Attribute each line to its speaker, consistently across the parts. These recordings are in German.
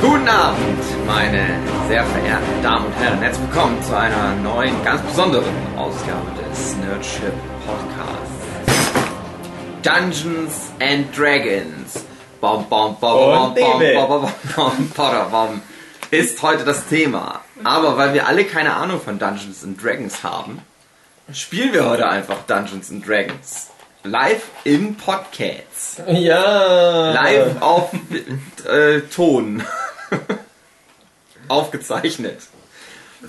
Speaker 1: Guten Abend, meine sehr verehrten Damen und Herren. Herzlich willkommen zu einer neuen, ganz besonderen Ausgabe des Nerdship Podcasts. Dungeons and Dragons. Bom, bom, bom, bom,
Speaker 2: Und
Speaker 1: bom,
Speaker 2: Nebel.
Speaker 1: bom, bom, bom, bom, bom, ist heute das Thema. Aber weil wir alle keine Ahnung von Dungeons and Dragons haben, spielen wir heute einfach Dungeons and Dragons. Live im Podcast.
Speaker 2: Ja.
Speaker 1: Live auf äh, Ton. Aufgezeichnet.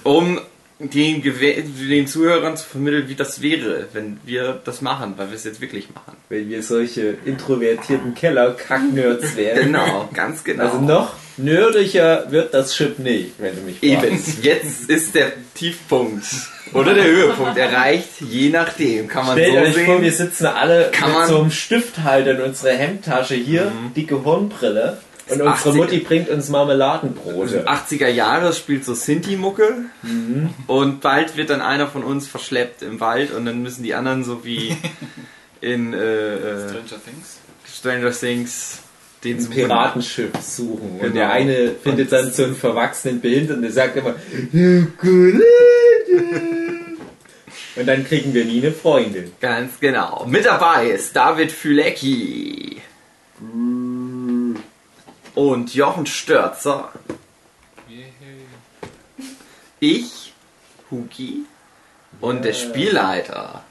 Speaker 1: Um den, Gewe- den Zuhörern zu vermitteln, wie das wäre, wenn wir das machen, weil wir es jetzt wirklich machen.
Speaker 2: Wenn wir solche introvertierten Keller-Kack-Nerds wären.
Speaker 1: Genau, ganz genau.
Speaker 2: Also noch nerdiger wird das Chip nicht, wenn du mich
Speaker 1: Eben,
Speaker 2: fragst.
Speaker 1: jetzt ist der Tiefpunkt oder der Höhepunkt erreicht, je nachdem. Kann man
Speaker 2: Stellt
Speaker 1: so
Speaker 2: euch
Speaker 1: sehen.
Speaker 2: vor, wir sitzen alle
Speaker 1: Kann
Speaker 2: mit
Speaker 1: man- Mhm.
Speaker 2: so einem Stifthalter in unserer Hemdtasche hier, dicke Hornbrille. Und unsere
Speaker 1: 80er.
Speaker 2: Mutti bringt uns Marmeladenbrote.
Speaker 1: 80er Jahre es spielt so Sinti-Mucke und bald wird dann einer von uns verschleppt im Wald und dann müssen die anderen so wie in äh, äh,
Speaker 3: Stranger Things.
Speaker 1: Stranger Things den
Speaker 2: Ein
Speaker 1: suchen.
Speaker 2: Piratenschiff suchen.
Speaker 1: Genau.
Speaker 2: Und der eine findet dann so einen verwachsenen Bild und der sagt immer, "You good lady." Und dann kriegen wir nie eine Freundin.
Speaker 1: Ganz genau. Mit dabei ist David Fülecki und Jochen Störzer. Ich, Huki und der Spielleiter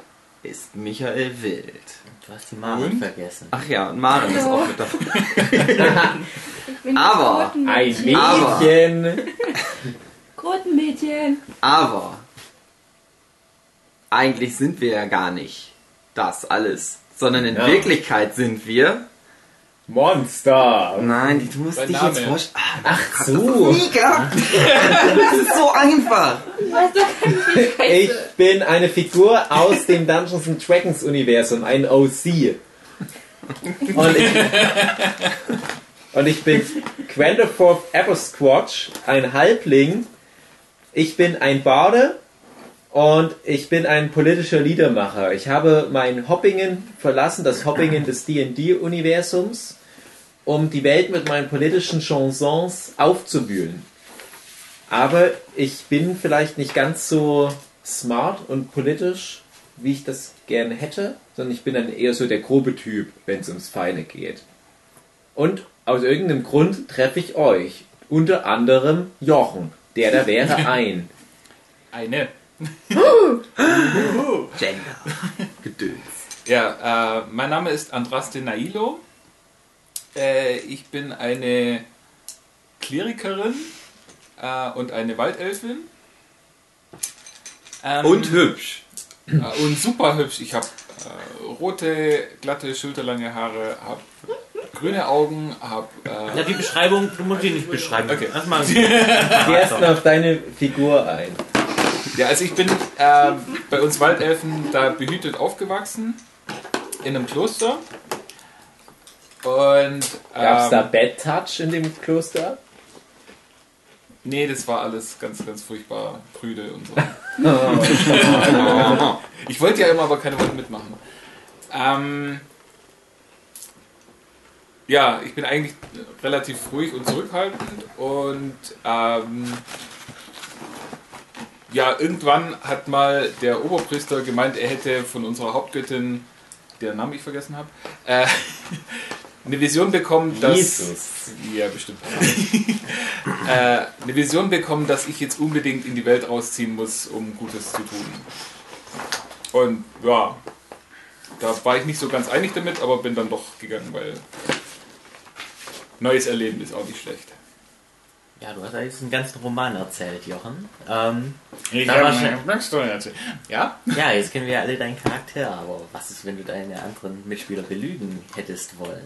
Speaker 1: ist Michael Wild.
Speaker 4: Du hast die
Speaker 1: Hm?
Speaker 4: Maren vergessen.
Speaker 1: Ach ja, und Maren ist
Speaker 5: Hallo.
Speaker 1: auch mit dabei.
Speaker 5: bin
Speaker 1: Aber
Speaker 5: das Groten-
Speaker 2: Ein
Speaker 1: Aber-
Speaker 2: Mädchen.
Speaker 5: Grotenmädchen.
Speaker 1: Aber eigentlich sind wir ja gar nicht das alles, sondern in
Speaker 2: Ja.
Speaker 1: Wirklichkeit sind wir.
Speaker 2: Monster.
Speaker 1: Nein, du musst
Speaker 3: Dein
Speaker 1: dich
Speaker 3: Name.
Speaker 1: jetzt vorstellen.
Speaker 2: Ach so.
Speaker 1: Mika! Das ist so einfach!
Speaker 5: Du weißt doch gar nicht, wie ich
Speaker 2: Ich
Speaker 5: heiße.
Speaker 2: bin eine Figur aus dem Dungeons and Dragons Universum, ein OC. Und ich, und ich bin Gwendoforth Abersquatch, ein Halbling. Ich bin ein Bade und ich bin ein politischer Liedermacher. Ich habe mein Hoppingen verlassen, das Hoppingen des D&D-Universums, um die Welt mit meinen politischen Chansons aufzuwühlen. Aber ich bin vielleicht nicht ganz so smart und politisch, wie ich das gerne hätte, sondern ich bin dann eher so der grobe Typ, wenn es ums Feine geht. Und aus irgendeinem Grund treffe ich euch. Unter anderem Jochen. Der da wäre ein.
Speaker 3: Eine.
Speaker 1: Gender. Gedöns.
Speaker 3: Ja, äh, mein Name ist Andraste Nailo. Äh, ich bin eine Klerikerin äh, und eine Waldelfin. Ähm,
Speaker 1: Und hübsch.
Speaker 3: äh, und super hübsch. Ich habe äh, rote, glatte, schulterlange Haare, habe grüne Augen, habe äh,
Speaker 4: Ja, die Beschreibung, du musst die nicht beschreiben.
Speaker 3: Okay.
Speaker 4: Lass mal. Ja,
Speaker 2: Geh erst mal auf deine Figur ein.
Speaker 3: Ja, also ich bin ähm, bei uns Waldelfen da behütet aufgewachsen, in einem Kloster. Und.
Speaker 2: Gab's da
Speaker 3: Ähm,
Speaker 2: Bad Touch in dem Kloster?
Speaker 3: nee, das war alles ganz, ganz furchtbar prüde und so. Ich wollte ja immer, aber keiner wollte mitmachen. Ähm, ja, ich bin eigentlich relativ ruhig und zurückhaltend und ähm, ja, irgendwann hat mal der Oberpriester gemeint, er hätte von unserer Hauptgöttin, deren Namen ich vergessen habe, äh, eine Vision bekommen, dass
Speaker 2: Jesus.
Speaker 3: ja bestimmt äh, eine Vision bekommen, dass ich jetzt unbedingt in die Welt rausziehen muss, um Gutes zu tun. Und ja, da war ich nicht so ganz einig damit, aber bin dann doch gegangen, weil neues Erleben ist auch nicht schlecht.
Speaker 4: du hast eigentlich einen ganzen Roman erzählt, Jochen. Ähm,
Speaker 3: Ich
Speaker 4: Na, was-
Speaker 3: Ja?
Speaker 4: ja, jetzt kennen wir ja alle deinen Charakter, aber was ist, wenn du deine anderen Mitspieler belügen hättest wollen?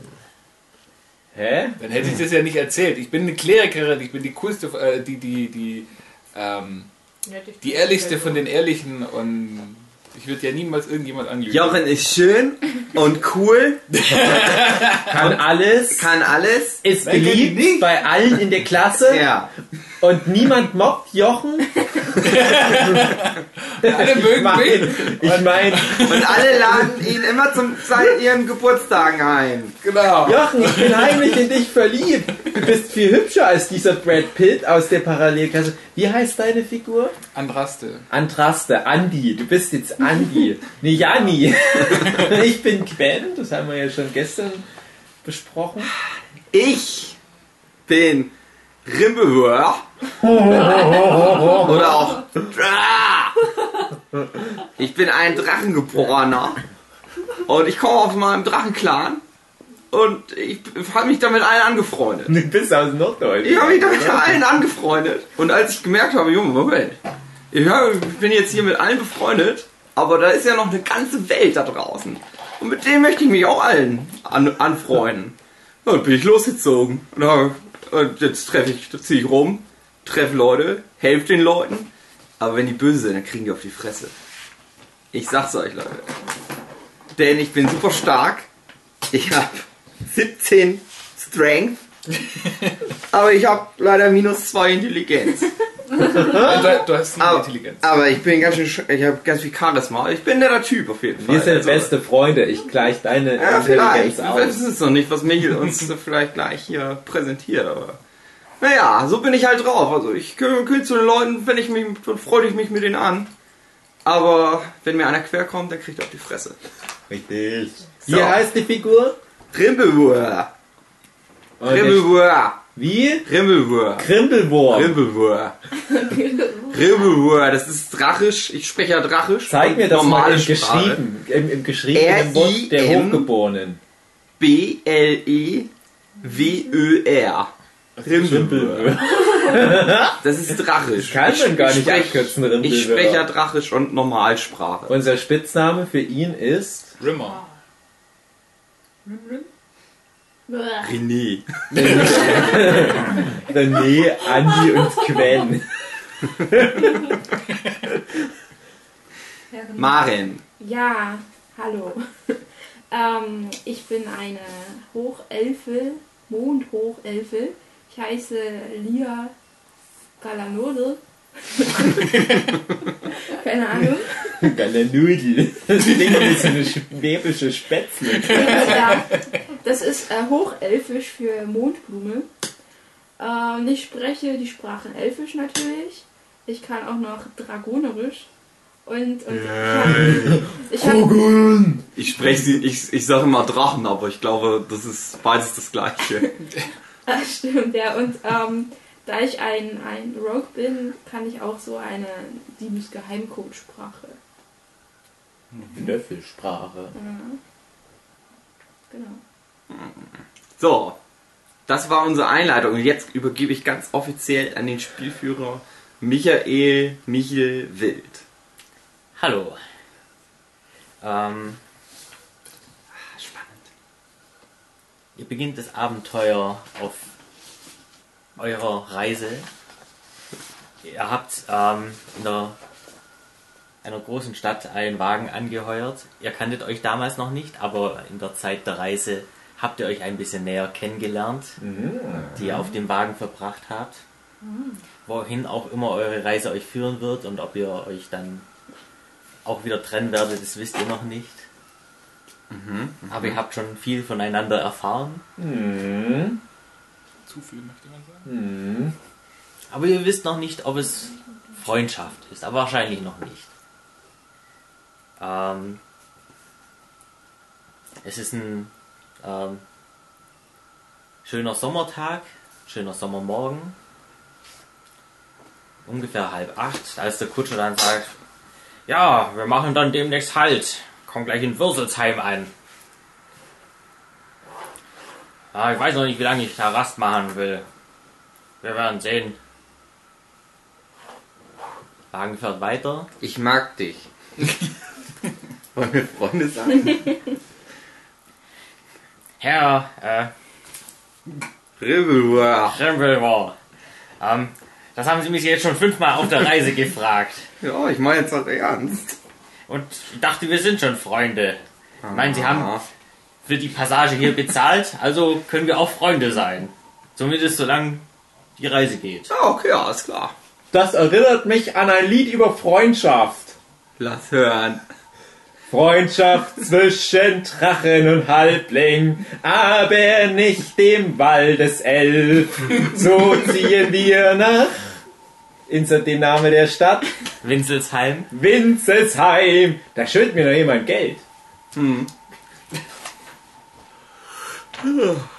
Speaker 2: Hä?
Speaker 3: Dann hätte ich das ja nicht erzählt. Ich bin eine Klerikerin, ich bin die coolste, äh, die, die, die, ähm, die ehrlichste von den Ehrlichen und ich würde ja niemals irgendjemand anlügen.
Speaker 1: Jochen ist schön und cool,
Speaker 2: Kann alles.
Speaker 1: kann alles.
Speaker 2: Ist
Speaker 3: Wer kennt ihn
Speaker 2: beliebt
Speaker 3: nicht?
Speaker 2: bei allen in der Klasse.
Speaker 1: Ja.
Speaker 2: Und niemand mobbt Jochen.
Speaker 3: Alle mögen mich.
Speaker 2: Ich meine,
Speaker 1: Und alle laden ihn immer zum, seit ihren Geburtstagen ein.
Speaker 3: Genau.
Speaker 2: Jochen, ich bin heimlich in dich verliebt. Du bist viel hübscher als dieser Brad Pitt aus der Parallelklasse. Wie heißt deine Figur?
Speaker 3: Andraste.
Speaker 2: Antraste, Andi. Du bist jetzt Andi. Nee, Jani. Ich bin Quen, das haben wir ja schon gestern besprochen.
Speaker 1: Ich bin Rimbehör. Oder auch. Dra. Ich bin ein Drachengeborener. Und ich komme aus meinem Drachenclan. Und ich habe mich damit allen angefreundet.
Speaker 2: Du bist aus Norddeutschland.
Speaker 1: Ich habe mich damit allen angefreundet. Und als ich gemerkt habe, Junge, Moment, ich hör- ich bin jetzt hier mit allen befreundet, aber da ist ja noch eine ganze Welt da draußen. Und mit denen möchte ich mich auch allen an, anfreunden. Ja, Und bin ich losgezogen. Und, hab- und jetzt treffe ich, jetzt ziehe ich rum, treffe Leute, helfe den Leuten. Aber wenn die böse sind, dann kriegen die auf die Fresse. Ich sag's euch, Leute. Denn ich bin super stark. Ich habe 17 Strength. Aber ich habe leider minus 2 Intelligenz.
Speaker 3: Du, du hast eine
Speaker 1: Aber,
Speaker 3: Intelligenz.
Speaker 1: aber ich bin ganz schön, sch- ich habe ganz viel Charisma. Ich bin ein netter Typ auf jeden Fall.
Speaker 2: Wir sind
Speaker 1: Also,
Speaker 2: beste Freunde. Ich gleich deine
Speaker 1: Ja,
Speaker 2: Intelligenz
Speaker 1: vielleicht. Wir
Speaker 2: aus.
Speaker 1: wissen es noch nicht, was Michel uns vielleicht gleich hier präsentiert, aber. Naja, so bin ich halt drauf. Also ich kühl zu den Leuten, wenn ich mich, dann freue ich mich mit denen an. Aber wenn mir einer quer kommt, dann kriegt er auf die Fresse.
Speaker 2: Richtig.
Speaker 1: So.
Speaker 2: Wie heißt die Figur?
Speaker 1: Rimbelwur.
Speaker 2: Und ich-
Speaker 1: Rimbelwur.
Speaker 2: Wie?
Speaker 1: Rimbelwur.
Speaker 2: Grindelwurm.
Speaker 1: Rimbelwur. Rimbelwur. Das ist drachisch. Ich spreche ja drachisch.
Speaker 2: Zeig mir das mal im
Speaker 1: Sprache.
Speaker 2: geschrieben, im, im geschriebenen Wort der
Speaker 1: R.I.M..
Speaker 2: Hochgeborenen.
Speaker 1: E B-L-E-W-Ö-R. Rimbelwur.
Speaker 2: Rimbelwürmer.
Speaker 1: Das ist drachisch.
Speaker 2: Kann
Speaker 1: Ich-
Speaker 2: man gar
Speaker 1: ich
Speaker 2: nicht
Speaker 1: sprech-
Speaker 2: abkürzen,
Speaker 1: Ich spreche ja
Speaker 2: Rimbelwürmer.
Speaker 1: drachisch und Normalsprache.
Speaker 2: Unser Spitzname für ihn ist
Speaker 3: Rimmer.
Speaker 1: René.
Speaker 2: René, Andi und Quen.
Speaker 1: Maren.
Speaker 5: Ja, hallo. Ähm, ich bin eine Hochelfe, Mondhochelfe. Ich heiße Lia Galanode. Keine Ahnung.
Speaker 2: Geile Nudel. Das klingt wie so eine schwäbische Spätzle.
Speaker 5: ja, das ist äh, hochelfisch für Mondblume. Ähm, ich spreche die Sprachen elfisch natürlich. Ich kann auch noch dragonerisch. Und, und ich habe
Speaker 1: Ich spreche sie, ich, ich sage immer Drachen, aber ich glaube, das ist beides das gleiche.
Speaker 5: Ah, stimmt, ja. Und ähm, da ich ein, ein Rogue bin, kann ich auch so eine Diebesgeheimcode-Sprache.
Speaker 4: Löffelsprache.
Speaker 5: Genau.
Speaker 1: So. Das war unsere Einleitung und jetzt übergebe ich ganz offiziell an den Spielführer Michael Michel Wild.
Speaker 4: Hallo. Ähm,
Speaker 1: Ah, Spannend.
Speaker 4: ihr beginnt das Abenteuer auf eurer Reise. Ihr habt ähm, in der, einer großen Stadt einen Wagen angeheuert. Ihr kanntet euch damals noch nicht, aber in der Zeit der Reise habt ihr euch ein bisschen näher kennengelernt, die ihr auf dem Wagen verbracht habt. Wohin auch immer eure Reise euch führen wird und ob ihr euch dann auch wieder trennen werdet, das wisst ihr noch nicht. Aber ihr habt schon viel voneinander erfahren.
Speaker 3: Zufügen, möchte man sagen.
Speaker 4: Aber ihr wisst noch nicht, ob es Freundschaft ist. Aber wahrscheinlich noch nicht. Ähm, es ist ein ähm, schöner Sommertag, schöner Sommermorgen. Ungefähr halb acht, als der Kutscher dann sagt, ja, wir machen dann demnächst Halt. Komm gleich in Würselsheim an. Ah, ich weiß noch nicht, wie lange ich da Rast machen will. Wir werden sehen. Wagen fährt weiter.
Speaker 1: Ich mag dich. Wollen wir Freunde sein?
Speaker 4: Herr äh,
Speaker 1: Ribbelwur.
Speaker 4: Tremblewohr, ähm, das haben Sie mich jetzt schon fünfmal auf der Reise gefragt.
Speaker 1: Ja, ich meine jetzt halt ernst.
Speaker 4: Und ich dachte, wir sind schon Freunde. Ich meine, Sie haben für die Passage hier bezahlt, also können wir auch Freunde sein. Zumindest solange die Reise geht.
Speaker 1: Ja, okay, alles klar.
Speaker 2: Das erinnert mich an ein Lied über Freundschaft.
Speaker 1: Lass hören.
Speaker 2: Freundschaft zwischen Drachen und Halbling, aber nicht dem Waldeself. So ziehen wir nach. Insert den Namen der Stadt.
Speaker 4: Winselsheim.
Speaker 2: Winzelsheim. Da schuldet mir doch jemand Geld.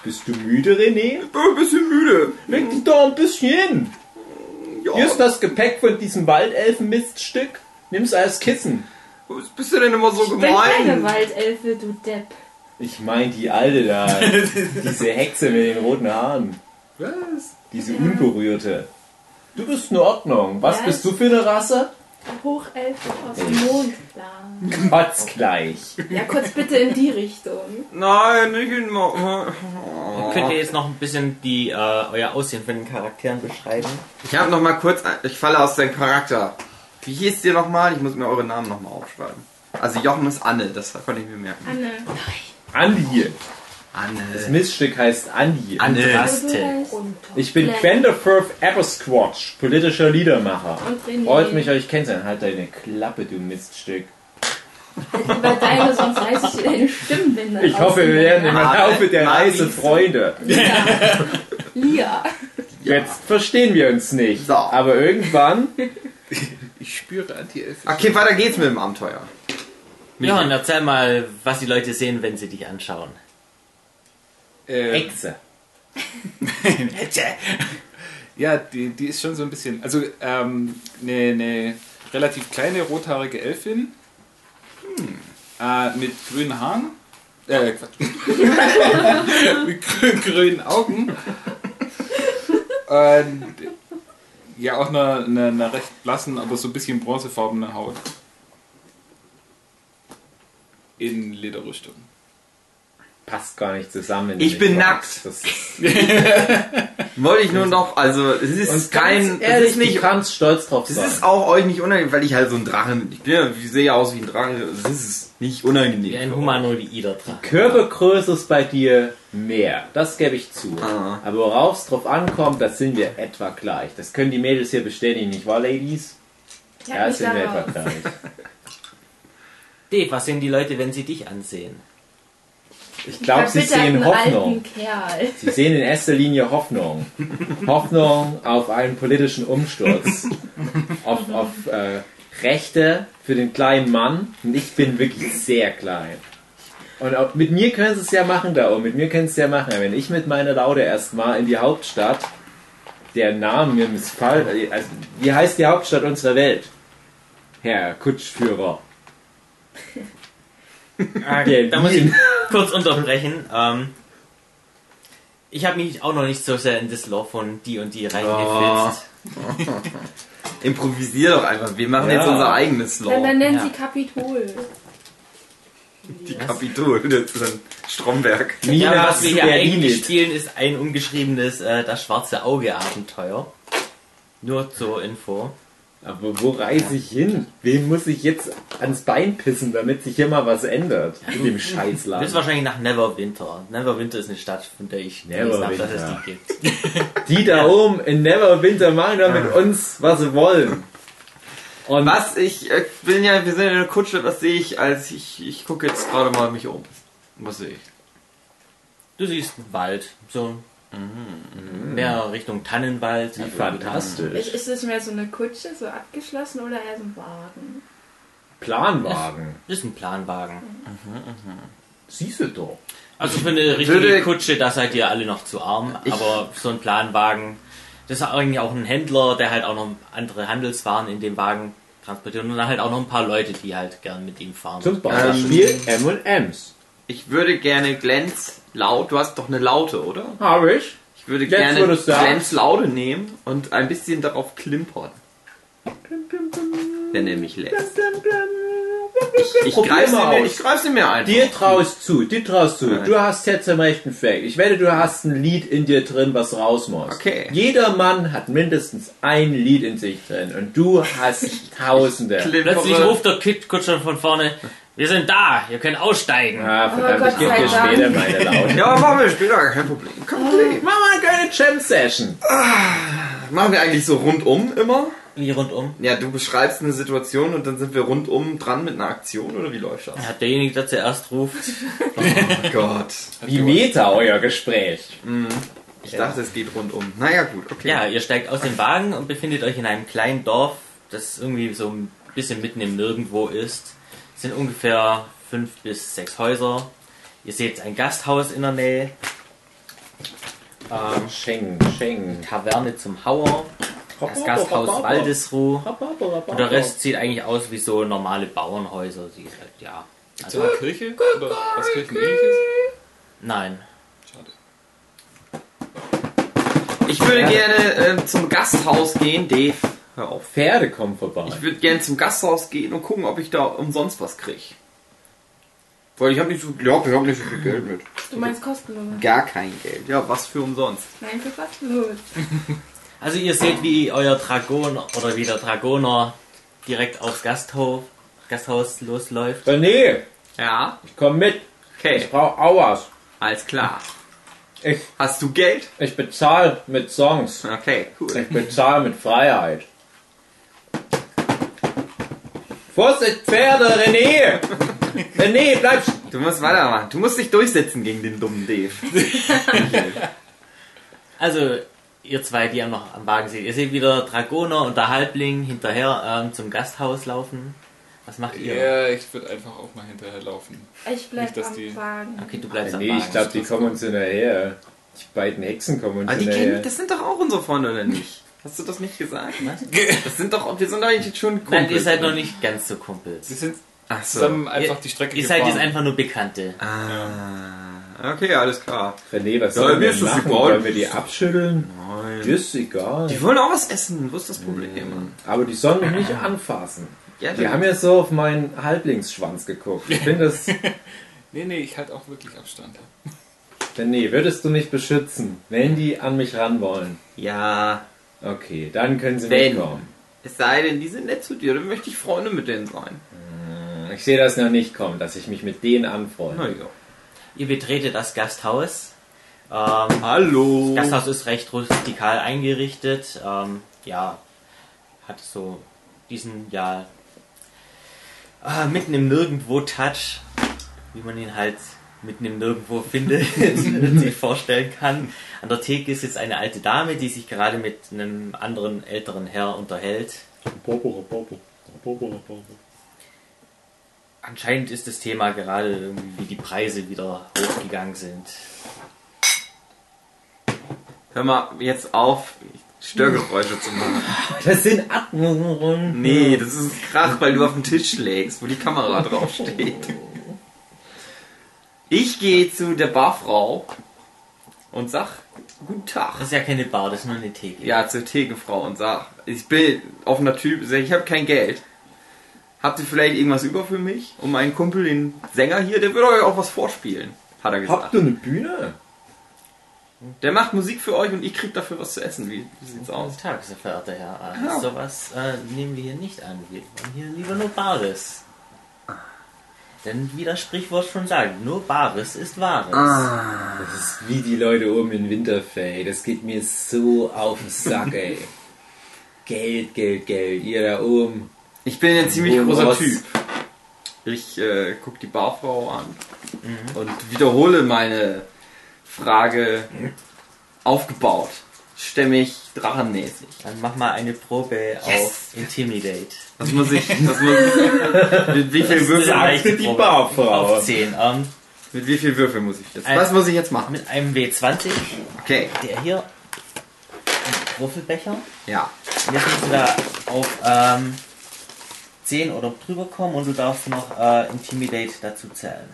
Speaker 2: Bist du müde, René?
Speaker 1: Ich bin ein bisschen müde.
Speaker 2: Leg dich doch ein bisschen hin.
Speaker 1: Ja,
Speaker 2: Hier ist das Gepäck von diesem Waldelfenmiststück. Nimm's als Kissen.
Speaker 1: was bist du denn immer so
Speaker 5: Ich bin keine
Speaker 1: Oh, gemein?
Speaker 5: Waldelfe, du Depp.
Speaker 2: Ich meine die alte da, diese Hexe mit den roten Haaren,
Speaker 3: Was?
Speaker 2: diese
Speaker 5: Ja.
Speaker 2: unberührte. Du bist in Ordnung. Was
Speaker 5: Ja,
Speaker 2: bist du für eine Rasse?
Speaker 5: Hochelfe aus dem Mond, klar.
Speaker 2: Kotz gleich.
Speaker 5: Ja, kurz bitte in die Richtung.
Speaker 1: Nein, nicht immer.
Speaker 4: Könnt ihr jetzt noch ein bisschen die, äh, euer Aussehen von den Charakteren beschreiben?
Speaker 1: Ich habe noch mal kurz, ich falle aus deinem Charakter. Wie hieß ihr noch mal? Ich muss mir eure Namen noch mal aufschreiben. Also Jochen ist Anne, das konnte ich mir merken.
Speaker 5: Anne.
Speaker 2: Andi. Das
Speaker 1: Anne.
Speaker 2: Missstück heißt Andi.
Speaker 1: Anne.
Speaker 5: Also du heißt und
Speaker 2: Ich bin
Speaker 5: Nein.
Speaker 2: Quenderfirth Abersquatch, politischer Liedermacher.
Speaker 5: René.
Speaker 2: Freut mich, euch kennenzulernen. Halt deine Klappe, du Miststück.
Speaker 5: Bei deine, sonst reiß ich dir deine Stimmbänder
Speaker 2: Ich hoffe, wir werden im
Speaker 1: Ah,
Speaker 2: Laufe der
Speaker 1: Mann,
Speaker 2: Reise
Speaker 1: ich-
Speaker 2: Freunde.
Speaker 5: Lia. Lia.
Speaker 2: Jetzt verstehen wir uns nicht.
Speaker 1: So.
Speaker 2: Aber irgendwann
Speaker 3: Ich spüre Anti-Elf.
Speaker 1: Okay, weiter geht's mit dem Abenteuer.
Speaker 4: Ja, und erzähl mal, was die Leute sehen, wenn sie dich anschauen.
Speaker 3: Äh,
Speaker 2: Hexe.
Speaker 3: ja, die, die ist schon so ein bisschen. Also, ähm, eine ne relativ kleine rothaarige Elfin. Hm. Äh, mit grünen Haaren. Äh, Quatsch. mit grün, grünen Augen. Und ja, auch einer eine, eine recht blassen, aber so ein bisschen bronzefarbene Haut. In Lederrüstung.
Speaker 2: Passt gar nicht zusammen. in
Speaker 1: Ich
Speaker 2: den
Speaker 1: bin
Speaker 2: Kopf.
Speaker 1: nackt.
Speaker 2: Das
Speaker 1: Wollte ich nur noch, also es ist
Speaker 2: ist
Speaker 1: kein,
Speaker 2: kein,
Speaker 1: es ist nicht,
Speaker 2: kannst stolz drauf
Speaker 1: es ist auch euch nicht unangenehm, weil ich halt so ein Drache, ich bin ja, ich sehe ja aus wie ein Drache, es ist nicht unangenehm.
Speaker 4: Wie ein humanoider Drache.
Speaker 2: Körpergröße ist bei dir mehr. Das gebe ich zu.
Speaker 1: Ah.
Speaker 2: Aber worauf es drauf ankommt, das sind wir etwa gleich. Das können die Mädels hier bestätigen, nicht wahr, Ladies?
Speaker 5: Ich
Speaker 2: Ja,
Speaker 5: hab
Speaker 2: das
Speaker 5: mich
Speaker 2: sind wir etwa
Speaker 5: da raus.
Speaker 2: gleich.
Speaker 4: Dave, was sehen die Leute, wenn sie dich ansehen?
Speaker 2: Ich glaube, sie
Speaker 5: Verbitterten
Speaker 2: sehen Hoffnung.
Speaker 5: alten Kerl.
Speaker 2: Sie sehen in erster Linie Hoffnung. Hoffnung auf einen politischen Umsturz. auf auf äh, Rechte für den kleinen Mann. Und ich bin wirklich sehr klein. Und auch mit mir können sie es ja machen da oben. Mit mir können sie es ja machen. Wenn ich mit meiner Laude erstmal in die Hauptstadt, der Name mir missfallen. Also, wie heißt die Hauptstadt unserer Welt? Herr Kutschführer.
Speaker 4: Ah,
Speaker 2: Berlin.
Speaker 4: Da muss ich kurz unterbrechen. Ähm, ich habe mich auch noch nicht so sehr in das Lore von die und die
Speaker 2: Oh.
Speaker 4: reingefilzt.
Speaker 1: Improvisier doch einfach, wir machen
Speaker 2: Ja.
Speaker 1: jetzt unser eigenes
Speaker 5: Dann, dann
Speaker 1: Law.
Speaker 5: nennen
Speaker 4: Ja.
Speaker 5: sie Kapitol.
Speaker 1: Die Kapitol, das ist ein Stromberg.
Speaker 4: Ja, und
Speaker 2: Nina
Speaker 4: was wir hier eigentlich
Speaker 2: Berlinit.
Speaker 4: spielen, ist ein ungeschriebenes äh, Das schwarze Auge-Abenteuer. Nur zur Info.
Speaker 2: Aber wo reise ich hin? Wem muss ich jetzt ans Bein pissen, damit sich hier mal was ändert? In dem
Speaker 4: Du bist
Speaker 2: Scheißland.
Speaker 4: wahrscheinlich nach Neverwinter. Neverwinter ist eine Stadt, von der ich nicht habe, dass es
Speaker 2: Neverwinter.
Speaker 4: die gibt.
Speaker 2: Die da oben in Neverwinter machen da mit uns, was sie wollen. Und
Speaker 1: Was ich äh, bin ja, wir sind in der Kutsche, was sehe ich, als ich, ich gucke jetzt gerade mal mich um. Was sehe ich?
Speaker 4: Du siehst einen Wald, so mehr Richtung Tannenwald.
Speaker 2: Mhm. Wie fantastisch.
Speaker 5: Ist, ist es mehr so eine Kutsche, so abgeschlossen oder eher so ein Wagen?
Speaker 2: Planwagen.
Speaker 4: Das ist ein Planwagen.
Speaker 2: Siehst du doch.
Speaker 4: Also für eine richtige
Speaker 1: Würde-
Speaker 4: Kutsche, da seid ihr alle noch zu arm, aber so ein Planwagen, das ist eigentlich auch ein Händler, der halt auch noch andere Handelswaren in dem Wagen transportiert und dann halt auch noch ein paar Leute, die halt gern mit ihm fahren.
Speaker 2: Zum Beispiel M&M's.
Speaker 1: Ich würde gerne Glänz laut, du hast doch eine Laute, oder?
Speaker 2: Habe ich.
Speaker 1: Ich würde
Speaker 2: Jetzt, wo
Speaker 1: gerne
Speaker 2: du's sagst.
Speaker 1: Glänz Laute nehmen und ein bisschen darauf klimpern. Der nämlich lässt. Ich
Speaker 2: Probier
Speaker 1: greife sie,
Speaker 2: mal
Speaker 1: mir-
Speaker 2: aus.
Speaker 1: ich greif sie mir einfach.
Speaker 2: Dir traust zu, dir traust zu. Du hast jetzt im rechten Fleck. Ich wette, du hast ein Lied in dir drin, was raus muss.
Speaker 1: Okay.
Speaker 2: Jeder Mann hat mindestens ein Lied in sich drin und du hast Tausende.
Speaker 1: Klimpere.
Speaker 4: Plötzlich ruft der Kid Kutscher von vorne, wir sind da, ihr könnt aussteigen.
Speaker 2: Ah, verdammt,
Speaker 5: Oh Gott
Speaker 2: ich geb
Speaker 5: sei
Speaker 2: dir
Speaker 5: Dank.
Speaker 2: später meine Laune. Mhm.
Speaker 1: Ja, machen wir später, kein Problem. Kein Problem.
Speaker 2: Mach mal eine kleine Jam-Session.
Speaker 1: Machen wir eigentlich so rundum immer?
Speaker 4: Wie rundum.
Speaker 1: Ja, du beschreibst eine Situation und dann sind wir rundum dran mit einer Aktion oder wie läuft das?
Speaker 4: Hat derjenige, der zuerst ruft,
Speaker 1: Oh Gott.
Speaker 2: Wie Meta euer Gespräch.
Speaker 1: Ich dachte, es geht rundum. Naja, gut, okay.
Speaker 4: Ja, ihr steigt aus dem Wagen und befindet euch in einem kleinen Dorf, das irgendwie so ein bisschen mitten im Nirgendwo ist. Es sind ungefähr fünf bis sechs Häuser. Ihr seht ein Gasthaus in der Nähe, ähm,
Speaker 2: Schengen, Schengen.
Speaker 4: Taverne zum Hauer, das Gasthaus Waldesruh und der Rest sieht eigentlich aus wie so normale Bauernhäuser. Sie ist halt, ja.
Speaker 3: Ist da eine Kirche? Oder was Kirchenähnliches?
Speaker 4: Nein.
Speaker 3: Schade.
Speaker 1: Ich würde gerne ähm, zum Gasthaus gehen, Dave. Hör auf.
Speaker 2: Pferde kommen vorbei.
Speaker 1: Ich würde gerne zum Gasthaus gehen und gucken, ob ich da umsonst was kriege. Weil ich habe nicht so, ja, ich habe nicht so viel Geld mit.
Speaker 5: Du meinst kostenlos.
Speaker 1: Gar kein Geld. Ja, was für umsonst.
Speaker 5: Nein, für kostenlos.
Speaker 4: Also ihr seht, wie euer Dragoner oder wie der Dragoner direkt aufs Gasthof, Gasthaus losläuft.
Speaker 2: René,
Speaker 1: Ja,
Speaker 2: komm mit. Ich
Speaker 1: okay,
Speaker 2: brauche Auers.
Speaker 1: alles klar.
Speaker 2: Ich,
Speaker 1: Hast du Geld?
Speaker 2: ich bezahle mit Songs.
Speaker 1: Okay, cool.
Speaker 2: Ich bezahle mit Freiheit. Vorsicht, Pferde, René! René, bleib...
Speaker 1: Du musst weitermachen. Du musst dich durchsetzen gegen den dummen Dave.
Speaker 4: Also, ihr zwei, die am noch am Wagen seht, ihr seht wieder Dragoner und der Halbling hinterher ähm, zum Gasthaus laufen. Was macht ihr?
Speaker 3: Ja, ich würde einfach auch mal hinterherlaufen.
Speaker 5: Ich bleib
Speaker 3: Nicht, dass
Speaker 5: am
Speaker 3: die-
Speaker 5: Wagen.
Speaker 4: Okay, du bleibst
Speaker 2: Ah, Nee,
Speaker 4: am
Speaker 2: ich
Speaker 4: Wagen.
Speaker 2: glaube, die kommen uns hinterher. Die beiden Hexen kommen uns
Speaker 1: Aber die kennen,
Speaker 2: hinterher.
Speaker 1: das sind doch auch unsere Freunde, oder nicht? Hast du das nicht gesagt? Ne? Das sind doch, wir sind doch jetzt schon Kumpel.
Speaker 4: Nein, ihr seid noch nicht ganz so Kumpels.
Speaker 3: Sie sind
Speaker 1: Ach so.
Speaker 3: zusammen einfach die Strecke
Speaker 4: Ihr seid jetzt
Speaker 3: gefahren.
Speaker 4: einfach nur Bekannte.
Speaker 1: Ah, okay, alles klar.
Speaker 2: René, was
Speaker 1: Ja,
Speaker 2: sollen
Speaker 1: mir
Speaker 2: wir
Speaker 1: ist das
Speaker 2: machen?
Speaker 1: egal.
Speaker 2: Wollen wir die abschütteln?
Speaker 1: Nein.
Speaker 2: Das ist egal.
Speaker 1: Die Ah. wollen auch was essen. Wo ist das Problem? Mann?
Speaker 2: Aber die sollen mich nicht anfassen.
Speaker 1: Ja,
Speaker 2: Die haben ja so auf meinen Halblingsschwanz geguckt. Ich finde das...
Speaker 3: Nee, nee, ich halte auch wirklich Abstand.
Speaker 2: René, würdest du mich beschützen, wenn die an mich ran wollen?
Speaker 1: ja.
Speaker 2: Okay, dann können sie
Speaker 1: Wenn.
Speaker 2: mitkommen.
Speaker 1: Es sei denn, die sind nett zu dir, dann möchte ich Freunde mit denen sein.
Speaker 2: Ich sehe das noch nicht kommen, dass ich mich mit denen anfreunde.
Speaker 1: Na ja.
Speaker 4: Ihr betretet das Gasthaus. Ähm,
Speaker 1: Hallo.
Speaker 4: Das Gasthaus ist recht rustikal eingerichtet. Ähm, ja, hat so diesen, ja, ah, mitten im Nirgendwo-Touch, wie man ihn halt mitten im Nirgendwo findet, sich vorstellen kann. An der Theke sitzt eine alte Dame, die sich gerade mit einem anderen älteren Herr unterhält. Anscheinend ist das Thema gerade irgendwie, wie die Preise wieder hochgegangen sind.
Speaker 1: Hör mal jetzt auf, Störgeräusche zu machen.
Speaker 2: Das sind Atmen.
Speaker 1: Nee, das ist ein Krach, weil du auf den Tisch schlägst, wo die Kamera draufsteht. Ich gehe zu der Barfrau und sag, guten Tag.
Speaker 4: Das ist ja keine Bar, das ist nur eine Theke.
Speaker 1: Ja, zur Thekefrau und sag, ich bin offener Typ, sag, ich habe kein Geld. Habt ihr vielleicht irgendwas über für mich? Und mein Kumpel, den Sänger hier, der würde euch auch was vorspielen, hat er gesagt.
Speaker 2: Habt ihr eine Bühne?
Speaker 1: Der macht Musik für euch und ich krieg dafür was zu essen. Wie, wie sieht's aus?
Speaker 4: Guten Oh, Tag, sehr verehrter Herr. Äh,
Speaker 1: Ja.
Speaker 4: Sowas äh, nehmen wir hier nicht an. Wir wollen hier lieber nur Bares. Denn wie das Sprichwort schon sagt, nur Bares ist Wahres.
Speaker 2: Das ist wie die Leute oben in Winterfell. Das geht mir so auf den Sack, ey. Geld, Geld, Geld. Ihr da oben.
Speaker 1: Ich bin ein ziemlich
Speaker 2: Wo
Speaker 1: großer
Speaker 2: was?
Speaker 1: Typ. Ich äh, guck die Barfrau an und wiederhole meine Frage aufgebaut. Stimmig, drachenmäßig.
Speaker 4: Dann mach mal eine Probe auf Intimidate.
Speaker 1: Das muss ich. Das muss mit wie viel
Speaker 4: Das ist eine
Speaker 1: Würfel?
Speaker 4: leichte
Speaker 2: die
Speaker 4: Probe.
Speaker 2: Barfrau.
Speaker 4: Auf 10. Ähm,
Speaker 1: Mit wie viel Würfel muss ich jetzt?
Speaker 4: Ein-
Speaker 1: Was muss ich jetzt machen?
Speaker 4: mit einem W20,
Speaker 1: Okay,
Speaker 4: der hier, ein Würfelbecher.
Speaker 1: ja.
Speaker 4: Und Jetzt musst du da auf ähm, 10 oder drüber kommen und du darfst noch äh, Intimidate dazu zählen.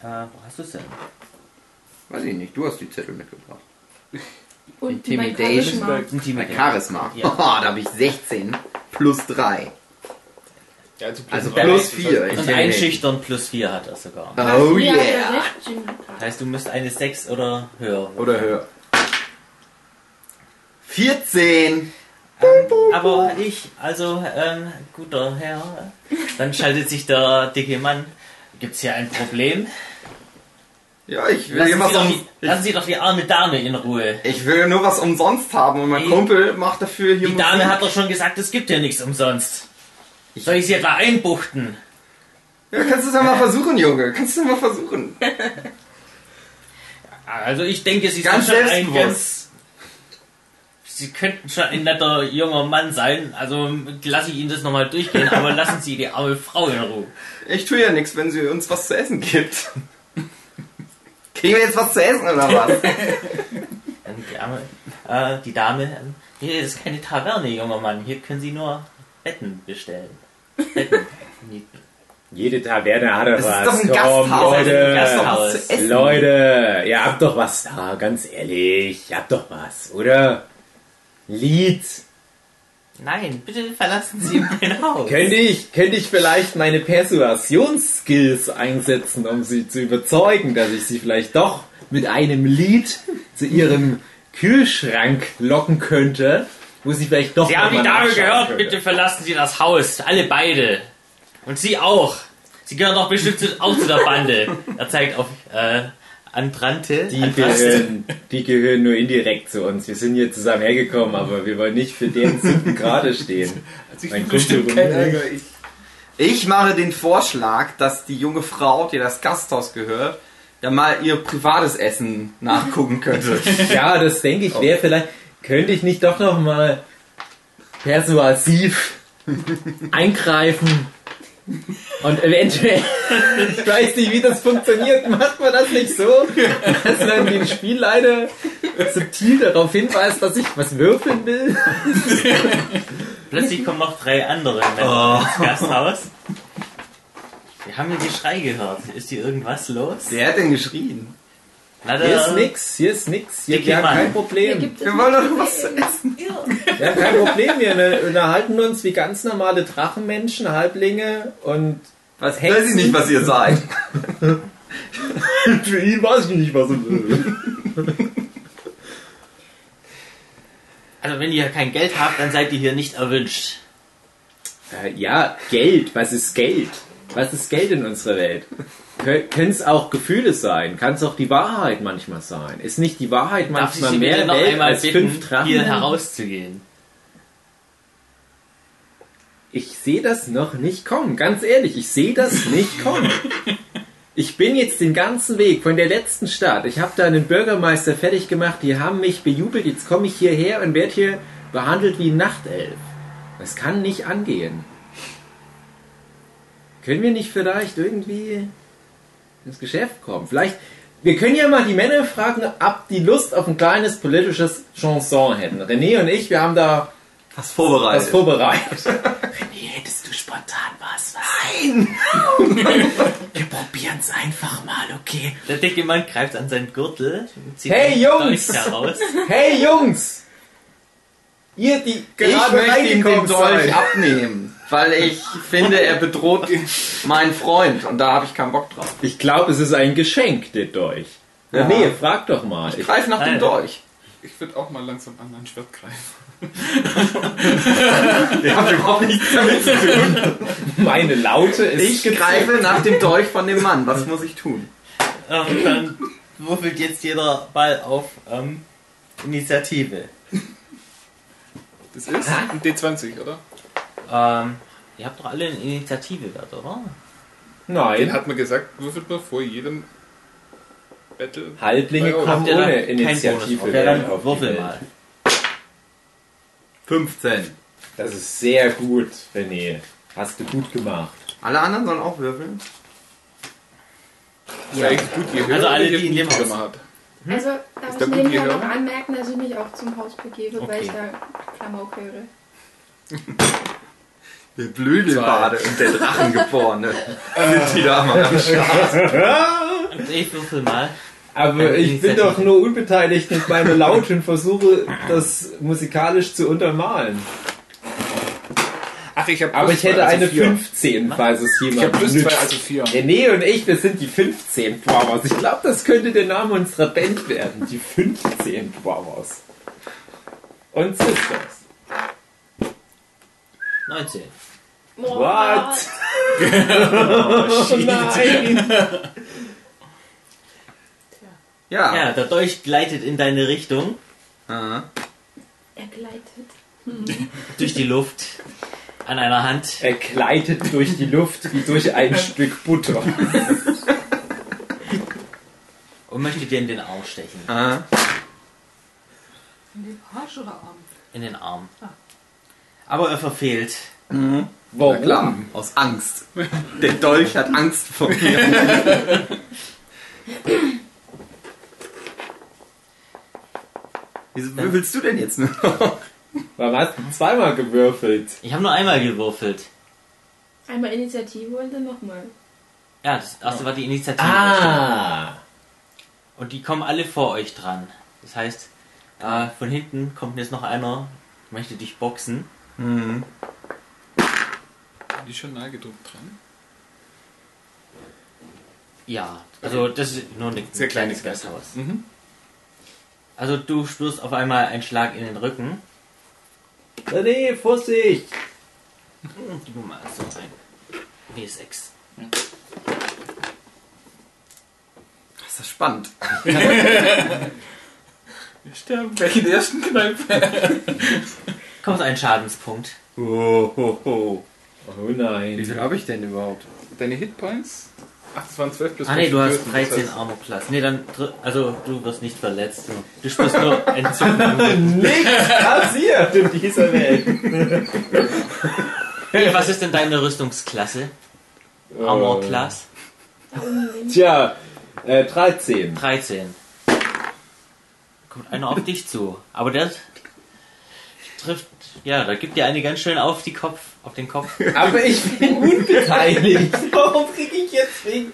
Speaker 4: Äh, wo hast du es denn?
Speaker 1: Weiß ich nicht, du hast die Zettel mitgebracht.
Speaker 5: Und mein
Speaker 1: Intimidation.
Speaker 5: Charisma.
Speaker 1: Mein
Speaker 4: Intimidate.
Speaker 1: Charisma.
Speaker 4: Ja.
Speaker 1: Oh, da habe ich 16 plus 3.
Speaker 3: Ja, also plus,
Speaker 1: Also
Speaker 3: drei,
Speaker 1: plus
Speaker 3: das heißt,
Speaker 1: 4.
Speaker 4: Und einschüchtern plus 4 hat er sogar. Das
Speaker 1: Oh
Speaker 5: Ja,
Speaker 1: yeah.
Speaker 5: der 16 hat-
Speaker 4: heißt, du musst eine 6 oder höher.
Speaker 1: Oder höher. 14!
Speaker 4: Aber ich, also, ähm, guter Herr, dann schaltet sich der dicke Mann. Gibt's hier ein Problem?
Speaker 1: Ja, ich will hier
Speaker 4: Lassen
Speaker 1: was
Speaker 4: Sie, doch
Speaker 1: um,
Speaker 4: die, lassen Sie doch die arme Dame in Ruhe.
Speaker 1: Ich will nur was umsonst haben und mein
Speaker 4: Die-
Speaker 1: Kumpel macht dafür hier
Speaker 4: Die Dame
Speaker 1: Musik.
Speaker 4: hat doch schon gesagt, es gibt hier nichts umsonst. Soll ich sie etwa einbuchten?
Speaker 1: Ja, kannst du es ja mal versuchen, Junge. Kannst du es ja mal versuchen.
Speaker 4: Also ich denke, sie
Speaker 1: Ganz
Speaker 4: sind schon ein
Speaker 1: selbstbewusst.
Speaker 4: ganz... Sie könnten schon ein netter junger Mann sein, also lasse ich Ihnen das nochmal durchgehen, aber lassen Sie die arme Frau in Ruhe.
Speaker 1: Ich tue ja nichts, wenn sie uns was zu essen gibt. Kriegen wir jetzt was zu essen oder was?
Speaker 4: Dann die, arme, äh, die Dame, ähm, hier ist keine Taverne, junger Mann, hier können Sie nur Betten bestellen. Betten. mieten.
Speaker 2: Jede Taverne hat doch also
Speaker 1: Das ist
Speaker 2: was.
Speaker 1: doch ein Gasthaus.
Speaker 2: Komm, Leute.
Speaker 1: Das ist doch was
Speaker 4: Gasthaus.
Speaker 1: zu essen.
Speaker 2: Leute, ihr habt doch was da, ganz ehrlich. Ihr habt doch was, oder? Lied.
Speaker 4: Nein, bitte verlassen Sie mein Haus.
Speaker 2: Könnte ich, könnte ich vielleicht meine Persuasionsskills einsetzen, um sie zu überzeugen, dass ich sie vielleicht doch mit einem Lied zu ihrem Kühlschrank locken könnte, wo sie vielleicht doch
Speaker 4: Sie haben die
Speaker 2: noch mal
Speaker 4: Dame
Speaker 2: nachschauen
Speaker 4: gehört,
Speaker 2: könnte.
Speaker 4: bitte verlassen Sie das Haus, alle beide. Und Sie auch. Sie gehören doch bestimmt zu, auch zu der Bande. Er zeigt auf äh, Andrate.
Speaker 2: Die gehören, die gehören nur indirekt zu uns. Wir sind hier zusammen hergekommen, aber wir wollen nicht für deren Sünden gerade stehen.
Speaker 3: Also ich
Speaker 2: Mein
Speaker 3: will bestimmt
Speaker 2: Kumpel
Speaker 3: keinen Ärger. Ich,
Speaker 1: Ich mache den Vorschlag, dass die junge Frau, die das Gasthaus gehört, ja mal ihr privates Essen nachgucken könnte.
Speaker 2: Ja, das denke ich wäre vielleicht. Könnte ich nicht doch noch mal persuasiv eingreifen und eventuell. ich weiß nicht, wie das funktioniert. Macht man das nicht so, dass man den Spielleiter subtil darauf hinweist, dass ich was würfeln will?
Speaker 4: Plötzlich kommen noch drei andere Männer ins Gasthaus. Wir haben hier Geschrei gehört. Ist hier irgendwas los?
Speaker 1: Wer hat denn geschrien?
Speaker 4: Na, da-
Speaker 2: Hier ist nix, hier ist nix. Hier, wir
Speaker 4: Dicke
Speaker 2: haben kein
Speaker 4: Mann.
Speaker 5: Hier
Speaker 2: Problem.
Speaker 5: gibt es
Speaker 1: Wir wollen doch
Speaker 5: nichts
Speaker 1: noch was
Speaker 5: zu
Speaker 1: zu essen.
Speaker 2: Wir haben kein Problem. Wir ne- unterhalten uns wie ganz normale Drachenmenschen, Halblinge und
Speaker 1: Was
Speaker 2: Hexen?
Speaker 1: weiß ich nicht, was ihr seid.
Speaker 2: Für ihn weiß ich nicht, was er will.
Speaker 4: Also wenn ihr kein Geld habt, dann seid ihr hier nicht erwünscht.
Speaker 2: Äh, ja, Geld. Was ist Geld? Was ist Geld in unserer Welt? Können es auch Gefühle sein? Kann es auch die Wahrheit manchmal sein? Ist nicht die Wahrheit
Speaker 4: Darf ich
Speaker 2: manchmal
Speaker 4: Sie bitte
Speaker 2: mehr
Speaker 4: noch
Speaker 2: Welt
Speaker 4: einmal
Speaker 2: als fünf
Speaker 4: bitten, hier
Speaker 2: Drachen?
Speaker 4: herauszugehen?
Speaker 2: Ich sehe das noch nicht kommen. Ganz ehrlich, ich sehe das nicht kommen. Ich bin jetzt den ganzen Weg von der letzten Stadt. Ich habe da einen Bürgermeister fertig gemacht. Die haben mich bejubelt. Jetzt komme ich hierher und werde hier behandelt wie ein Nachtelf. Das kann nicht angehen. Können wir nicht vielleicht irgendwie ins Geschäft kommen? Vielleicht, wir können ja mal die Männer fragen, ob die Lust auf ein kleines politisches Chanson hätten. René und ich, wir haben da
Speaker 1: Was
Speaker 2: was
Speaker 4: Äh,
Speaker 1: vorbereitet.
Speaker 2: vorbereitet. René, hättest du spontan was? Nein! wir probieren's einfach mal, okay?
Speaker 4: Der dicke Mann greift an seinen Gürtel. und zieht
Speaker 2: Hey,
Speaker 4: einen
Speaker 2: Jungs!
Speaker 4: Dolch heraus.
Speaker 2: Hey Jungs! Ihr, die
Speaker 1: ich möchte
Speaker 2: gerade
Speaker 1: ihm den
Speaker 2: reingekommen
Speaker 1: Dolch
Speaker 2: seid.
Speaker 1: abnehmen, weil ich finde, er bedroht meinen Freund und da habe ich keinen Bock drauf.
Speaker 2: Ich glaube, es ist ein Geschenk, der Dolch.
Speaker 1: Ja.
Speaker 2: René, frag doch mal.
Speaker 1: Ich greife nach dem
Speaker 4: Nein.
Speaker 1: Dolch.
Speaker 3: ich würde auch mal langsam an ein Schwert greifen.
Speaker 1: Ich habe überhaupt nichts damit zu tun.
Speaker 2: Meine Laute ist
Speaker 1: Ich greife nach dem Dolch von dem Mann. Was muss ich tun?
Speaker 4: Und dann würfelt jetzt jeder Ball auf ähm, Initiative.
Speaker 3: Das ist ein D20, oder?
Speaker 4: Ähm, ihr habt doch alle einen Initiativewert, oder?
Speaker 3: Den
Speaker 2: Nein,
Speaker 3: hat man gesagt, würfelt man vor jedem Battle.
Speaker 2: Halblinge
Speaker 3: Bei uns.
Speaker 2: kommen
Speaker 4: Habt ihr da
Speaker 2: ohne
Speaker 4: keinen Bonus
Speaker 2: Initiative.
Speaker 4: drauf? Ja,
Speaker 2: auf
Speaker 4: dann
Speaker 2: die
Speaker 4: würfel
Speaker 2: Welt.
Speaker 4: mal.
Speaker 1: 15.
Speaker 2: Das ist sehr gut, René. Hast du gut gemacht.
Speaker 1: Alle anderen sollen auch würfeln.
Speaker 3: Das ist eigentlich gut, je höher,
Speaker 4: Also alle,
Speaker 3: je
Speaker 4: die in dem
Speaker 3: niedriger man
Speaker 4: Haus.
Speaker 3: hat.
Speaker 5: Also, darf
Speaker 3: der
Speaker 5: ich nebenher
Speaker 3: Gutjäger?
Speaker 5: noch anmerken, dass ich mich auch zum Haus begebe, weil
Speaker 4: Okay.
Speaker 5: ich da Klamauk höre.
Speaker 1: Der Blödelbade und der Drachengeborene sind die da mal am Start.
Speaker 4: Und ich würfel mal.
Speaker 2: Aber
Speaker 4: Äh,
Speaker 2: ich bin
Speaker 4: Initiative.
Speaker 2: doch nur unbeteiligt mit meiner Laute und versuche, das musikalisch zu untermalen.
Speaker 3: Ach, ich habe
Speaker 2: Aber ich hätte eine 15, falls es
Speaker 3: also Ich habe
Speaker 2: jemand
Speaker 3: plus 2, also
Speaker 2: nützt.
Speaker 3: 4.
Speaker 2: René und ich, wir sind die 15 Brauers. Ich glaube, das könnte der Name unserer Band werden. Die 15 Brauers. Und Sisters.
Speaker 4: 19.
Speaker 2: What? Oh nein!
Speaker 1: Ja. Äh.
Speaker 4: Ja, der Dolch gleitet in deine Richtung
Speaker 1: Aha.
Speaker 5: Er gleitet.
Speaker 4: durch die Luft an einer Hand.
Speaker 2: Er gleitet durch die Luft wie durch ein Stück Butter.
Speaker 4: und möchte dir in den Arm stechen.
Speaker 3: Ah.
Speaker 1: Aha.
Speaker 6: In den Arsch oder Arm?
Speaker 4: In den Arm. Aber er verfehlt.
Speaker 1: Na klar, aus Angst. Der Dolch hat Angst vor mir. Wieso würfelst du denn jetzt nur noch?
Speaker 2: Warum hast du zweimal gewürfelt?
Speaker 4: Ich habe nur einmal gewürfelt.
Speaker 5: Einmal Initiative und dann nochmal.
Speaker 4: Ja, das erste war die Initiative.
Speaker 2: Ah!
Speaker 4: Und die kommen alle vor euch dran. Das heißt, äh, von hinten kommt jetzt noch einer, möchte dich boxen.
Speaker 3: Bin ich schon nahe gedrückt dran?
Speaker 4: Ja, also das ist nur ein
Speaker 3: Sehr kleine
Speaker 4: kleines Gasthaus.
Speaker 3: Mhm.
Speaker 4: Also du spürst auf einmal einen Schlag in den Rücken.
Speaker 2: René, Vorsicht!
Speaker 4: Hm, Gib mir mal so ein W6.
Speaker 1: Das ist spannend.
Speaker 3: Wir sterben gleich in der ersten Kneipe.
Speaker 4: Kommt ein Schadenspunkt.
Speaker 1: Oh, ho, ho.
Speaker 2: Oh nein.
Speaker 1: Wie viel habe ich denn überhaupt?
Speaker 3: Deine Hitpoints? Ach, das waren 12 plus
Speaker 4: Ah nee, du hast
Speaker 3: 15, das
Speaker 4: 13
Speaker 3: heißt-
Speaker 4: Armor Plus. Nee, dann dr- also du wirst nicht verletzt. Du spürst nur Entzündung. im Rücken.
Speaker 2: Nichts passiert in dieser Welt.
Speaker 4: Hey, Was ist denn deine Rüstungsklasse?
Speaker 3: Äh.
Speaker 4: Armor Class?
Speaker 2: Tja, äh, 13.
Speaker 4: 13. Kommt einer auf dich zu. Aber der trifft, ja, da gibt dir eine ganz schön auf die Kopf, auf den Kopf.
Speaker 2: Aber ich bin unbeteiligt. Warum krieg ich jetzt wegen...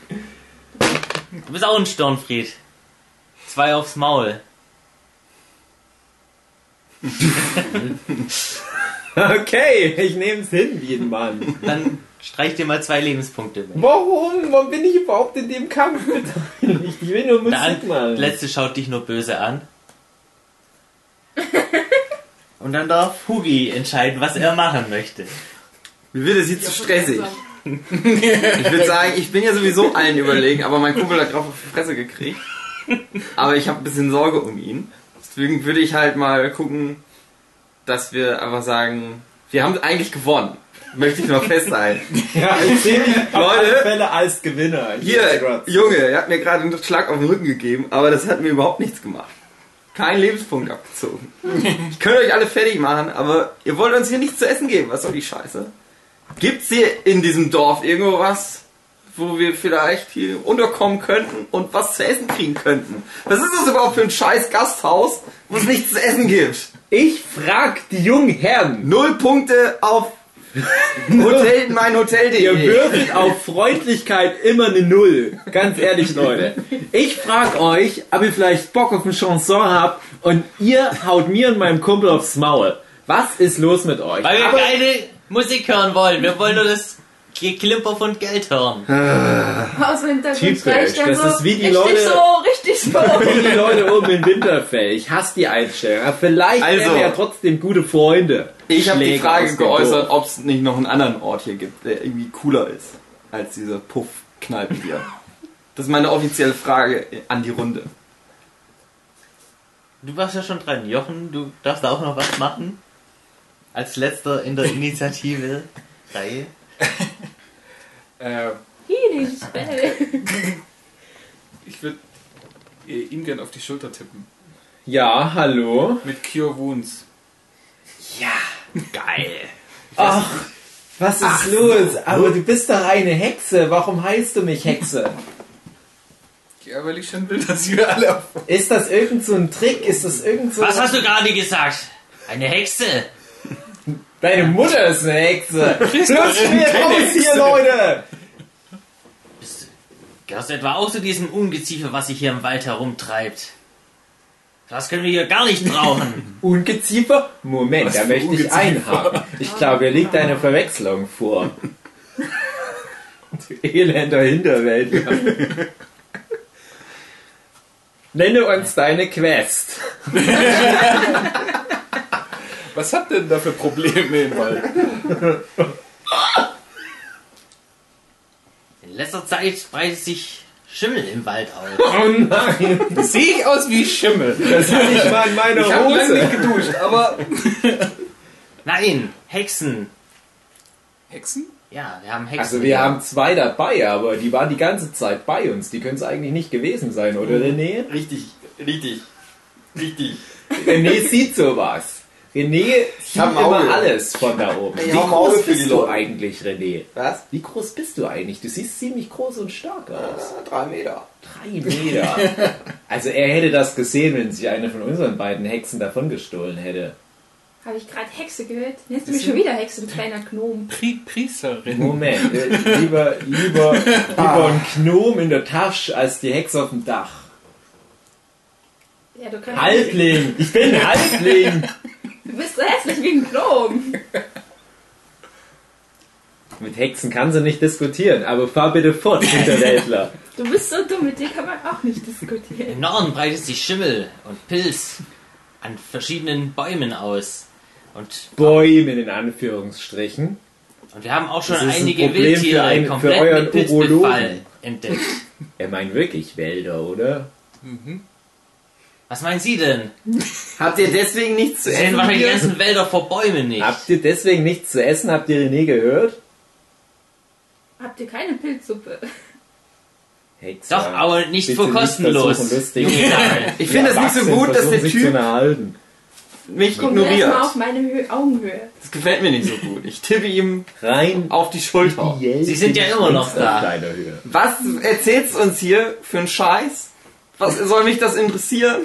Speaker 4: Du bist auch ein Stirnfried. Zwei aufs Maul.
Speaker 2: Okay, ich nehme es hin, wie ein Mann.
Speaker 4: Dann streich dir mal zwei Lebenspunkte weg.
Speaker 2: Warum? Warum bin ich überhaupt in dem Kampf beteiligt? Ich will nur
Speaker 4: Der
Speaker 2: Musik
Speaker 4: an-
Speaker 2: machen.
Speaker 4: letzte schaut dich nur böse an. Und dann darf Hugi entscheiden, was er machen möchte.
Speaker 1: Mir wird es jetzt zu stressig. Ich würde sagen, ich bin ja sowieso allen überlegen, aber mein Kumpel hat drauf auf die Fresse gekriegt. Aber ich habe ein bisschen Sorge um ihn. Deswegen würde ich halt mal gucken, dass wir einfach sagen, wir haben eigentlich gewonnen. Möchte ich noch festhalten.
Speaker 2: Ja, ich sehe dich auf
Speaker 1: Leute.
Speaker 2: alle Fälle als Gewinner. Ich bin's
Speaker 1: Hier,
Speaker 2: grad.
Speaker 1: Junge, er hat mir gerade einen Schlag auf den Rücken gegeben, aber das hat mir überhaupt nichts gemacht. Kein Lebenspunkt abgezogen. Ich könnte euch alle fertig machen, aber ihr wollt uns hier nichts zu essen geben. Was soll die Scheiße? Gibt's hier in diesem Dorf irgendwo was, wo wir vielleicht hier unterkommen könnten und was zu essen kriegen könnten? Was ist das überhaupt für ein scheiß Gasthaus, wo es nichts zu essen gibt?
Speaker 2: Ich frag die jungen Herren.
Speaker 1: Null Punkte auf Hotel, mein
Speaker 2: Ihr
Speaker 1: Hotel.de.
Speaker 2: würfelt auf Freundlichkeit immer eine Null. Ganz ehrlich, Leute. Ich frag euch, ob ihr vielleicht Bock auf eine Chanson habt und ihr haut mir und meinem Kumpel aufs Maul. Was ist los mit euch?
Speaker 4: Weil wir
Speaker 2: Aber
Speaker 4: keine Musik hören wollen. Wir wollen nur das Geklimper von Geld hören.
Speaker 5: Aus dem Hintergrund
Speaker 2: Typisch,
Speaker 5: reicht dann
Speaker 2: das
Speaker 5: so.
Speaker 2: ist wie die
Speaker 5: richtig
Speaker 2: Leute-
Speaker 5: so, richtig so.
Speaker 2: die Leute oben in Winterfell, ich hasse die Einstellung. Aber vielleicht
Speaker 1: Also.
Speaker 2: wären wir ja trotzdem gute Freunde.
Speaker 1: Ich habe die
Speaker 2: Schläge aus
Speaker 1: Frage
Speaker 2: dem
Speaker 1: geäußert,
Speaker 2: Dorf.
Speaker 1: ob es nicht noch einen anderen Ort hier gibt, der irgendwie cooler ist als diese Puff-Kneipe hier. Das ist meine offizielle Frage an die Runde.
Speaker 4: Du warst ja schon dran. Jochen, du darfst da auch noch was machen. Als letzter in der Initiative. Reihe.
Speaker 3: Äh,
Speaker 5: Healing Spell.
Speaker 3: ich würde ihm gern auf die Schulter tippen.
Speaker 2: Ja, hallo.
Speaker 3: Mit Cure Wounds.
Speaker 1: Geil.
Speaker 2: Ach, was ist los? Aber du bist doch eine Hexe. Warum heißt du mich Hexe?
Speaker 3: Ja, weil ich schon will, dass wir alle auf.
Speaker 2: Ist das irgend so ein Trick? Ist das irgend so...
Speaker 4: Was hast du gerade gesagt? Eine Hexe!
Speaker 2: Deine Mutter ist eine Hexe. Los, wir raus hier, Leute.
Speaker 4: Bist du, gehörst du etwa auch zu diesem Ungeziefer, was sich hier im Wald herumtreibt? Das können wir hier gar nicht brauchen.
Speaker 2: Ungeziefer? Moment, da möchte ich einhaken. Ich glaube, hier liegt eine Verwechslung vor. Du elender Hinterwäldler. Nenne uns deine Quest.
Speaker 3: Was habt ihr denn da für Probleme im Wald?
Speaker 4: In letzter Zeit breitet sich Schimmel im Wald auf.
Speaker 2: Oh nein!
Speaker 3: Sehe ich aus wie Schimmel.
Speaker 2: Das hatte ich mal in meiner
Speaker 3: Ich habe lange nicht
Speaker 2: Hose.
Speaker 3: geduscht, aber.
Speaker 4: Nein, Hexen.
Speaker 3: Hexen?
Speaker 4: Ja, wir haben Hexen.
Speaker 2: Also wir haben zwei dabei, aber die waren die ganze Zeit bei uns. Die können es eigentlich nicht gewesen sein,
Speaker 1: Mhm.
Speaker 2: oder René?
Speaker 1: Richtig, richtig, richtig.
Speaker 2: René sieht sowas. René sieht
Speaker 1: hab ein
Speaker 2: immer
Speaker 1: Auge.
Speaker 2: alles von da oben.
Speaker 1: Ich
Speaker 2: Wie
Speaker 1: hab ein Auge
Speaker 2: groß
Speaker 1: für die
Speaker 2: bist du
Speaker 1: Leute.
Speaker 2: eigentlich, René?
Speaker 1: Was?
Speaker 2: Wie groß bist du eigentlich? Du siehst ziemlich groß und stark aus.
Speaker 1: Drei Meter.
Speaker 2: Drei Meter. Also er hätte das gesehen, wenn sich eine von unseren beiden Hexen davon gestohlen hätte.
Speaker 5: Habe ich gerade Hexe gehört? Nennst du mich schon wieder Hexe, du kleiner Gnom.
Speaker 3: Pri Priesterin.
Speaker 2: Moment, äh, lieber, lieber, lieber ein Gnom in der Tasche als die Hexe auf dem Dach.
Speaker 5: Ja, du kannst.
Speaker 2: Halt. Halbling! Ich bin ein Halbling!
Speaker 5: Du bist so hässlich wie ein Gnom.
Speaker 2: Mit Hexen kann sie nicht diskutieren, aber fahr bitte fort, Hinterwäldler.
Speaker 5: Du bist so dumm, mit dir kann man auch nicht diskutieren.
Speaker 4: Im Norden breitet sich Schimmel und Pilz an verschiedenen Bäumen aus. Und,
Speaker 2: Bäumen in Anführungsstrichen.
Speaker 4: und wir haben auch schon
Speaker 2: Das ist ein
Speaker 4: einige
Speaker 2: Problem für
Speaker 4: Wildtiere
Speaker 2: einen- für
Speaker 4: komplett
Speaker 2: euren
Speaker 4: mit Pilzbefall
Speaker 2: Urologen.
Speaker 4: entdeckt.
Speaker 2: Er meint wirklich Wälder, oder?
Speaker 4: Was meinen Sie denn?
Speaker 1: Habt ihr deswegen nichts zu
Speaker 4: Sie sehen
Speaker 1: essen?
Speaker 4: wahrscheinlich die
Speaker 1: hier?
Speaker 4: ganzen Wälder vor Bäumen nicht.
Speaker 2: Habt ihr deswegen nichts zu essen? Habt ihr René gehört?
Speaker 5: Habt ihr keine Pilzsuppe?
Speaker 2: Hexe.
Speaker 4: Doch, aber nicht
Speaker 2: Bitte
Speaker 4: für kostenlos.
Speaker 2: versuchen, lustig.
Speaker 4: Junge Dame.
Speaker 1: Ich finde es nicht so
Speaker 2: Erwachsene
Speaker 1: gut, dass der
Speaker 2: versuchen, sich zu
Speaker 1: Typ
Speaker 2: unterhalten.
Speaker 1: mich
Speaker 5: Komm erstmal auf
Speaker 1: ignoriert.
Speaker 5: meine Hö Augenhöhe.
Speaker 1: Das gefällt mir nicht so gut. Ich tippe ihm
Speaker 2: Rein
Speaker 1: auf die Schulter.
Speaker 2: ideell
Speaker 4: Sie sind ja
Speaker 2: bin ich
Speaker 4: immer noch
Speaker 2: auf
Speaker 4: da.
Speaker 2: deiner Höhe.
Speaker 1: Was erzählst du uns hier für einen Scheiß? Was soll mich das interessieren?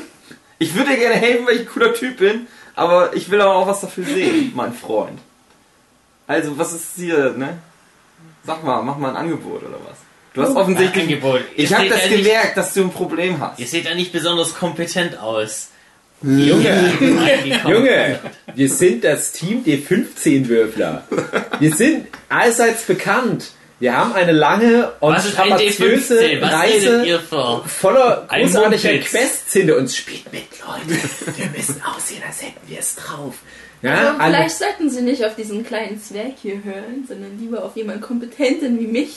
Speaker 1: Ich würde dir gerne helfen, weil ich ein cooler Typ bin, aber ich will aber auch was dafür sehen, mein Freund. Also, was ist hier, ne? Sag mal, mach mal ein Angebot oder was? Du hast offensichtlich.
Speaker 4: Ein Angebot. Ihr
Speaker 1: Ich habe
Speaker 4: seht
Speaker 1: das
Speaker 4: ja nicht-
Speaker 1: gemerkt, dass du ein Problem hast.
Speaker 4: Ihr seht ja nicht besonders kompetent aus.
Speaker 2: Junge,
Speaker 4: Eingekommen.
Speaker 2: Junge, wir sind das Team der 15-Würfler. Wir sind allseits bekannt. Wir haben eine lange und
Speaker 4: Was ist ein
Speaker 2: strapaziöse
Speaker 4: D15? Was redet
Speaker 2: Reise
Speaker 4: ihr für?
Speaker 2: voller
Speaker 4: Ein
Speaker 2: großartiger
Speaker 4: Mundpilz.
Speaker 2: Quests hinter uns. Spielt mit, Leute. Wir müssen aussehen, als hätten wir es drauf. Ja,
Speaker 5: Aber
Speaker 2: alle,
Speaker 5: vielleicht sollten sie nicht auf diesen kleinen Zwerg hier hören, sondern lieber auf jemanden Kompetenten wie mich.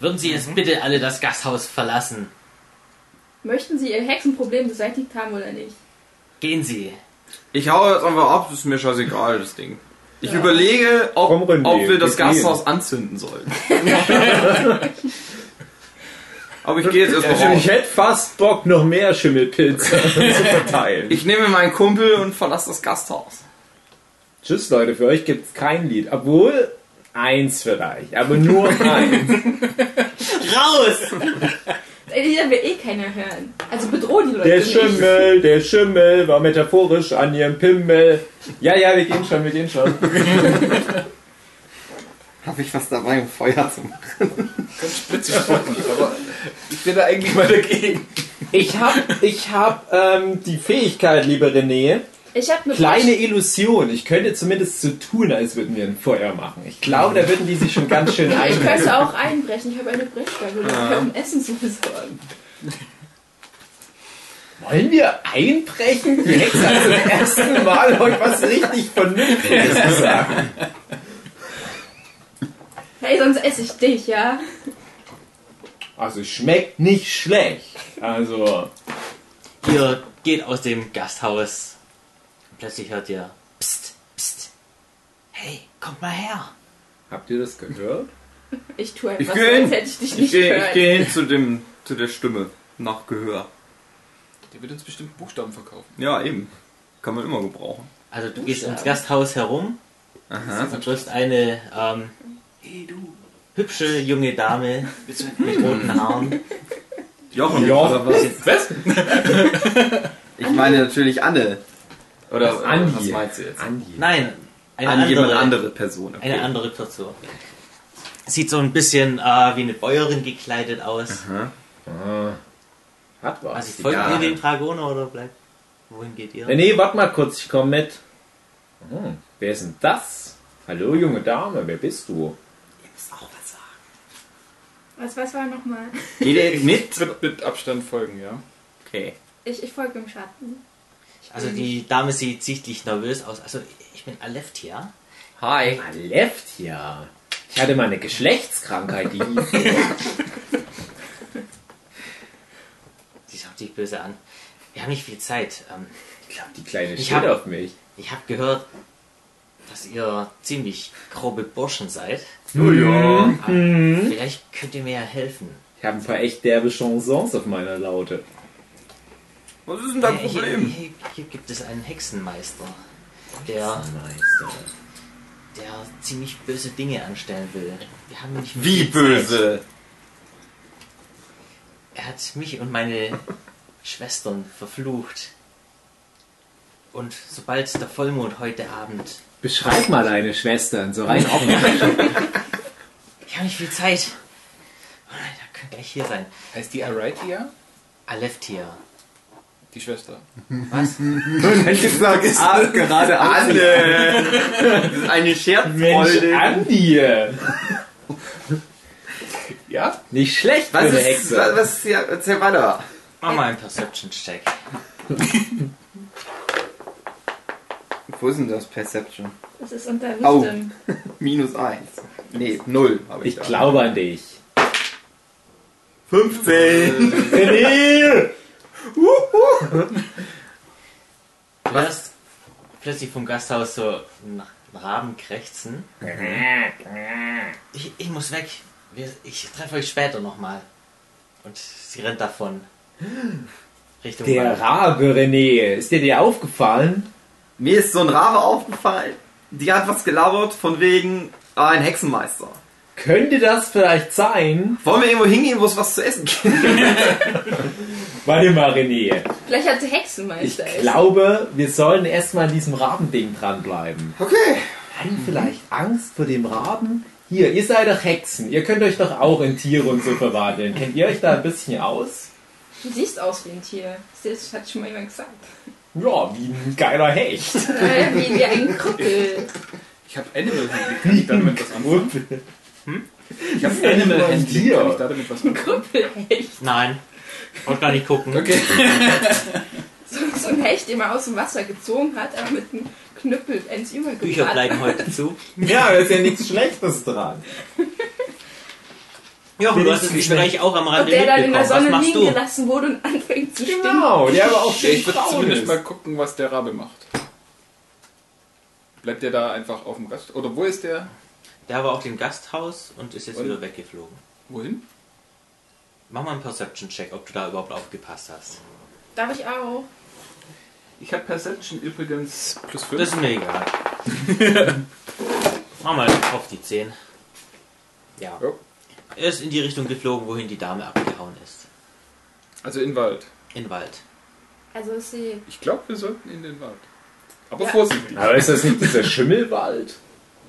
Speaker 4: Würden Sie jetzt bitte alle das Gasthaus verlassen?
Speaker 5: Möchten sie ihr Hexenproblem beseitigt haben oder nicht?
Speaker 4: Gehen Sie.
Speaker 1: Ich hau jetzt einfach ab, ist mir scheißegal, das Ding. Ich überlege, ob,
Speaker 2: Komm, René,
Speaker 1: ob wir das
Speaker 2: wir gehen.
Speaker 1: Gasthaus anzünden sollten. aber ich gehe jetzt erstmal
Speaker 2: also
Speaker 1: raus.
Speaker 2: ich hätte fast Bock, noch mehr Schimmelpilze zu verteilen.
Speaker 1: Ich nehme meinen Kumpel und verlasse das Gasthaus.
Speaker 2: Tschüss, Leute. Für euch gibt es kein Lied. Obwohl, eins vielleicht. Aber nur eins.
Speaker 4: Raus!
Speaker 5: Ey, Lieder will eh keiner hören. Also bedrohen die Leute
Speaker 2: Der äh,
Speaker 5: nicht.
Speaker 2: Schimmel, der Schimmel war metaphorisch an ihrem Pimmel. Ja, ja, wir gehen schon, wir gehen schon.
Speaker 1: Habe ich was dabei, um Feuer zu machen?
Speaker 3: Witzig, aber ich bin da eigentlich mal dagegen.
Speaker 2: Ich hab, ich hab ähm, die Fähigkeit, liebe René,
Speaker 5: Ich habe eine
Speaker 2: kleine Illusion. Ich könnte zumindest so tun, als würden wir ein Feuer machen. Ich glaube, da würden die sich schon ganz schön
Speaker 5: Ich
Speaker 2: einbringen.
Speaker 5: könnte auch einbrechen. Ich habe eine Brechstange. Ich kann um Essen zu besorgen.
Speaker 2: Wollen wir einbrechen? Die Hexe hat zum ersten Mal heute was richtig Vernünftiges gesagt.
Speaker 5: Hey, sonst esse ich dich, ja?
Speaker 2: Also, schmeckt nicht schlecht. Also,
Speaker 4: Ihr geht aus dem Gasthaus. Und plötzlich hört ihr Psst, Psst. Hey, kommt mal her.
Speaker 2: habt ihr das gehört?
Speaker 5: Ich tue
Speaker 1: Ich
Speaker 5: etwas, so,
Speaker 1: gehe
Speaker 5: als
Speaker 1: hin.
Speaker 5: hätte ich dich
Speaker 1: Ich
Speaker 5: nicht
Speaker 1: gehe
Speaker 5: gehört.
Speaker 1: ich gehe hin zu, dem, zu der Stimme. Nach Gehör.
Speaker 3: Der wird uns bestimmt Buchstaben verkaufen.
Speaker 1: Ja, eben. Kann man immer gebrauchen.
Speaker 4: Also du gehst ins Gasthaus herum
Speaker 1: Aha.
Speaker 4: und triffst eine ähm,
Speaker 3: Ey, du.
Speaker 4: hübsche junge Dame
Speaker 3: Bist du
Speaker 4: mit roten Haaren.
Speaker 1: Jochen,
Speaker 2: Ja.
Speaker 1: oder was?
Speaker 3: Was?
Speaker 1: Ich meine natürlich Anne. Oder
Speaker 2: Andi.
Speaker 1: was meinst du jetzt?
Speaker 2: Andi.
Speaker 4: Nein, eine
Speaker 1: An jemand
Speaker 4: andere.
Speaker 1: andere Person. okay.
Speaker 4: Eine andere Person. Sieht so ein bisschen äh, wie eine Bäuerin gekleidet aus.
Speaker 2: Ah, hat was.
Speaker 4: Also folgt
Speaker 1: egal.
Speaker 4: ihr dem Dragoner oder bleibt? Wohin geht ihr?
Speaker 2: Nee, nee, warte mal kurz, ich komme mit. Hm, wer ist denn das? Hallo, junge Dame, wer bist du?
Speaker 5: Was, was war nochmal?
Speaker 1: Geht ihr mit?
Speaker 3: Mit, mit Abstand folgen, ja.
Speaker 1: Okay.
Speaker 5: Ich, ich folge im Schatten. Ich
Speaker 4: Also
Speaker 5: will
Speaker 4: die Dame sieht sichtlich nervös aus. Also ich bin Aleftia.
Speaker 1: Hi.
Speaker 2: Left, ja. Ich hatte mal eine Geschlechtskrankheit, die hieß. so.
Speaker 4: guckt dich böse an. Wir haben nicht viel Zeit. Ähm,
Speaker 2: Klappt die kleine
Speaker 4: Ich
Speaker 2: Schild
Speaker 4: hab-
Speaker 2: auf mich.
Speaker 4: ich habe gehört, dass ihr ziemlich grobe Burschen seid.
Speaker 2: Oh ja.
Speaker 4: Aber
Speaker 1: Mhm.
Speaker 4: Vielleicht könnt ihr mir ja helfen.
Speaker 2: Ich habe ein paar echt derbe Chansons auf meiner Laute.
Speaker 1: Was ist denn dein
Speaker 4: Äh, Hier-
Speaker 1: Problem?
Speaker 4: Hier, hier gibt es einen Hexenmeister, der,
Speaker 2: Meister.
Speaker 4: der ziemlich böse Dinge anstellen will. Wir haben nicht
Speaker 1: Wie böse!
Speaker 4: Er hat mich und meine Schwestern verflucht. Und sobald der Vollmond heute Abend.
Speaker 2: Beschreib mal deine Schwestern, so rein offen.
Speaker 4: Ich habe nicht viel Zeit. Oh Da könnt gleich hier sein.
Speaker 3: Heißt die Aritia?
Speaker 4: Aleftia.
Speaker 3: Die Schwester.
Speaker 2: ich sag, ist das Ah, gerade
Speaker 1: Anne! Das ist eine
Speaker 2: Mensch,
Speaker 1: Scherzfreude.
Speaker 2: an dir.
Speaker 3: Ja?
Speaker 2: Nicht schlecht für
Speaker 1: Was
Speaker 2: eine
Speaker 1: ist, was,
Speaker 2: Hexe.
Speaker 1: was ist hier? Erzähl weiter.
Speaker 4: Mach mal einen Perception-Check.
Speaker 1: Wo ist denn das Perception?
Speaker 5: Das ist unter
Speaker 1: Au.
Speaker 5: Wisdom.
Speaker 1: Minus 1. Nee, 0 habe ich.
Speaker 2: Ich glaube an dich.
Speaker 1: 15!
Speaker 2: René!
Speaker 4: Du hörst plötzlich vom Gasthaus so einen Raben krächzen. Ich, ich muss weg. Wir, ich treffe euch später nochmal. Und sie rennt davon. Richtung
Speaker 2: Der
Speaker 4: Wald.
Speaker 2: Rabe, René. Ist dir dir aufgefallen?
Speaker 1: Mir ist so ein Rabe aufgefallen, die hat was gelabert von wegen äh, ein Hexenmeister.
Speaker 2: Könnte das vielleicht sein?
Speaker 1: Wollen wir irgendwo hingehen, wo es was zu essen gibt?
Speaker 2: Warte mal, René.
Speaker 5: Vielleicht hat sie
Speaker 2: Ich
Speaker 5: Hexenmeister.
Speaker 2: glaube, wir sollen erstmal an diesem Rabending dranbleiben.
Speaker 1: Okay.
Speaker 2: Haben vielleicht Angst vor dem Raben? Hier, ihr seid doch Hexen. Ihr könnt euch doch auch in Tiere und so verwandeln. Kennt ihr euch da ein bisschen aus?
Speaker 5: Du siehst aus wie ein Tier. Das hat schon mal jemand gesagt.
Speaker 2: Ja, wie ein geiler Hecht.
Speaker 5: Äh, wie, wie ein Krüppel.
Speaker 3: Ich habe Animal Handling. Kann ich damit was anfangen? Ich habe
Speaker 2: Animal
Speaker 3: Animal Handling.
Speaker 2: Handling.
Speaker 3: Kann ich damit was anfangen?
Speaker 5: Krüppelhecht.
Speaker 4: Nein. Wollt gar nicht gucken.
Speaker 5: So, so ein Hecht, den man aus dem Wasser gezogen hat, aber mit einem Knüppel ins Übel
Speaker 4: Bücher
Speaker 5: gebrannt.
Speaker 4: bleiben heute zu.
Speaker 2: Ja, da ist ja nichts Schlechtes dran.
Speaker 4: Jochen, du hast es
Speaker 2: Wenigstens
Speaker 4: Gespräch auch am
Speaker 5: Und
Speaker 4: Rande
Speaker 5: der dann in
Speaker 4: mitbekommen.
Speaker 5: der
Speaker 4: Was
Speaker 5: Sonne
Speaker 4: machst
Speaker 5: liegen
Speaker 4: du?
Speaker 5: gelassen wurde und anfängt zu stinken.
Speaker 2: Genau, der aber auch schön
Speaker 3: Ich würde
Speaker 2: braun
Speaker 3: zumindest mal
Speaker 2: ist.
Speaker 3: gucken, was der Rabe macht. Bleibt der da einfach auf dem Gast? Oder wo ist der?
Speaker 4: Der war auf dem Gasthaus und ist jetzt
Speaker 3: Und?
Speaker 4: wieder weggeflogen.
Speaker 3: Wohin?
Speaker 4: Mach mal einen Perception-Check, ob du da überhaupt aufgepasst hast.
Speaker 5: Darf ich auch?
Speaker 3: Ich habe Perception übrigens plus 5.
Speaker 4: Das ist mir egal. Mach mal auf die 10. Ja.
Speaker 3: Ja.
Speaker 4: Er ist in die Richtung geflogen, wohin die Dame abgehauen ist.
Speaker 3: also in den Wald.
Speaker 4: In den Wald.
Speaker 5: Also ist sie.
Speaker 3: Ich glaube, wir sollten in den Wald. Aber
Speaker 5: Ja.
Speaker 3: vorsichtig.
Speaker 2: Aber ist das nicht dieser Schimmelwald?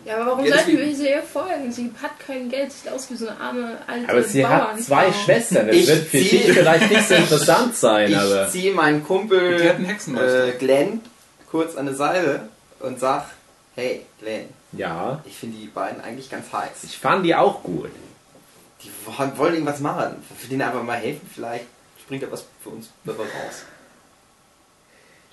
Speaker 5: Ja, aber warum
Speaker 3: Ja,
Speaker 5: sollten
Speaker 3: deswegen-
Speaker 5: wir sie ihr folgen? Sie hat kein Geld, sieht aus wie so eine arme alte
Speaker 2: Aber sie hat
Speaker 5: Bauernfrau.
Speaker 2: zwei Schwestern. Das
Speaker 1: Ich
Speaker 2: wird für
Speaker 1: zieh-
Speaker 2: dich vielleicht nicht so interessant sein,
Speaker 1: Ich
Speaker 2: aber...
Speaker 1: ziehe meinen Kumpel
Speaker 3: Genau. Die hat einen Hexenmeister.
Speaker 1: äh, Glenn kurz an die Seite und sag, hey Glenn,
Speaker 2: Ja,
Speaker 1: ich finde die beiden eigentlich ganz heiß.
Speaker 2: ich fand die auch gut.
Speaker 1: Die wollen wollen irgendwas machen. Wir denen einfach mal helfen, vielleicht springt da was für uns dabei raus.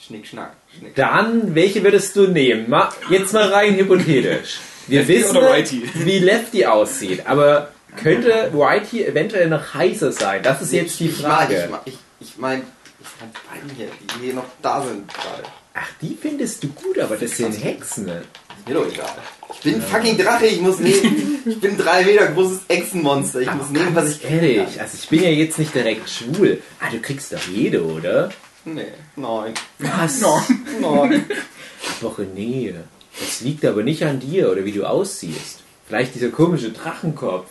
Speaker 1: Schnick, schnack, schnick.
Speaker 2: Dann, welche würdest du nehmen? Ma jetzt mal rein hypothetisch. Wir
Speaker 3: Lefty
Speaker 2: wissen,
Speaker 3: oder Righty?
Speaker 2: wie Lefty aussieht, aber könnte Whitey eventuell noch heißer sein? Das ist jetzt die
Speaker 1: Ich- ich mag-
Speaker 2: Frage.
Speaker 1: Ich, ich, ich meine, ich meine die beiden hier, die hier noch da sind gerade.
Speaker 2: Ach, die findest du gut, aber das sind Hexen. ne?
Speaker 1: Ist mir doch egal. Ich bin ein fucking Drache, ich muss nehmen. Ich bin ein drei Meter großes Echsenmonster. Ich muss nehmen, was ich
Speaker 2: Ehrlich, also ich bin ja jetzt nicht direkt schwul. Ah, du kriegst doch jede, oder?
Speaker 1: Nee, nein,
Speaker 2: Was?
Speaker 1: nein.
Speaker 2: Woche Nähe. Das liegt aber nicht an dir oder wie du aussiehst. Vielleicht dieser komische Drachenkopf.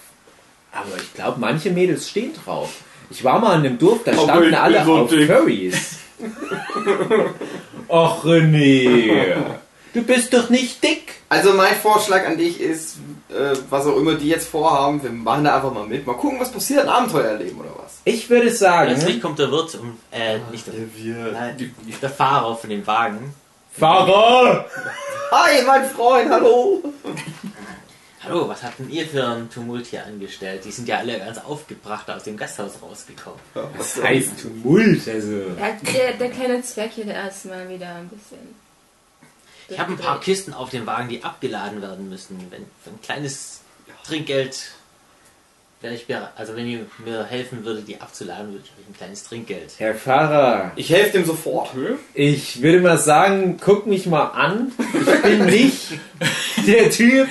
Speaker 2: Aber ich glaube, manche Mädels stehen drauf. Ich war mal in einem Dorf, da standen
Speaker 1: ich
Speaker 2: alle
Speaker 1: bin so
Speaker 2: auf
Speaker 1: dick.
Speaker 2: Curries. Och René. Du bist doch nicht dick.
Speaker 1: Also mein Vorschlag an dich ist, äh, was auch immer die jetzt vorhaben, wir machen da einfach mal mit. Mal gucken, was passiert, ein Abenteuer erleben oder was.
Speaker 2: Ich würde sagen,
Speaker 4: Plötzlich kommt der Wirt und äh, nicht der,
Speaker 1: Wir.
Speaker 4: nein, der Fahrer von dem Wagen.
Speaker 2: Fahrer!
Speaker 1: Hi, mein Freund, hallo.
Speaker 4: Hallo, was habt denn ihr für einen Tumult hier angestellt? Die sind ja alle ganz aufgebracht aus dem Gasthaus rausgekommen.
Speaker 2: Das heißt Tumult, also.
Speaker 5: Ja, der, der kleine Zwerg hier, der ist mal wieder ein bisschen.
Speaker 4: Ich habe ein paar Kisten auf dem Wagen, die abgeladen werden müssen. Wenn für ein kleines Trinkgeld Wenn ich mir, also wenn ihr mir helfen würdet, die abzuladen, würde ich euch ein kleines Trinkgeld.
Speaker 2: Herr Pfarrer,
Speaker 1: Ich helfe dem sofort.
Speaker 4: Hm?
Speaker 3: Okay.
Speaker 2: ich würde mal sagen, guck mich mal an. Ich bin nicht der Typ,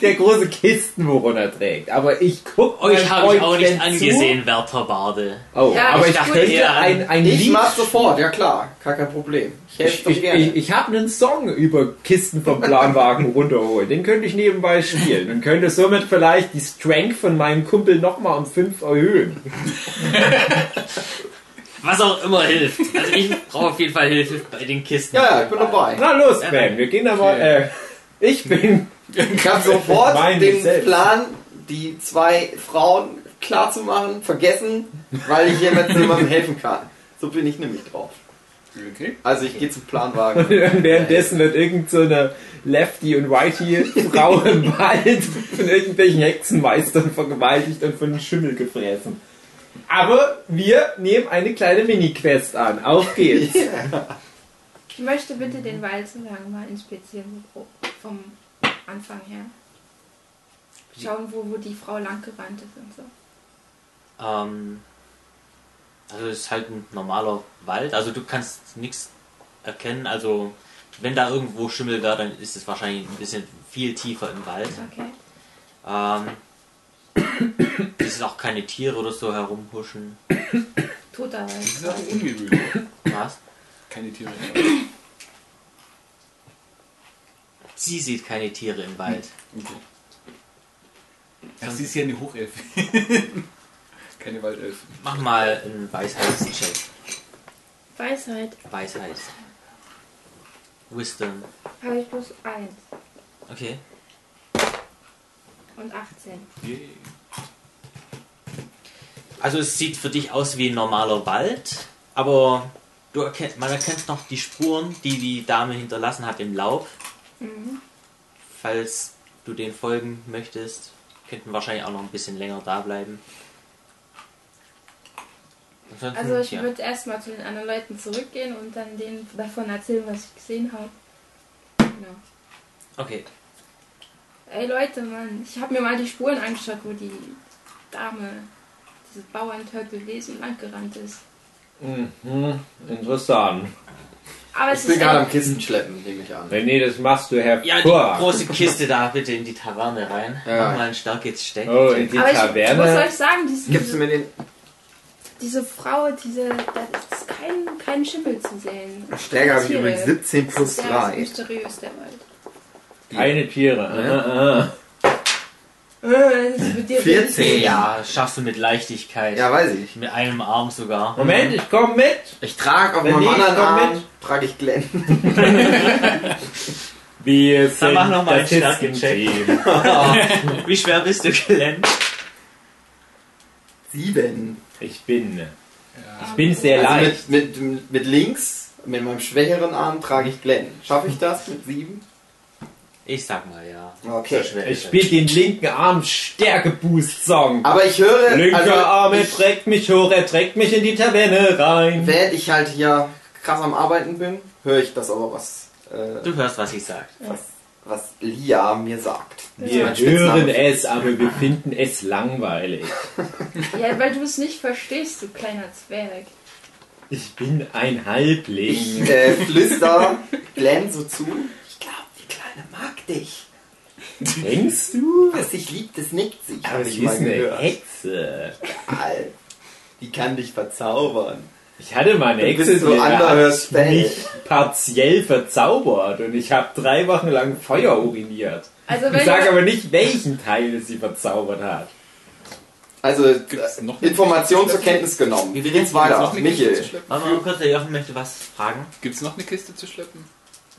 Speaker 2: der große Kisten runterträgt. Aber ich guck
Speaker 4: Euch habe Oh, ich auch nicht
Speaker 2: denn zu.
Speaker 4: angesehen, Werther Barde.
Speaker 2: Oh,
Speaker 5: Ja,
Speaker 2: aber
Speaker 5: ich
Speaker 2: ich,
Speaker 5: dachte
Speaker 2: könnte
Speaker 4: eher an-
Speaker 2: ein, ein
Speaker 1: Ich
Speaker 2: Lied
Speaker 1: mach sofort, ja klar. Gar kein Problem. Ich helfe
Speaker 2: Ich,
Speaker 1: dir
Speaker 2: ich,
Speaker 1: gerne.
Speaker 2: ich, ich habe einen Song über Kisten vom Planwagen runterholen. Den könnte ich nebenbei spielen und könnte somit vielleicht die Strength von meinem Kumpel nochmal um 5 erhöhen.
Speaker 4: Was auch immer hilft. Also ich brauche auf jeden Fall Hilfe bei den Kisten.
Speaker 1: ja, ja, ich bin dabei.
Speaker 2: Na los, Ben, wir gehen da mal. Äh, ich bin.
Speaker 1: Ich habe sofort
Speaker 2: Mein
Speaker 1: den
Speaker 2: selbst.
Speaker 1: Plan, die zwei Frauen klarzumachen, vergessen, weil ich hier mit jemandem helfen kann. So bin ich nämlich drauf.
Speaker 3: okay.
Speaker 1: Also ich gehe zum Planwagen.
Speaker 2: Währenddessen wird irgend so eine Lefty und Righty Frau im Wald von irgendwelchen Hexenmeistern vergewaltigt und von einem Schimmel gefressen. Aber wir nehmen eine kleine Mini-Quest an. Auf geht's.
Speaker 5: Ich möchte bitte den Wald so lange mal inspizieren, so grob vom Anfang her. Schauen, wo, wo die Frau langgerannt ist und so.
Speaker 4: Ähm, also es ist halt ein normaler Wald. Also du kannst nichts erkennen. Also wenn da irgendwo Schimmel wäre, dann ist es wahrscheinlich ein bisschen viel tiefer im Wald.
Speaker 5: Okay.
Speaker 4: Ähm, es sind auch keine Tiere oder so herumhuschen.
Speaker 5: Toter Wald.
Speaker 3: Das ist auch ungewöhnlich.
Speaker 4: Was?
Speaker 3: Keine Tiere.
Speaker 4: Sie sieht keine Tiere im Wald.
Speaker 3: Okay. Ach, sie ist ja eine Hochelfe. Keine Waldelfe.
Speaker 4: Mach mal einen Weisheitscheck.
Speaker 5: Weisheit.
Speaker 4: Weisheit. Wisdom.
Speaker 5: Habe ich bloß 1
Speaker 4: Okay.
Speaker 5: und 18.
Speaker 3: Yay.
Speaker 4: Also es sieht für dich aus wie ein normaler Wald, aber du erkennt, man erkennt noch die Spuren, die die Dame hinterlassen hat im Laub.
Speaker 5: Mhm.
Speaker 4: Falls du den folgen möchtest, könnten wahrscheinlich auch noch ein bisschen länger da bleiben. Ansonsten,
Speaker 5: Also ich
Speaker 4: ja.
Speaker 5: würde erstmal zu den anderen Leuten zurückgehen und dann denen davon erzählen, was ich gesehen habe. Genau.
Speaker 4: Okay.
Speaker 5: Ey Leute, Mann, ich habe mir mal die Spuren angeschaut, wo die Dame, diese Bauerntöpel lesen langgerannt ist.
Speaker 2: Mhm, interessant.
Speaker 5: Aber es
Speaker 1: Ich bin
Speaker 5: ist
Speaker 1: gerade
Speaker 5: ein-
Speaker 1: am Kissen schleppen, nehme ich an.
Speaker 2: René, das machst du
Speaker 4: Ja, die
Speaker 2: hervorragend.
Speaker 4: große Kiste da bitte in die Taverne rein.
Speaker 1: Ja.
Speaker 4: Mach mal ein starkes Steck.
Speaker 2: oh, in die
Speaker 5: aber ich muss
Speaker 2: Taverne.
Speaker 5: euch sagen, diese,
Speaker 1: Gibst du
Speaker 5: diese,
Speaker 1: mir den
Speaker 5: diese Frau, diese, da ist kein, kein Schimmel zu sehen.
Speaker 1: Stärke habe ich
Speaker 5: Tiere.
Speaker 1: übrigens 17 plus
Speaker 5: Sehr also
Speaker 1: 3.
Speaker 5: mysteriös, der Wald.
Speaker 2: Keine Tiere. Ah, ah.
Speaker 5: Äh, das ist mit dir
Speaker 1: 14.
Speaker 4: Ja, schaffst du mit Leichtigkeit.
Speaker 1: Ja, weiß ich.
Speaker 4: mit einem Arm sogar.
Speaker 2: Moment, ich komme mit.
Speaker 1: Ich trage auf
Speaker 2: Wenn
Speaker 1: meinem
Speaker 2: nicht,
Speaker 1: anderen
Speaker 2: komm
Speaker 1: Arm,
Speaker 2: mit.
Speaker 1: trage ich Glenn.
Speaker 2: Wir sind
Speaker 4: mach noch mal
Speaker 2: das
Speaker 4: einen starken
Speaker 2: Hitzen-Team.
Speaker 4: Wie schwer bist du, Glenn?
Speaker 1: Sieben.
Speaker 2: Ich bin. Ich
Speaker 5: Ah,
Speaker 2: bin
Speaker 5: cool.
Speaker 2: sehr
Speaker 1: Also
Speaker 2: leicht.
Speaker 1: mit, mit, mit links, mit meinem schwächeren Arm trage ich Glenn. Schaffe ich das mit sieben?
Speaker 4: Ich sag mal ja.
Speaker 1: Okay.
Speaker 4: So schwer
Speaker 2: Ich
Speaker 4: ist
Speaker 2: spiele den linken Arm Stärke-Boost-Song.
Speaker 1: Aber ich höre,
Speaker 2: Linker Arm,
Speaker 1: also,
Speaker 2: er
Speaker 1: ich,
Speaker 2: trägt mich hoch, er trägt mich in die Taverne rein.
Speaker 1: während ich halt hier krass am Arbeiten bin, höre ich das aber, was,
Speaker 4: es.
Speaker 1: äh,
Speaker 4: Du hörst, was ich sag.
Speaker 1: was, was Lia mir sagt.
Speaker 2: Wir
Speaker 1: mein Spitzname.
Speaker 2: hören es, aber wir finden es langweilig.
Speaker 5: Ja, weil du es nicht verstehst, du kleiner Zwerg.
Speaker 2: Ich bin ein Halbling.
Speaker 1: Ich äh, flüster Glenn so zu. Ich glaube, die Kleine mag dich.
Speaker 2: Denkst du?
Speaker 1: Was dich liebt, das nickt sich.
Speaker 2: Aber
Speaker 1: hab
Speaker 2: sie ist eine
Speaker 1: gehört.
Speaker 2: Hexe.
Speaker 1: Al, Die kann dich verzaubern.
Speaker 2: Ich hatte mal eine
Speaker 1: Du
Speaker 2: Hexe,
Speaker 1: bist so
Speaker 2: die
Speaker 1: anderer
Speaker 2: hat
Speaker 1: Spell.
Speaker 2: mich partiell verzaubert und ich habe drei Wochen lang Feuer uriniert.
Speaker 5: Also
Speaker 2: Ich
Speaker 5: wenn
Speaker 2: sage
Speaker 5: du,
Speaker 2: aber nicht, welchen Teil sie verzaubert hat.
Speaker 1: Also,
Speaker 3: Gibt's noch
Speaker 1: äh, Information zur Kenntnis genommen.
Speaker 4: Wie
Speaker 1: Wie
Speaker 4: wir
Speaker 1: geht's
Speaker 3: Gibt's
Speaker 1: weiter?
Speaker 3: noch eine Kiste zu
Speaker 1: Michel.
Speaker 3: schleppen?
Speaker 4: Warte mal kurz, der Jochen möchte was fragen.
Speaker 3: Gibt's noch eine Kiste zu schleppen?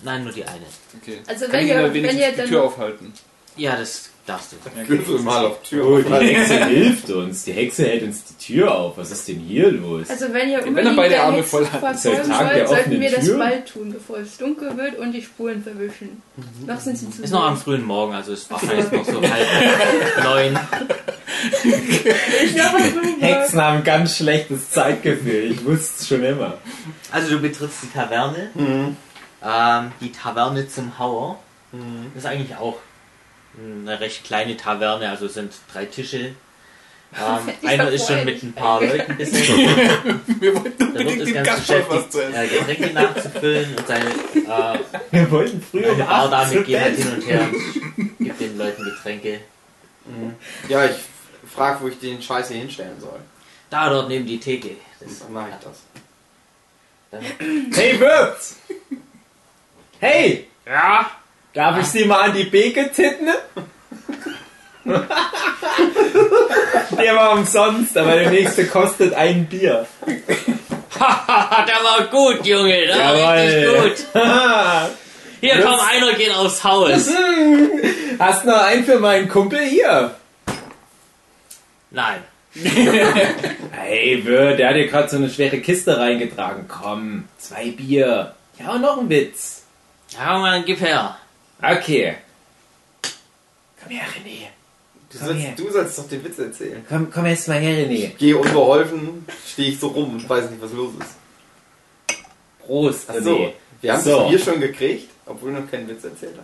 Speaker 4: Nein, nur die eine.
Speaker 3: Okay.
Speaker 5: Also
Speaker 3: Kann
Speaker 5: wenn
Speaker 3: ich
Speaker 5: ihr-
Speaker 3: Ihnen
Speaker 5: wenn
Speaker 3: wenigstens
Speaker 5: ihr
Speaker 3: die
Speaker 5: dann-
Speaker 3: Tür aufhalten?
Speaker 4: Ja, das darfst du.
Speaker 1: Würfel mal auf Tür.
Speaker 2: Oh, die Hexe hilft uns. Die Hexe hält uns die Tür auf. Was ist denn hier los?
Speaker 5: also wenn ihr
Speaker 3: Wenn er
Speaker 5: unbedingt
Speaker 3: beide
Speaker 5: der
Speaker 3: Arme
Speaker 5: Hexe
Speaker 3: voll hat,
Speaker 2: ist der
Speaker 5: verfolgen
Speaker 2: Tag der
Speaker 5: wollt, sollten
Speaker 2: offenen
Speaker 5: wir das
Speaker 2: Tür.
Speaker 5: bald tun, bevor es dunkel wird und die Spuren verwischen. Noch sind sie zu
Speaker 4: Ist noch am frühen Morgen, also es war vielleicht noch so halb neun.
Speaker 5: Ich noch am frühen Morgen.
Speaker 2: Hexen haben ein ganz schlechtes Zeitgefühl. Ich wusste es schon immer.
Speaker 4: Also du betrittst die Taverne.
Speaker 3: Mhm.
Speaker 4: Ähm, die Taverne zum Hauer.
Speaker 3: Mhm.
Speaker 4: Das ist eigentlich auch eine recht kleine Taverne, also es sind drei Tische Ähm, einer ist schon mit ein paar Leuten bisher.
Speaker 3: Wir wollten
Speaker 4: Versucht
Speaker 3: unbedingt
Speaker 4: ist
Speaker 3: dem
Speaker 4: ganz
Speaker 3: Gast schon was
Speaker 4: beschäftigt,
Speaker 3: zu essen.
Speaker 4: äh, Getränke nachzufüllen und seine, äh,
Speaker 2: Wir wollten früher um
Speaker 4: seine
Speaker 2: acht zur
Speaker 4: Bardame geht halt
Speaker 2: Band.
Speaker 4: hin und her und gibt den Leuten Getränke.
Speaker 1: Mhm. Ja, ich frage, wo ich den Scheiß hier hinstellen soll.
Speaker 4: Da, dort neben die Theke. Das,
Speaker 1: Dann mache ich das.
Speaker 4: dann,
Speaker 2: Hey Wirt! Hey!
Speaker 3: Ja,
Speaker 2: Darf ich Sie mal an die Beke titten? Der war umsonst, aber der nächste kostet ein Bier.
Speaker 4: Haha, Ah, der war gut, Junge, der war
Speaker 2: Jawohl.
Speaker 4: richtig gut.
Speaker 2: Haha.
Speaker 4: Hier, komm, einer geht aufs Haus.
Speaker 2: Hast noch einen für meinen Kumpel hier?
Speaker 4: Nein.
Speaker 2: Hey Wirt, der hat dir gerade so eine schwere Kiste reingetragen. Komm, zwei Bier. Ja, und noch ein Witz.
Speaker 4: Ja, komm, dann gib her.
Speaker 2: Okay. Komm her, René.
Speaker 1: Du
Speaker 2: Komm her.
Speaker 1: sollst, du sollst doch den Witz erzählen.
Speaker 2: Komm, komm erst mal her, René.
Speaker 1: Gehe unbeholfen, stehe ich so rum und weiß nicht, was los ist.
Speaker 2: Prost,
Speaker 1: Ach so,
Speaker 2: René.
Speaker 1: wir haben
Speaker 2: So.
Speaker 1: das Bier schon gekriegt, obwohl noch keinen Witz erzählt hat.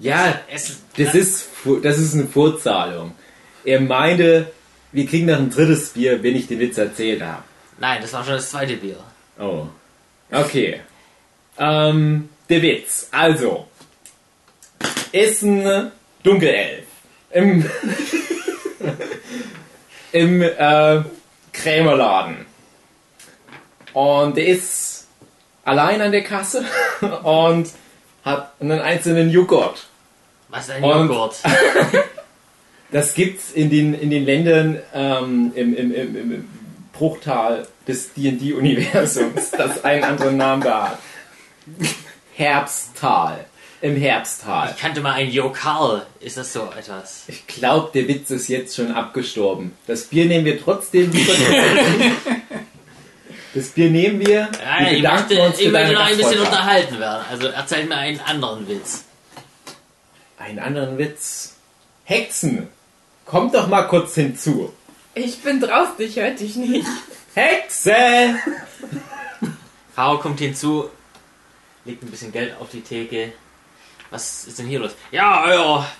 Speaker 2: Ja,
Speaker 4: Es,
Speaker 2: Das ist, Fu- das ist eine Vorzahlung. Er meinte, wir kriegen noch ein drittes Bier, wenn ich den Witz erzählt habe.
Speaker 4: nein, das war schon das zweite Bier.
Speaker 2: Oh. Okay. Ähm, der Witz. Also. Ist ein Dunkelelf. Im, im äh, Krämerladen. Und der ist allein an der Kasse und hat einen einzelnen Joghurt.
Speaker 4: Was ein
Speaker 2: Und-
Speaker 4: Joghurt.
Speaker 2: Das gibt's in den, in den Ländern ähm, im, im, im, im im Bruchtal des D&D-Universums, das einen anderen Namen da hat. Herbsttal. Im Herbsttal.
Speaker 4: Ich kannte mal ein Jokal. Ist das so etwas?
Speaker 2: Ich glaube, der Witz ist jetzt schon abgestorben. Das Bier nehmen wir trotzdem lieber zurück. Das Bier nehmen wir.
Speaker 4: Nein,
Speaker 2: wir
Speaker 4: ich möchte,
Speaker 2: bedanken uns für
Speaker 4: ich möchte
Speaker 2: deine
Speaker 4: noch ein bisschen
Speaker 2: Gastfreundschaft.
Speaker 4: unterhalten werden. Also erzähl mir einen anderen Witz.
Speaker 2: Einen anderen Witz. Hexen. Kommt doch mal kurz hinzu.
Speaker 5: Ich bin draußen, ich hör dich nicht.
Speaker 2: Hexe!
Speaker 4: Caro kommt hinzu, legt ein bisschen Geld auf die Theke. Was ist denn hier los? Ja, euer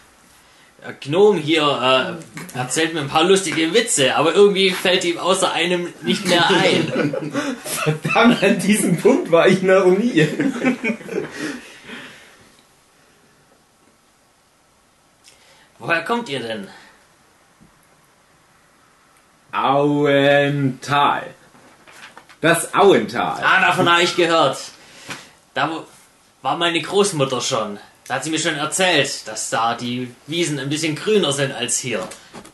Speaker 4: äh, Gnom hier äh, erzählt mir ein paar lustige Witze, aber irgendwie fällt ihm außer einem nicht mehr ein.
Speaker 2: Verdammt, an diesem Punkt war ich noch nie.
Speaker 4: Woher kommt ihr denn?
Speaker 2: Auental. Das Auental.
Speaker 4: Ah, davon habe ich gehört. Da wo- war meine Großmutter schon. Da hat sie mir schon erzählt, dass da die Wiesen ein bisschen grüner sind als hier.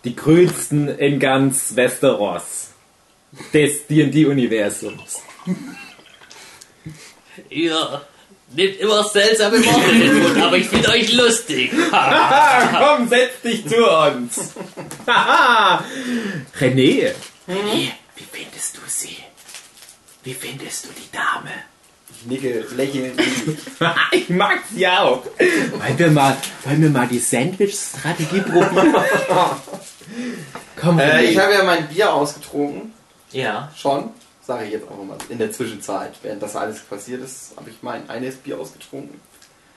Speaker 2: Die grünsten in ganz Westeros. Des D&D-Universums.
Speaker 4: Ihr nehmt immer seltsame Worte in den Mund, aber ich finde euch lustig.
Speaker 2: Ah, komm, setz dich zu uns. Haha. René. Wie findest du sie? Wie findest du die Dame?
Speaker 1: Ich nicke, lächeln.
Speaker 2: ich mag sie auch. Wollen wir mal, wollen wir mal die Sandwich-Strategie probieren? komm, René.
Speaker 1: äh, ich habe ja mein Bier ausgetrunken,
Speaker 4: Ja.
Speaker 1: schon. Sage ich jetzt auch mal in der Zwischenzeit, während das alles passiert ist, habe ich mein eines Bier ausgetrunken.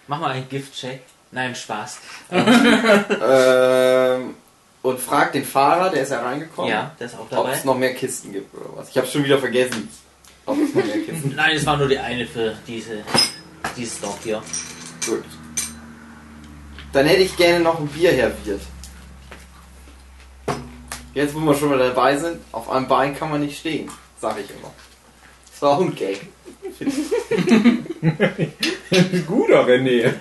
Speaker 4: Mach mal einen Giftcheck. Nein, Spaß.
Speaker 1: Ähm, und frag den Fahrer, der ist ja reingekommen,
Speaker 4: Ja, der ist auch
Speaker 1: ob
Speaker 4: dabei.
Speaker 1: es Oh. noch mehr Kisten gibt oder was. Ich habe schon wieder vergessen, ob es noch mehr Kisten
Speaker 4: Nein, es war nur die eine für diese, dieses Dorf hier.
Speaker 1: gibt. Gut. Dann hätte ich gerne noch ein Bier herwirt. Jetzt, wo wir schon mal dabei sind, auf einem Bein kann man nicht stehen, sage ich immer. Das war auch ein Gag.
Speaker 2: Guter René.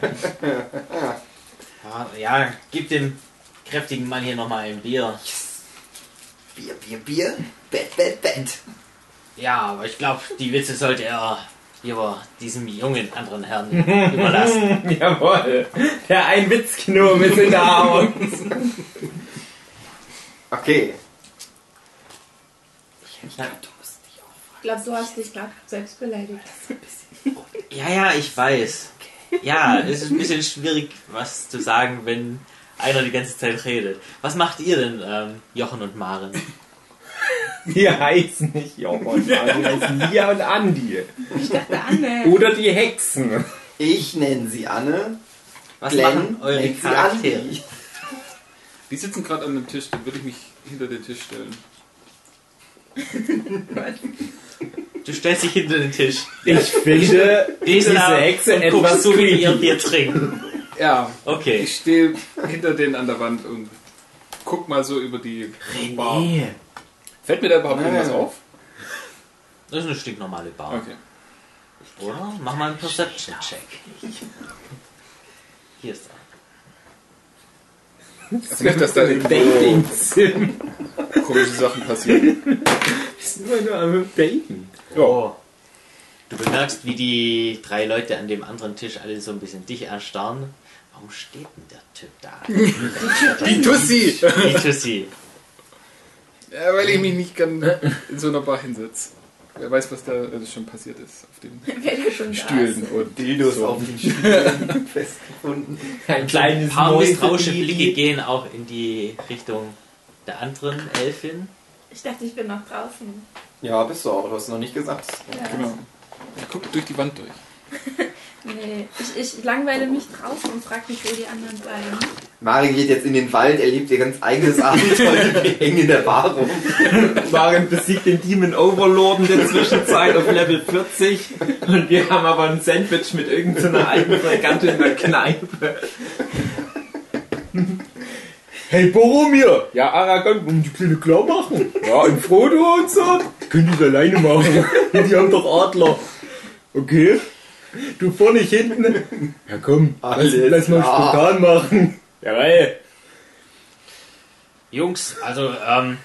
Speaker 4: Ja, ja, gib dem kräftigen Mann hier nochmal ein Bier.
Speaker 1: Bier, Bier, Bier, Bett, Bett, Bett.
Speaker 4: Ja, aber ich glaube, die Witze sollte er lieber diesem jungen anderen Herrn überlassen.
Speaker 2: Jawohl. Der Einwitzknurm ist in der Haut.
Speaker 1: Okay.
Speaker 5: Ich glaube, du hast dich gerade selbst beleidigt.
Speaker 4: Ja, ja, ich weiß. Ja, es ist ein bisschen schwierig, was zu sagen, wenn einer die ganze Zeit redet. Was macht ihr denn, ähm, Jochen und Maren?
Speaker 2: Die heißen nicht Jochen, die heißen Lia und Andi.
Speaker 5: Ich dachte, Anne.
Speaker 2: Oder die Hexen.
Speaker 1: Ich nenne sie Anne.
Speaker 4: Was
Speaker 1: Glenn
Speaker 4: machen eure
Speaker 1: nennt sie
Speaker 4: Charaktere?
Speaker 1: Andi.
Speaker 3: Die sitzen gerade an einem Tisch, dann würde ich mich hinter den Tisch stellen.
Speaker 4: Du stellst dich hinter den Tisch.
Speaker 2: Ich finde diese Hexe
Speaker 4: und guckst
Speaker 2: etwas
Speaker 4: zu, wie die ihr
Speaker 2: creepy.
Speaker 4: Bier trinken.
Speaker 3: Ja,
Speaker 4: Okay.
Speaker 3: ich stehe hinter denen an der Wand und guck mal so über die Bar.
Speaker 4: Nee.
Speaker 3: Fällt mir da überhaupt irgendwas auf?
Speaker 4: Das ist eine stinknormale Bar.
Speaker 3: Okay.
Speaker 4: Oder? Mach mal einen Perception-Check. Hier ist er.
Speaker 3: Vielleicht, dass da irgendwo
Speaker 2: Dating Sim.
Speaker 3: komische Sachen passieren.
Speaker 2: Ist immer nur am Daten.
Speaker 3: Ja.
Speaker 4: Du bemerkst, wie die drei Leute an dem anderen Tisch alle so ein bisschen dich erstarren. Warum steht denn der Typ da?
Speaker 3: Die Tussi!
Speaker 4: Die Tussi.
Speaker 3: Ja, weil ich mich nicht gern in so einer Bar hinsetze. Wer weiß, was da alles schon passiert ist auf den
Speaker 5: Wer da schon
Speaker 3: Stühlen und
Speaker 1: Dildos
Speaker 3: so.
Speaker 1: auf den Stühlen festgefunden.
Speaker 2: Ein kleines
Speaker 4: Ein paar misstrauische
Speaker 2: Mäusebaby.
Speaker 4: Blicke gehen auch in die Richtung der anderen Elfin.
Speaker 5: Da ist. Ich dachte, ich bin noch draußen.
Speaker 1: Ja, bist du aber, du hast noch nicht gesagt.
Speaker 5: Ja.
Speaker 3: Genau. Er guckt durch die Wand durch.
Speaker 5: Nee, ich, ich langweile mich draußen und frage mich, wo die anderen bleiben.
Speaker 1: Mari geht jetzt in den Wald, erlebt ihr ganz eigenes Abenteuer, wir hängen in der Bar rum.
Speaker 2: Waren besiegt den Demon Overlord in der Zwischenzeit auf Level 40 und wir haben aber ein Sandwich mit irgendeiner alten Fregatte in der Kneipe. Hey Boromir! Ja, Aragorn, wollen die kleine Klau machen? Ja, und Frodo und so? Die können die alleine machen. Die haben doch Adler. Okay. Du vorne, ich hinten. Ja komm, lass,
Speaker 1: Alles
Speaker 2: lass mal
Speaker 1: klar.
Speaker 2: spontan machen. Jawoll.
Speaker 4: Jungs, also ähm,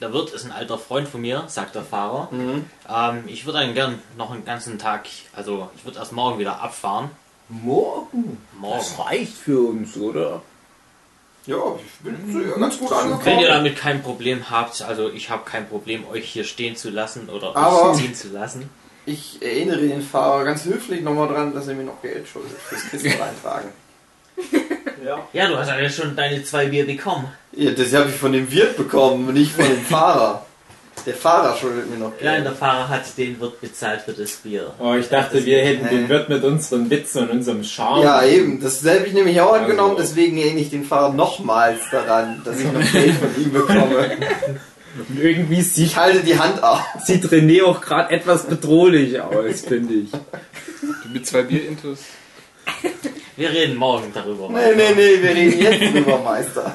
Speaker 4: der Wirt ist ein alter Freund von mir, sagt der Fahrer. Ähm, ich würde dann gern noch einen ganzen Tag, also ich würde erst morgen wieder abfahren.
Speaker 2: Morgen.
Speaker 4: Morgen.
Speaker 2: reicht für uns, oder?
Speaker 1: Ja, ich bin so ganz gut angekommen.
Speaker 4: Wenn ihr damit kein Problem habt, also ich habe kein Problem, euch hier stehen zu lassen oder
Speaker 1: Aber-
Speaker 4: euch ziehen zu lassen.
Speaker 1: Ich erinnere den Fahrer ganz höflich nochmal dran, dass er mir noch Geld schuldet fürs Kissen reintragen.
Speaker 4: Ja, du hast ja schon deine zwei Bier bekommen.
Speaker 1: Ja, das habe ich von dem Wirt bekommen, nicht von dem Fahrer. Der Fahrer schuldet mir noch
Speaker 4: Nein,
Speaker 1: Geld.
Speaker 4: der Fahrer hat den Wirt bezahlt für das Bier.
Speaker 2: Oh, ich dachte, wir hätten
Speaker 1: Nee.
Speaker 2: den Wirt mit unseren Witzen und unserem Charme.
Speaker 1: ja, eben. Das habe ich nämlich auch angenommen,
Speaker 2: Also.
Speaker 1: deswegen erinnere ich den Fahrer nochmals daran, dass ich noch Geld von ihm bekomme.
Speaker 2: Und irgendwie sieht,
Speaker 1: Ich halte die Hand auf.
Speaker 2: sieht René auch gerade etwas bedrohlich aus, finde ich.
Speaker 3: Mit zwei Bierintus.
Speaker 4: Wir reden morgen darüber.
Speaker 1: Nee, nee, nee, wir reden jetzt drüber, Meister.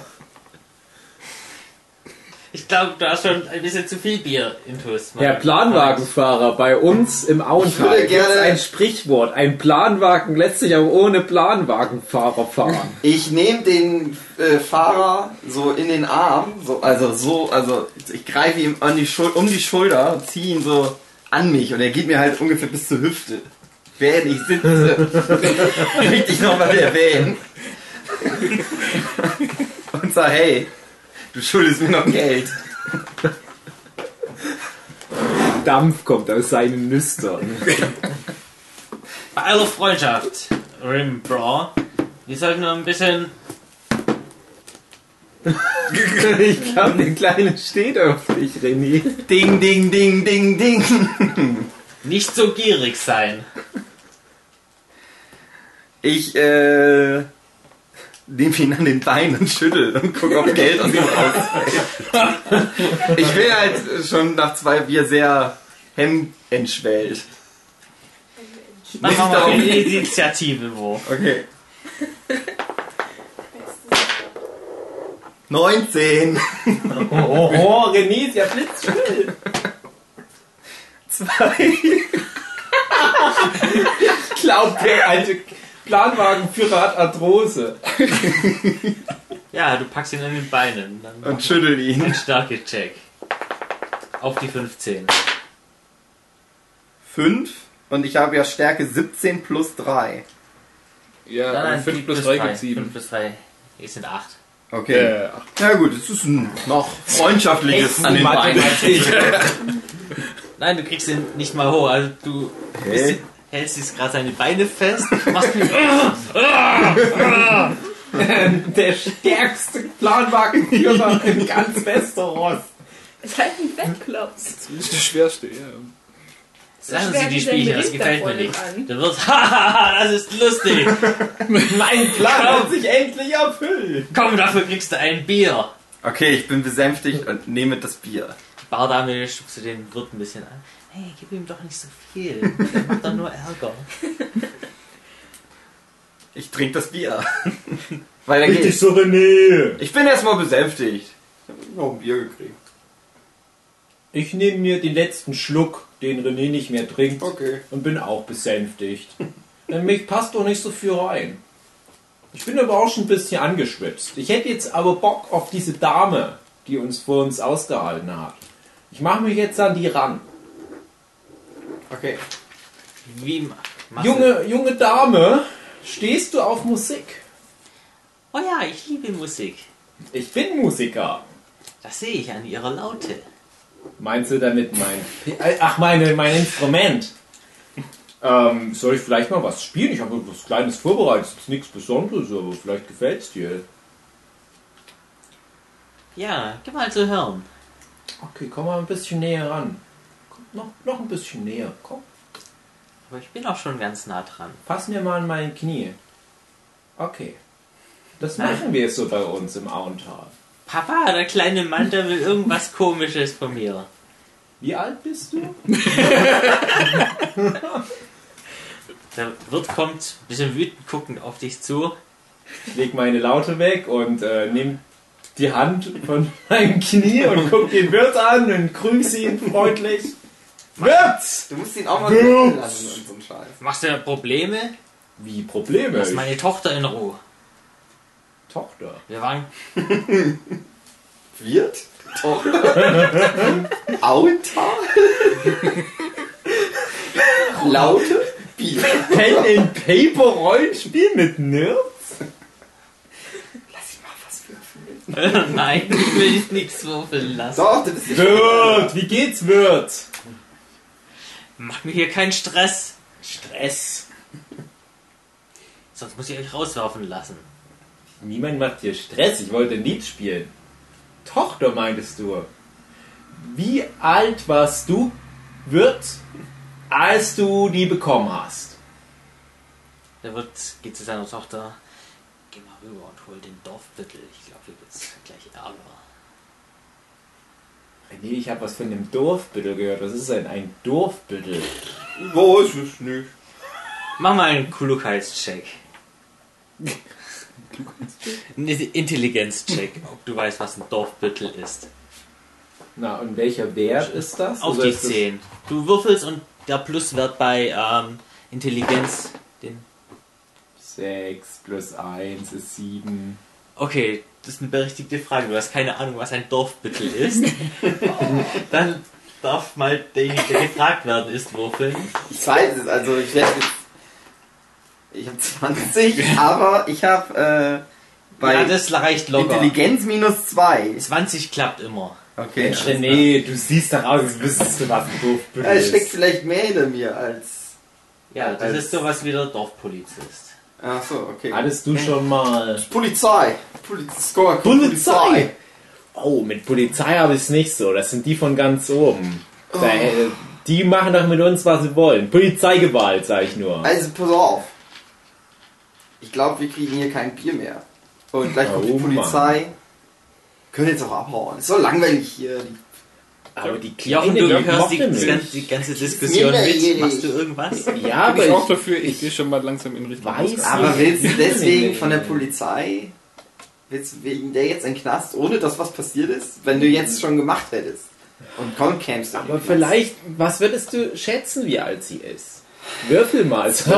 Speaker 4: Ich glaube, du hast schon ein bisschen zu viel Bier in Tuss.
Speaker 2: Herr Planwagenfahrer, bei uns im Auental
Speaker 1: würde
Speaker 2: gibt es
Speaker 1: gerne-
Speaker 2: ein Sprichwort. Ein Planwagen lässt sich auch ohne Planwagenfahrer fahren.
Speaker 1: Ich nehme den äh, Fahrer so in den Arm, so, also so, also ich greife ihm an die Schul um die Schulter und ziehe ihn so an mich und er geht mir halt ungefähr bis zur Hüfte. Während ich sitze. Richtig nochmal erwähnen. Und sag, hey, du schuldest mir noch Geld.
Speaker 2: Dampf kommt aus seinen Nüstern.
Speaker 4: Bei aller Freundschaft, Rimbra, wir sollten noch ein bisschen.
Speaker 2: Ich glaube, der Kleine steht auf dich, René.
Speaker 1: Ding, ding, ding, ding, ding.
Speaker 4: Nicht so gierig sein.
Speaker 1: Ich, äh, nehme ihn an den Beinen und schüttel und gucke, ob Geld aus ihm rausfällt. Ich bin halt schon nach zwei Bier sehr hemmentschwellt.
Speaker 4: Mach
Speaker 1: Nicht
Speaker 4: mal mal
Speaker 1: darum.
Speaker 4: eine Initiative, wo.
Speaker 1: Okay. 19,
Speaker 2: Oh, oh René ist ja blitzschnell.
Speaker 1: 2,
Speaker 2: Ich glaube, der alte Planwagenführer hat Arthrose.
Speaker 4: Ja, du packst ihn an den Beinen. Dann
Speaker 1: und schüttel ihn.
Speaker 4: ein starker Check. Auf die 15.
Speaker 1: 5 und ich habe ja Stärke 17 plus 3.
Speaker 3: Ja,
Speaker 4: Nein,
Speaker 3: aber
Speaker 4: nein,
Speaker 3: 5
Speaker 4: die
Speaker 3: Äh, plus 3 gibt
Speaker 4: 5
Speaker 3: 7.
Speaker 4: plus 3. Es sind 8.
Speaker 2: Äh.
Speaker 1: Okay. Na gut, es ist ein noch freundschaftliches an den Beinen.
Speaker 2: Mathematik.
Speaker 4: Nein, du kriegst ihn nicht mal hoch. Also du
Speaker 1: Okay.
Speaker 4: hältst jetzt gerade seine Beine fest. Machst
Speaker 2: Der stärkste Planwagenführer in ganz Westeros.
Speaker 5: halt Seid nicht weg, Klaus.
Speaker 3: Das ist der schwerste, ja.
Speaker 4: Lassen Sie
Speaker 5: schwer
Speaker 4: die
Speaker 5: gesehen
Speaker 4: Spiele,
Speaker 5: mit
Speaker 4: das gefällt mir
Speaker 5: Interpol
Speaker 4: nicht.
Speaker 5: an.
Speaker 4: Du wirst, haha, das ist lustig. mein Plan
Speaker 2: sich endlich erfüllt.
Speaker 4: Komm, dafür kriegst du ein Bier.
Speaker 7: Okay, ich bin besänftigt und nehme das Bier.
Speaker 4: Bardame schubst du den Wirt ein bisschen an. Hey, gib ihm doch nicht so viel. Der macht doch nur Ärger.
Speaker 7: Ich trinke das Bier. Weiter
Speaker 2: Richtig
Speaker 7: geht's.
Speaker 2: so, René.
Speaker 7: Ich bin erstmal besänftigt. Ich habe noch ein Bier gekriegt.
Speaker 2: Ich nehme mir den letzten Schluck, den René nicht mehr trinkt,
Speaker 7: Okay.
Speaker 2: und bin auch besänftigt. Denn mich passt doch nicht so viel rein. Ich bin aber auch schon ein bisschen angeschwipst. Ich hätte jetzt aber Bock auf diese Dame, die uns vor uns ausgehalten hat. Ich mache mich jetzt an die ran.
Speaker 7: Okay.
Speaker 4: Wie ma- machst du-
Speaker 2: Junge, junge Dame, stehst du auf Musik?
Speaker 4: Oh ja, ich liebe Musik.
Speaker 2: Ich bin Musiker.
Speaker 4: Das sehe ich an ihrer Laute.
Speaker 2: Meinst du damit mein... äh, Ach, meine, mein Instrument. Ähm, soll ich vielleicht mal was spielen? Ich habe was Kleines vorbereitet. Ist nichts Besonderes, aber vielleicht gefällt es dir.
Speaker 4: Ja, gib mal zu hören.
Speaker 2: Okay, komm mal ein bisschen näher ran. Komm, noch, noch ein bisschen näher. Komm,
Speaker 4: Aber ich bin auch schon ganz nah dran.
Speaker 2: pass mir mal an meine Knie. Okay. Das
Speaker 4: Nein.
Speaker 2: machen wir jetzt so bei uns im Auental.
Speaker 4: Papa, der kleine Mann, der will irgendwas komisches von mir.
Speaker 2: Wie alt bist du?
Speaker 4: Der Wirt kommt, ein bisschen wütend guckend auf dich zu.
Speaker 2: Ich leg meine Laute weg und äh, nimm die Hand von meinem Knie und guck den Wirt an und grüße ihn freundlich. Wirt!
Speaker 7: Du musst ihn auch mal
Speaker 2: Ups.
Speaker 7: gehen lassen und so einen Scheiß.
Speaker 4: Machst du da Probleme?
Speaker 2: Wie Probleme?
Speaker 4: Lass meine Tochter in Ruhe.
Speaker 2: Tochter.
Speaker 4: Wir waren
Speaker 7: Wirt? Tochter? Auta? Laute? Bier.
Speaker 2: Pen and Paper Rollenspiel mit Nerds?
Speaker 7: Lass ihn mal was würfeln.
Speaker 4: Nein, ich will dich nichts würfeln lassen.
Speaker 7: Doch, das ist
Speaker 2: Wirt, wie geht's, Wirt?
Speaker 4: Mach mir hier keinen Stress.
Speaker 2: Stress.
Speaker 4: Sonst muss ich euch rauswerfen lassen.
Speaker 2: Niemand macht dir Stress, ich wollte ein Lied spielen. Tochter meintest du. Wie alt warst du, Wirt, als du die bekommen hast?
Speaker 4: Der Wirt geht zu seiner Tochter. Geh mal rüber und hol den Dorfbüttel. Ich glaube, hier wird's gleich Ärger.
Speaker 2: Nee, ich habe was von dem Dorfbüttel gehört. Was ist denn ein Dorfbüttel?
Speaker 7: Weiß es nicht.
Speaker 4: Mach mal einen Klugheitscheck. Einen Intelligenzcheck, ob du weißt, was ein Dorfbüttel ist.
Speaker 2: Na, und welcher Wert ist das?
Speaker 4: Auf
Speaker 2: Oder
Speaker 4: die
Speaker 2: ist das-
Speaker 4: 10. Du würfelst und der Pluswert bei ähm, Intelligenz. Den
Speaker 2: 6 plus 1 ist 7.
Speaker 4: okay, das ist eine berechtigte Frage. Du hast keine Ahnung, was ein Dorfbüttel ist. Dann darf mal derjenige, der gefragt werden ist, würfeln.
Speaker 7: Ich weiß es, also ich werde jetzt. Ich habe 20, aber ich habe äh, bei
Speaker 4: Ja, das reicht locker.
Speaker 7: Intelligenz minus 2.
Speaker 4: 20 klappt immer.
Speaker 7: Okay.
Speaker 2: Mensch, René, du siehst doch aus, als wüsstest du, was ein
Speaker 7: Ja,
Speaker 2: Dorfbüttel
Speaker 7: es steckt
Speaker 2: ist.
Speaker 7: vielleicht mehr hinter mir als.
Speaker 4: Ja, das
Speaker 7: Als-
Speaker 4: ist sowas wie der Dorfpolizist.
Speaker 7: Ach so, okay.
Speaker 2: Hattest du schon mal...
Speaker 7: Polizei! Poliz Score.
Speaker 2: Polizei! Oh, mit Polizei habe ich es nicht so. Das sind die von ganz oben. Da, äh, die machen doch mit uns, was sie wollen. Polizeigewalt, sag ich nur.
Speaker 7: Also, pass auf. Ich glaube, wir kriegen hier kein Bier mehr. Und gleich kommt
Speaker 2: Oh,
Speaker 7: die Polizei. Können jetzt auch abhauen. Ist so langweilig hier.
Speaker 2: Aber die
Speaker 4: Jochen,
Speaker 2: Kleine,
Speaker 4: du
Speaker 2: die
Speaker 4: hörst die,
Speaker 2: mochte
Speaker 4: die,
Speaker 2: mich.
Speaker 4: ganze, die ganze Diskussion
Speaker 7: Nee, nee,
Speaker 4: mit.
Speaker 7: nee.
Speaker 4: Machst du irgendwas?
Speaker 2: Ja,
Speaker 3: Bin
Speaker 2: aber
Speaker 3: ich
Speaker 2: ich,
Speaker 3: auch dafür, ich gehe schon mal langsam in Richtung
Speaker 2: Weiß-
Speaker 3: Ausgang.
Speaker 7: Aber willst du
Speaker 2: Nee,
Speaker 7: deswegen
Speaker 2: nee,
Speaker 7: von der
Speaker 2: nee.
Speaker 7: Polizei. Willst du wegen der jetzt in den Knast, ohne dass was passiert ist? Wenn du jetzt schon gemacht hättest. Und komm, kämst du. in den
Speaker 2: Aber
Speaker 7: Knast.
Speaker 2: vielleicht, was würdest du schätzen, wie alt sie ist? Würfel mal so.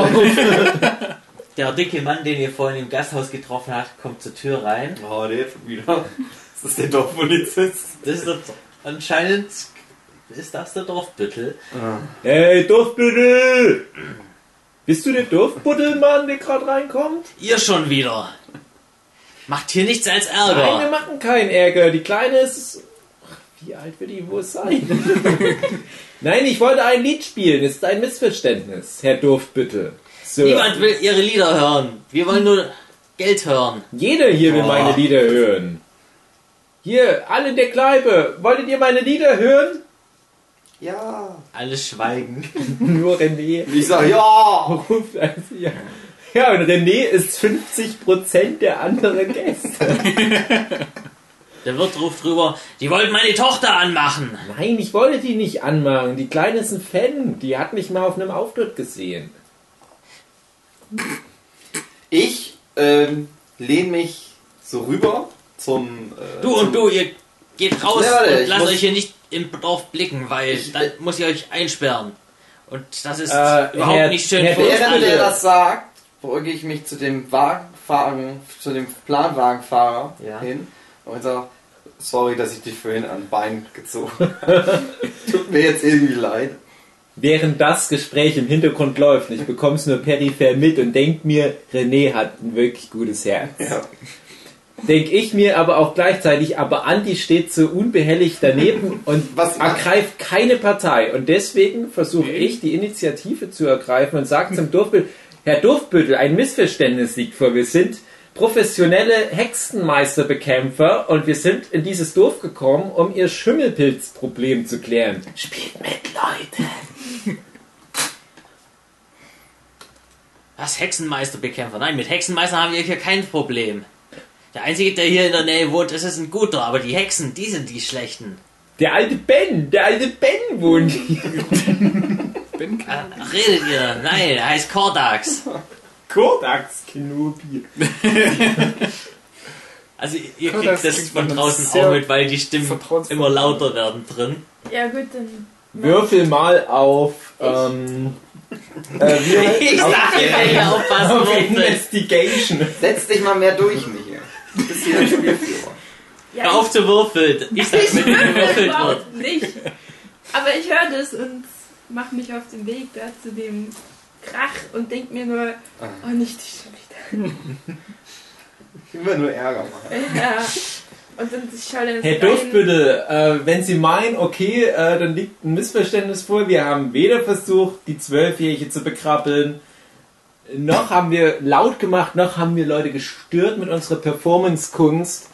Speaker 4: Der dicke Mann, den ihr vorhin im Gasthaus getroffen habt, kommt zur Tür rein.
Speaker 7: Oh, der schon wieder. Das ist der Dorfpolizist.
Speaker 4: Das ist der, anscheinend ist das der Dorfbüttel.
Speaker 2: Hey, Dorfbuddel! Bist du der Dorfbuddelmann, der gerade reinkommt?
Speaker 4: Ihr schon wieder. Macht hier nichts als Ärger.
Speaker 2: Nein, wir machen keinen Ärger. Die Kleine ist... Ach, Wie alt wird die wohl sein? Nein, ich wollte ein Lied spielen. Es ist ein Missverständnis, Herr Dorfbüttel. So.
Speaker 4: Niemand will ihre Lieder hören. Wir wollen nur Geld hören.
Speaker 2: Jeder hier will
Speaker 4: Oh.
Speaker 2: meine Lieder hören. Hier, alle in der Kneipe, wolltet ihr meine Lieder hören?
Speaker 7: Ja.
Speaker 4: Alle schweigen.
Speaker 2: Nur René
Speaker 7: Ich sag ja.
Speaker 2: ruft als ja. Ja, und René ist 50% der anderen Gäste.
Speaker 4: Der Wirt ruft rüber, die wollten meine Tochter anmachen.
Speaker 2: Nein, ich wollte die nicht anmachen. Die Kleine ist ein Fan. Die hat mich mal auf einem Auftritt gesehen.
Speaker 7: Ich ähm, lehne mich so rüber zum. Äh,
Speaker 4: Du und
Speaker 7: zum-
Speaker 4: du, ihr geht raus
Speaker 7: Ja, warte,
Speaker 4: und
Speaker 7: ich
Speaker 4: lasst
Speaker 7: muss-
Speaker 4: euch hier nicht im Dorf blicken, weil dann muss ich euch einsperren. Und das ist
Speaker 2: Äh,
Speaker 4: überhaupt
Speaker 2: Herr-
Speaker 4: nicht schön
Speaker 2: Herr
Speaker 4: für uns
Speaker 2: Behrend,
Speaker 7: Während
Speaker 4: alle.
Speaker 7: er das sagt, beuge ich mich zu dem Wagenfahren, zu dem Planwagenfahrer
Speaker 4: Ja.
Speaker 7: hin und sage, sorry, dass ich dich vorhin an Bein gezogen habe. Tut mir jetzt irgendwie leid.
Speaker 2: Während das Gespräch im Hintergrund läuft, und ich bekomme es nur peripher mit und denke mir, René hat ein wirklich gutes Herz.
Speaker 7: Ja.
Speaker 2: Denke ich mir aber auch gleichzeitig, aber Andi steht so unbehelligt daneben und
Speaker 7: Was-
Speaker 2: ergreift keine Partei. Und deswegen versuche ich, die Initiative zu ergreifen und sage zum Dorfbüttel, Herr Dorfbüttel, ein Missverständnis liegt vor. Wir sind professionelle Hexenmeisterbekämpfer und wir sind in dieses Dorf gekommen, um ihr Schimmelpilzproblem zu klären.
Speaker 4: Spielt mit, Leute. Was Hexenmeister bekämpfen? Nein, mit Hexenmeister haben wir hier kein Problem. Der einzige, der hier in der Nähe wohnt, ist, ist ein guter, aber die Hexen, die sind die schlechten.
Speaker 2: Der alte Ben, der alte Ben wohnt hier.
Speaker 3: Ben
Speaker 4: Äh, Redet ihr? Nein, er heißt Kordax.
Speaker 2: Kodax Kenobi.
Speaker 4: Also ihr- ihr
Speaker 3: Kordax
Speaker 4: kriegt das
Speaker 3: klingt
Speaker 4: von
Speaker 3: nach einem
Speaker 4: draußen
Speaker 3: sehr
Speaker 4: auch mit, weil die Stimmen
Speaker 3: vertrauensvollen
Speaker 4: immer lauter werden drin.
Speaker 5: Ja, gut, dann.
Speaker 2: Würfel mal auf. Ähm, äh, wie
Speaker 4: Ich sag dir, wenn ihr aufpassen
Speaker 2: auf
Speaker 4: würdet.
Speaker 2: Investigation.
Speaker 7: Setz dich mal mehr durch, Michael. Du bist hier der Spielführer.
Speaker 5: Ja,
Speaker 4: Hör auf zu würfeln. Ich sag,
Speaker 5: ich
Speaker 4: wenn ihr
Speaker 5: höre
Speaker 4: gewürfelt wird.
Speaker 5: überhaupt nicht. Aber ich höre das und mache mich auf den Weg da zu dem Krach und denke mir nur,
Speaker 7: Ah.
Speaker 5: oh, nicht die schon wieder.
Speaker 7: Immer nur Ärger machen.
Speaker 5: Ja. Und dann ich schaue dann
Speaker 2: Herr
Speaker 5: rein.
Speaker 2: Duftbüttel, äh, wenn Sie meinen, okay, äh, dann liegt ein Missverständnis vor. Wir haben weder versucht, die Zwölfjährige zu bekrabbeln, noch haben wir laut gemacht, noch haben wir Leute gestört mit unserer Performance-Kunst.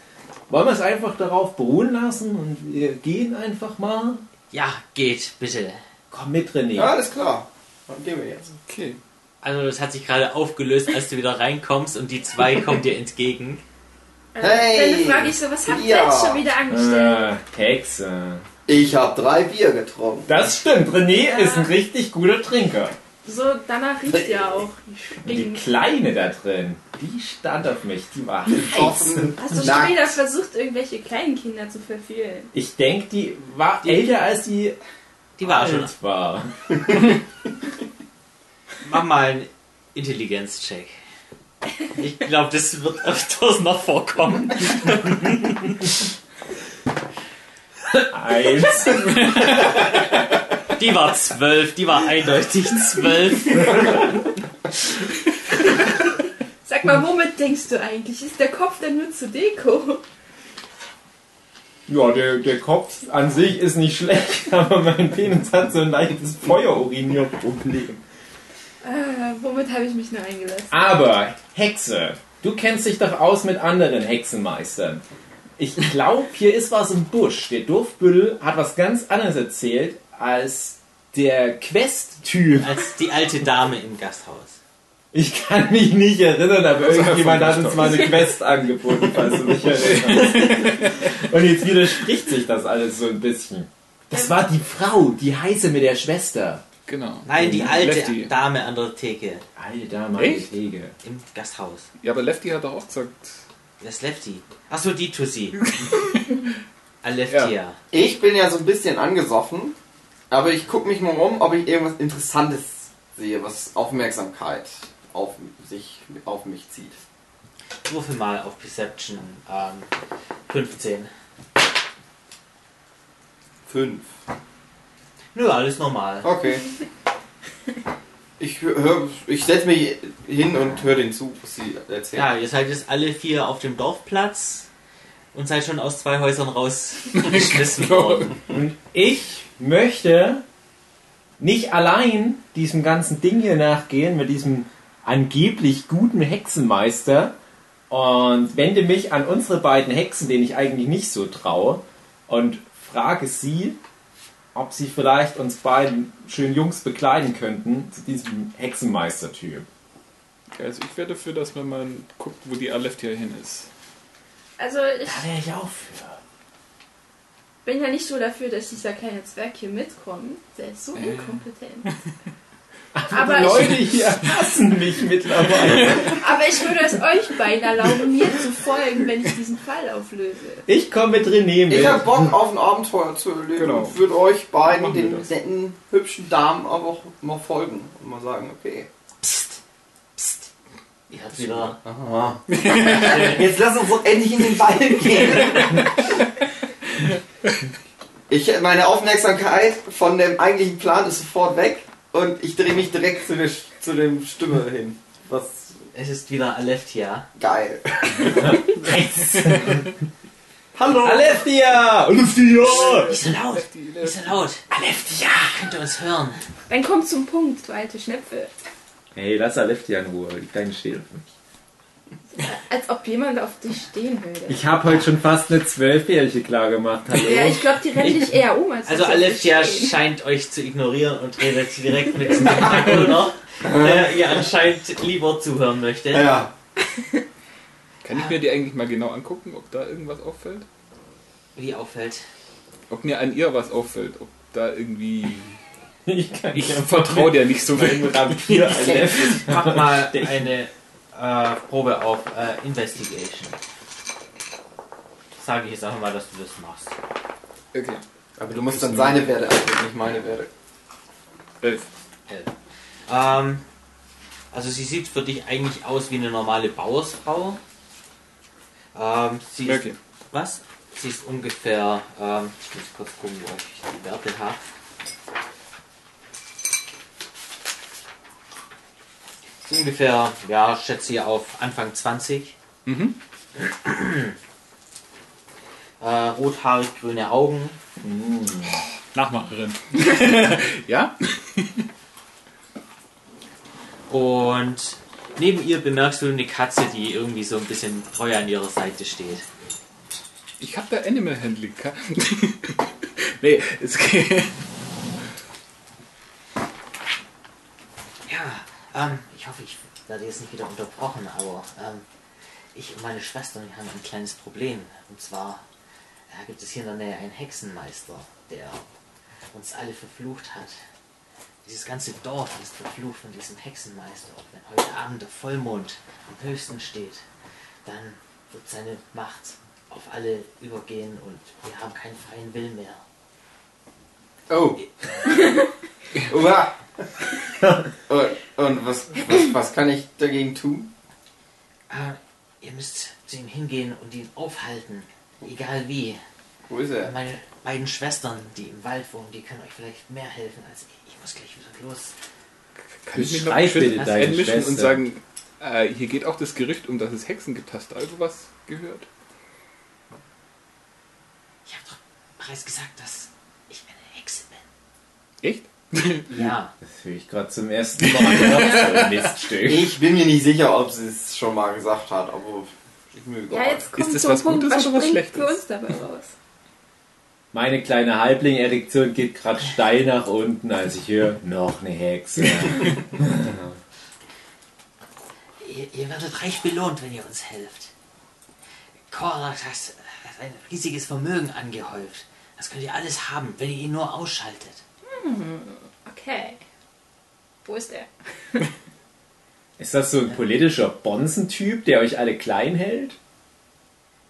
Speaker 2: Wollen wir es einfach darauf beruhen lassen und wir gehen einfach mal?
Speaker 4: Ja, geht, bitte.
Speaker 2: Komm mit, René.
Speaker 7: Ja, alles klar. Dann gehen wir jetzt.
Speaker 3: Okay.
Speaker 4: Also das hat sich gerade aufgelöst, als du wieder reinkommst und die zwei kommen dir entgegen.
Speaker 5: Äh,
Speaker 7: Hey!
Speaker 5: Dann frage ich so, was habt ihr
Speaker 7: Ja.
Speaker 5: jetzt schon wieder angestellt?
Speaker 2: Äh, Hexe.
Speaker 7: Ich habe drei Bier getrunken.
Speaker 2: Das stimmt, René ist ein richtig guter Trinker.
Speaker 5: So, danach riecht ja auch. Die
Speaker 2: Die
Speaker 5: stinken.
Speaker 2: Kleine da drin, die stand auf mich, die war heiß.
Speaker 7: Offen.
Speaker 5: Hast du schon
Speaker 7: Nackt.
Speaker 5: wieder versucht, irgendwelche kleinen Kinder zu verführen?
Speaker 2: Ich denke, die war älter als die
Speaker 4: Die war schon.
Speaker 2: alt war.
Speaker 4: Mach mal einen Intelligenzcheck. Ich glaube, das wird öfters noch vorkommen.
Speaker 2: Eins.
Speaker 4: Die war zwölf, die war eindeutig zwölf.
Speaker 5: Sag mal, womit denkst du eigentlich? Ist der Kopf denn nur zur Deko?
Speaker 2: Ja, der, der Kopf an sich ist nicht schlecht, aber mein Penis hat so ein leichtes Feuerurinierproblem.
Speaker 5: Äh, womit habe ich mich nur eingelassen?
Speaker 2: Aber, Hexe, du kennst dich doch aus mit anderen Hexenmeistern. Ich glaube, hier ist was im Busch. Der Dorfbüttel hat was ganz anderes erzählt als der Quest-Typ.
Speaker 4: Als die alte Dame im Gasthaus.
Speaker 2: Ich kann mich nicht erinnern, aber
Speaker 3: Das war
Speaker 2: irgendjemand hat
Speaker 3: verrückt,
Speaker 2: uns mal eine Quest angeboten, falls du dich erinnerst. Und jetzt widerspricht sich das alles so ein bisschen. Das war die Frau, die heiße mit der Schwester.
Speaker 3: Genau.
Speaker 4: Nein, die alte
Speaker 3: Lefty.
Speaker 4: Dame an der Theke
Speaker 2: Alte Dame, meine
Speaker 3: Echt?
Speaker 2: Pflege.
Speaker 4: im Gasthaus.
Speaker 3: Ja, aber Lefty hat doch auch gesagt.
Speaker 4: Das Lefty. Achso, die Tussi. Aleftia.
Speaker 7: Ich bin ja so ein bisschen angesoffen, aber ich gucke mich mal um, ob ich irgendwas Interessantes sehe, was Aufmerksamkeit auf sich auf mich zieht.
Speaker 4: Würfel mal auf Perception. Ähm, 15.
Speaker 7: Fünf.
Speaker 4: Nö, alles normal.
Speaker 7: Okay. Ich hör, ich setze mich hin und höre den zu, was sie erzählen.
Speaker 4: Ja, ihr seid jetzt alle vier auf dem Dorfplatz und seid schon aus zwei Häusern rausgeschmissen worden.
Speaker 2: Und ich möchte nicht allein diesem ganzen Ding hier nachgehen mit diesem angeblich guten Hexenmeister und wende mich an unsere beiden Hexen, denen ich eigentlich nicht so traue, und frage sie, ob sie vielleicht uns beiden schön Jungs bekleiden könnten zu diesem Hexenmeistertyp.
Speaker 3: Also ich werde dafür, dass man mal guckt, wo die Aleftia hin ist.
Speaker 5: Also ich
Speaker 2: Da wäre ich auch für.
Speaker 5: bin ja nicht so dafür, dass dieser kleine Zwerg hier mitkommt. Der ist
Speaker 3: Äh.
Speaker 5: so inkompetent. aber,
Speaker 2: Die Leute
Speaker 5: ich,
Speaker 2: hier hassen mich mittlerweile.
Speaker 5: aber ich würde es euch beiden erlauben, mir zu folgen, wenn ich diesen Fall auflöse.
Speaker 2: Ich komme mit René mit.
Speaker 7: Ich hab Bock auf ein Abenteuer zu erleben
Speaker 3: Genau.
Speaker 7: und würde euch beiden,
Speaker 3: Machen wir
Speaker 7: den
Speaker 3: das.
Speaker 7: netten, hübschen Damen, aber auch mal folgen und mal sagen, okay.
Speaker 4: Ich hab's wieder.
Speaker 7: Aha. Jetzt lass uns doch endlich in den Ball gehen. Ich, meine Aufmerksamkeit von dem eigentlichen Plan ist sofort weg und ich drehe mich direkt zu der, zu dem Stimme hin. Was
Speaker 4: Es ist wieder Aleftia.
Speaker 7: geil.
Speaker 2: Hallo. Alessia! Alessia!
Speaker 4: Nicht so laut! Nicht so laut! Aleftia! Könnt ihr uns hören?
Speaker 5: Dann kommt zum Punkt, du alte Schnepfe.
Speaker 2: Hey, lass Alessia in Ruhe. Die Kleinen stehen auf mich.
Speaker 5: Als ob jemand auf dich stehen würde.
Speaker 2: Ich habe heute schon fast eine Zwölfjährige klar gemacht. Hallo.
Speaker 5: Ja, ich glaube, die rennen dich eher um, als
Speaker 4: Also
Speaker 5: dass sie auf dich
Speaker 4: Aleftia
Speaker 5: stehen.
Speaker 4: scheint euch zu ignorieren und redet direkt mit dem Tackler, der ihr anscheinend lieber zuhören möchte.
Speaker 7: Ja.
Speaker 3: Kann ich mir die eigentlich mal genau angucken, ob da irgendwas auffällt?
Speaker 4: Wie auffällt.
Speaker 3: Ob mir an ihr was auffällt, ob da irgendwie...
Speaker 2: Ich kann
Speaker 3: Ich vertraue dir nicht so viel.
Speaker 2: Rapier Alessia.
Speaker 4: Mach mal eine äh, Probe auf äh, Investigation. Sage ich jetzt einfach mal, dass du das machst.
Speaker 3: Okay.
Speaker 7: Aber du musst dann seine Werte abgeben, nicht meine Werte.
Speaker 3: Elf.
Speaker 4: Ähm, also sie sieht für dich eigentlich aus wie eine normale Bauersfrau. Ähm, sie ist,
Speaker 3: Okay.
Speaker 4: Was? Sie ist ungefähr, ähm, ich muss kurz gucken, wo ich die Werte habe. Sie ist Ungefähr, ja, schätze ich auf Anfang 20.
Speaker 3: Mhm.
Speaker 4: Äh, rothaarig, grüne Augen.
Speaker 3: Nachmacherin. ja?
Speaker 4: Und neben ihr bemerkst du eine Katze, die irgendwie so ein bisschen treu an ihrer Seite steht.
Speaker 3: Ich hab da Animal Handling. ka- nee, es geht.
Speaker 4: Ja, ähm, ich hoffe, ich werde jetzt nicht wieder unterbrochen, aber ähm, ich und meine Schwester wir haben ein kleines Problem. Und zwar äh, gibt es hier in der Nähe einen Hexenmeister, der uns alle verflucht hat. Dieses ganze Dorf ist verflucht von diesem Hexenmeister. Und wenn heute Abend der Vollmond am höchsten steht, dann wird seine Macht auf alle übergehen und wir haben keinen freien Willen mehr.
Speaker 7: Oh. Uah. und Äh, und was, was, was kann ich dagegen tun?
Speaker 4: Ah, ihr müsst zu ihm hingehen und ihn aufhalten, egal wie.
Speaker 7: Wo ist er?
Speaker 4: Meine beiden Schwestern, die im Wald wohnen, die können euch vielleicht mehr helfen als ich. Ich muss gleich wieder los.
Speaker 3: Kann ich mich noch
Speaker 2: Beschreib bitte
Speaker 3: schön
Speaker 2: deine
Speaker 3: einmischen
Speaker 2: Schwester.
Speaker 3: und sagen, äh, hier geht auch das Gerücht um, dass es Hexen gibt. Hast du also was gehört?
Speaker 4: Ich habe doch bereits gesagt, dass ich eine Hexe bin.
Speaker 3: Echt?
Speaker 2: Mhm.
Speaker 4: Ja.
Speaker 2: Das höre ich gerade zum ersten Mal. Miststück.
Speaker 7: Ich bin mir nicht sicher, ob sie es schon mal gesagt hat, aber ich mir egal.
Speaker 5: Ja, jetzt kommt
Speaker 3: das
Speaker 5: zum
Speaker 3: was
Speaker 5: Punkt,
Speaker 3: Gutes
Speaker 5: was
Speaker 3: oder was
Speaker 5: springt
Speaker 3: Schlechtes?
Speaker 5: für uns dabei raus?
Speaker 2: Meine kleine Halbling-Erektion geht gerade steil nach unten, als ich höre, noch eine Hexe.
Speaker 4: Ihr, ihr werdet reich belohnt, wenn ihr uns helft. Korak hat äh, hat ein riesiges Vermögen angehäuft. Das könnt ihr alles haben, wenn ihr ihn nur ausschaltet.
Speaker 5: Okay. Wo ist der?
Speaker 2: Ist das so ein politischer Bonzentyp, der euch alle klein hält?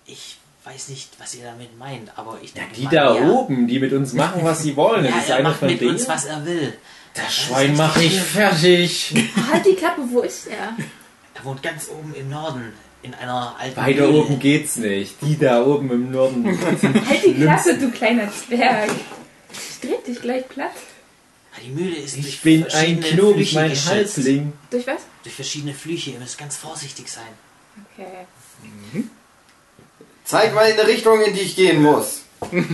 Speaker 4: Ich weiß nicht, was ihr damit meint, aber ich denke
Speaker 2: Die
Speaker 4: mal,
Speaker 2: da
Speaker 4: er-
Speaker 2: oben, die mit uns machen, was sie wollen.
Speaker 4: Ja,
Speaker 2: Das ist
Speaker 4: er
Speaker 2: einer
Speaker 4: macht
Speaker 2: von
Speaker 4: mit
Speaker 2: denen.
Speaker 4: uns, was er will.
Speaker 2: Das Schwein mache ich fertig.
Speaker 5: Halt die Klappe, wo ist er?
Speaker 4: Er wohnt ganz oben im Norden, in einer alten
Speaker 2: Weiter
Speaker 4: Höhle.
Speaker 2: oben geht's nicht. Die da oben im Norden.
Speaker 5: Halt die Klappe, du kleiner Zwerg. Ich dreh dich gleich platt.
Speaker 4: Ah, Die Mühle ist durch
Speaker 2: Ich bin ein
Speaker 4: verschiedene
Speaker 2: Knob,
Speaker 4: Flüche
Speaker 2: mein
Speaker 4: geschützt.
Speaker 2: Halsling.
Speaker 5: Durch was?
Speaker 4: Durch verschiedene Flüche, ihr müsst ganz vorsichtig sein.
Speaker 5: Okay.
Speaker 7: Zeig mal in die Richtung, in die ich gehen muss.
Speaker 4: Ähm,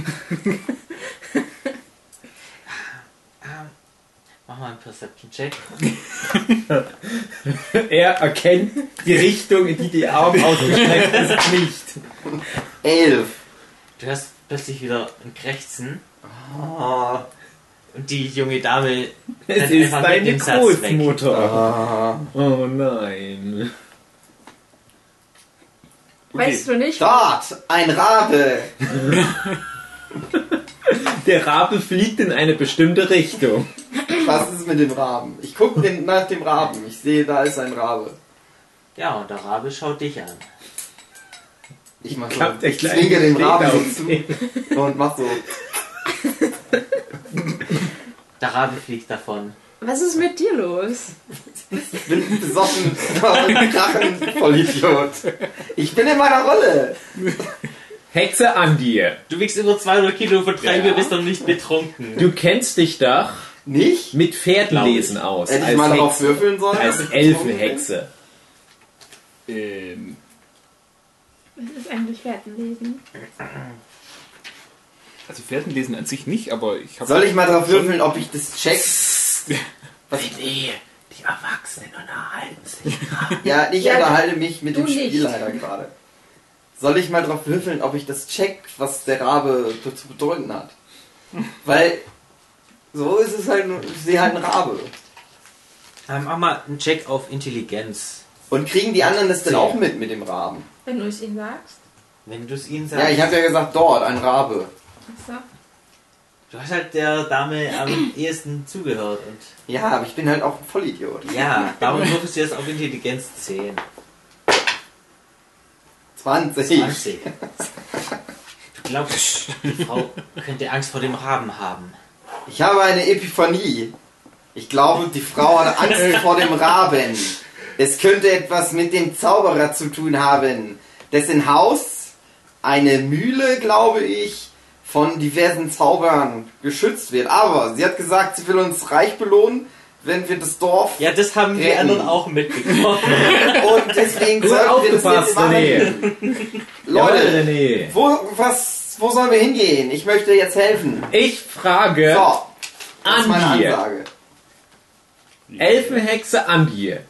Speaker 4: mach mal einen Perception-Check.
Speaker 2: Er erkennt die Richtung, in die die Arme ausgestreckt ist, nicht.
Speaker 7: Elf.
Speaker 4: Du hörst plötzlich wieder ein Krächzen.
Speaker 7: Ah,
Speaker 4: Und die junge Dame
Speaker 2: Es
Speaker 4: rennt
Speaker 2: ist
Speaker 4: einfach mit
Speaker 2: deine
Speaker 4: dem Satz weg.
Speaker 2: Großmutter.
Speaker 7: Ah,
Speaker 2: Oh nein.
Speaker 5: Weißt du nicht?
Speaker 7: dort, ein Rabe.
Speaker 2: Der Rabe fliegt in eine bestimmte Richtung.
Speaker 7: Was ist mit dem Raben? Ich gucke den, nach dem Raben. Ich sehe, da ist ein Rabe.
Speaker 4: Ja, und der Rabe schaut dich an.
Speaker 7: Ich mach so,
Speaker 2: Klappt der
Speaker 7: ich
Speaker 2: kleine
Speaker 7: zwinge dem
Speaker 2: Steht
Speaker 7: Raben
Speaker 2: auf.
Speaker 7: so zu und mach so.
Speaker 4: Der Rabe fliegt davon.
Speaker 5: Was ist mit dir los?
Speaker 7: Ich bin besoffen und krachen, Vollidiot. Ich bin in meiner Rolle.
Speaker 2: Hexe an dir.
Speaker 4: Du wiegst über 200 Kilo, vertreibe, bist doch nicht betrunken.
Speaker 2: Du kennst dich doch
Speaker 7: Nicht?
Speaker 2: mit Pferdenlesen aus.
Speaker 7: Hätte ich
Speaker 2: als
Speaker 7: mal darauf
Speaker 2: Hexe.
Speaker 7: würfeln sollen?
Speaker 2: Als
Speaker 7: dass ich
Speaker 2: Elfenhexe.
Speaker 3: Ähm,
Speaker 5: Was ist eigentlich Wertenlesen?
Speaker 3: also Fährten lesen an sich nicht, aber ich habe...
Speaker 7: Soll ich mal darauf würfeln, ob ich das check?
Speaker 2: Nee, die Erwachsenen unterhalten sich.
Speaker 7: Ja, ich
Speaker 5: Ja,
Speaker 2: halt
Speaker 7: unterhalte mich mit
Speaker 5: du
Speaker 7: dem
Speaker 5: nicht.
Speaker 7: Spielleiter gerade. Soll ich mal drauf würfeln, ob ich das check, was der Rabe so zu bedeuten hat? Weil so ist es halt, nur- ich sehe halt einen Rabe.
Speaker 4: Ähm, mach mal einen Check auf Intelligenz.
Speaker 7: Und kriegen die anderen das denn auch mit mit dem Raben?
Speaker 5: Wenn du es ihnen sagst.
Speaker 4: Wenn du es ihnen sagst.
Speaker 7: Ja, ich habe ja gesagt, dort, ein Rabe.
Speaker 5: Achso.
Speaker 4: du hast halt der Dame am ehesten zugehört. Und
Speaker 7: Ja, aber ich bin halt auch ein Vollidiot.
Speaker 4: ja, darum würfelst du jetzt auf Intelligenz 10.
Speaker 7: 20.
Speaker 4: 20. Du glaubst, die Frau könnte Angst vor dem Raben haben.
Speaker 7: Ich habe eine Epiphanie. Ich glaube, die Frau hat Angst vor dem Raben. Es könnte etwas mit dem Zauberer zu tun haben. Dessen Haus, eine Mühle, glaube ich, von diversen Zauberern geschützt wird. Aber sie hat gesagt, sie will uns reich belohnen, wenn wir das Dorf.
Speaker 4: Ja, das haben die
Speaker 7: Retten.
Speaker 4: anderen auch mitbekommen.
Speaker 7: Und deswegen
Speaker 2: Gut
Speaker 7: sollten wir das jetzt
Speaker 2: aufgepasst,
Speaker 7: machen.
Speaker 2: René.
Speaker 7: Leute,
Speaker 2: Jawohl, René.
Speaker 7: wo, was, wo sollen wir hingehen? Ich möchte jetzt helfen.
Speaker 2: Ich frage
Speaker 7: So, das ist meine
Speaker 2: an dir.
Speaker 7: Ansage.
Speaker 2: Elfenhexe an dir.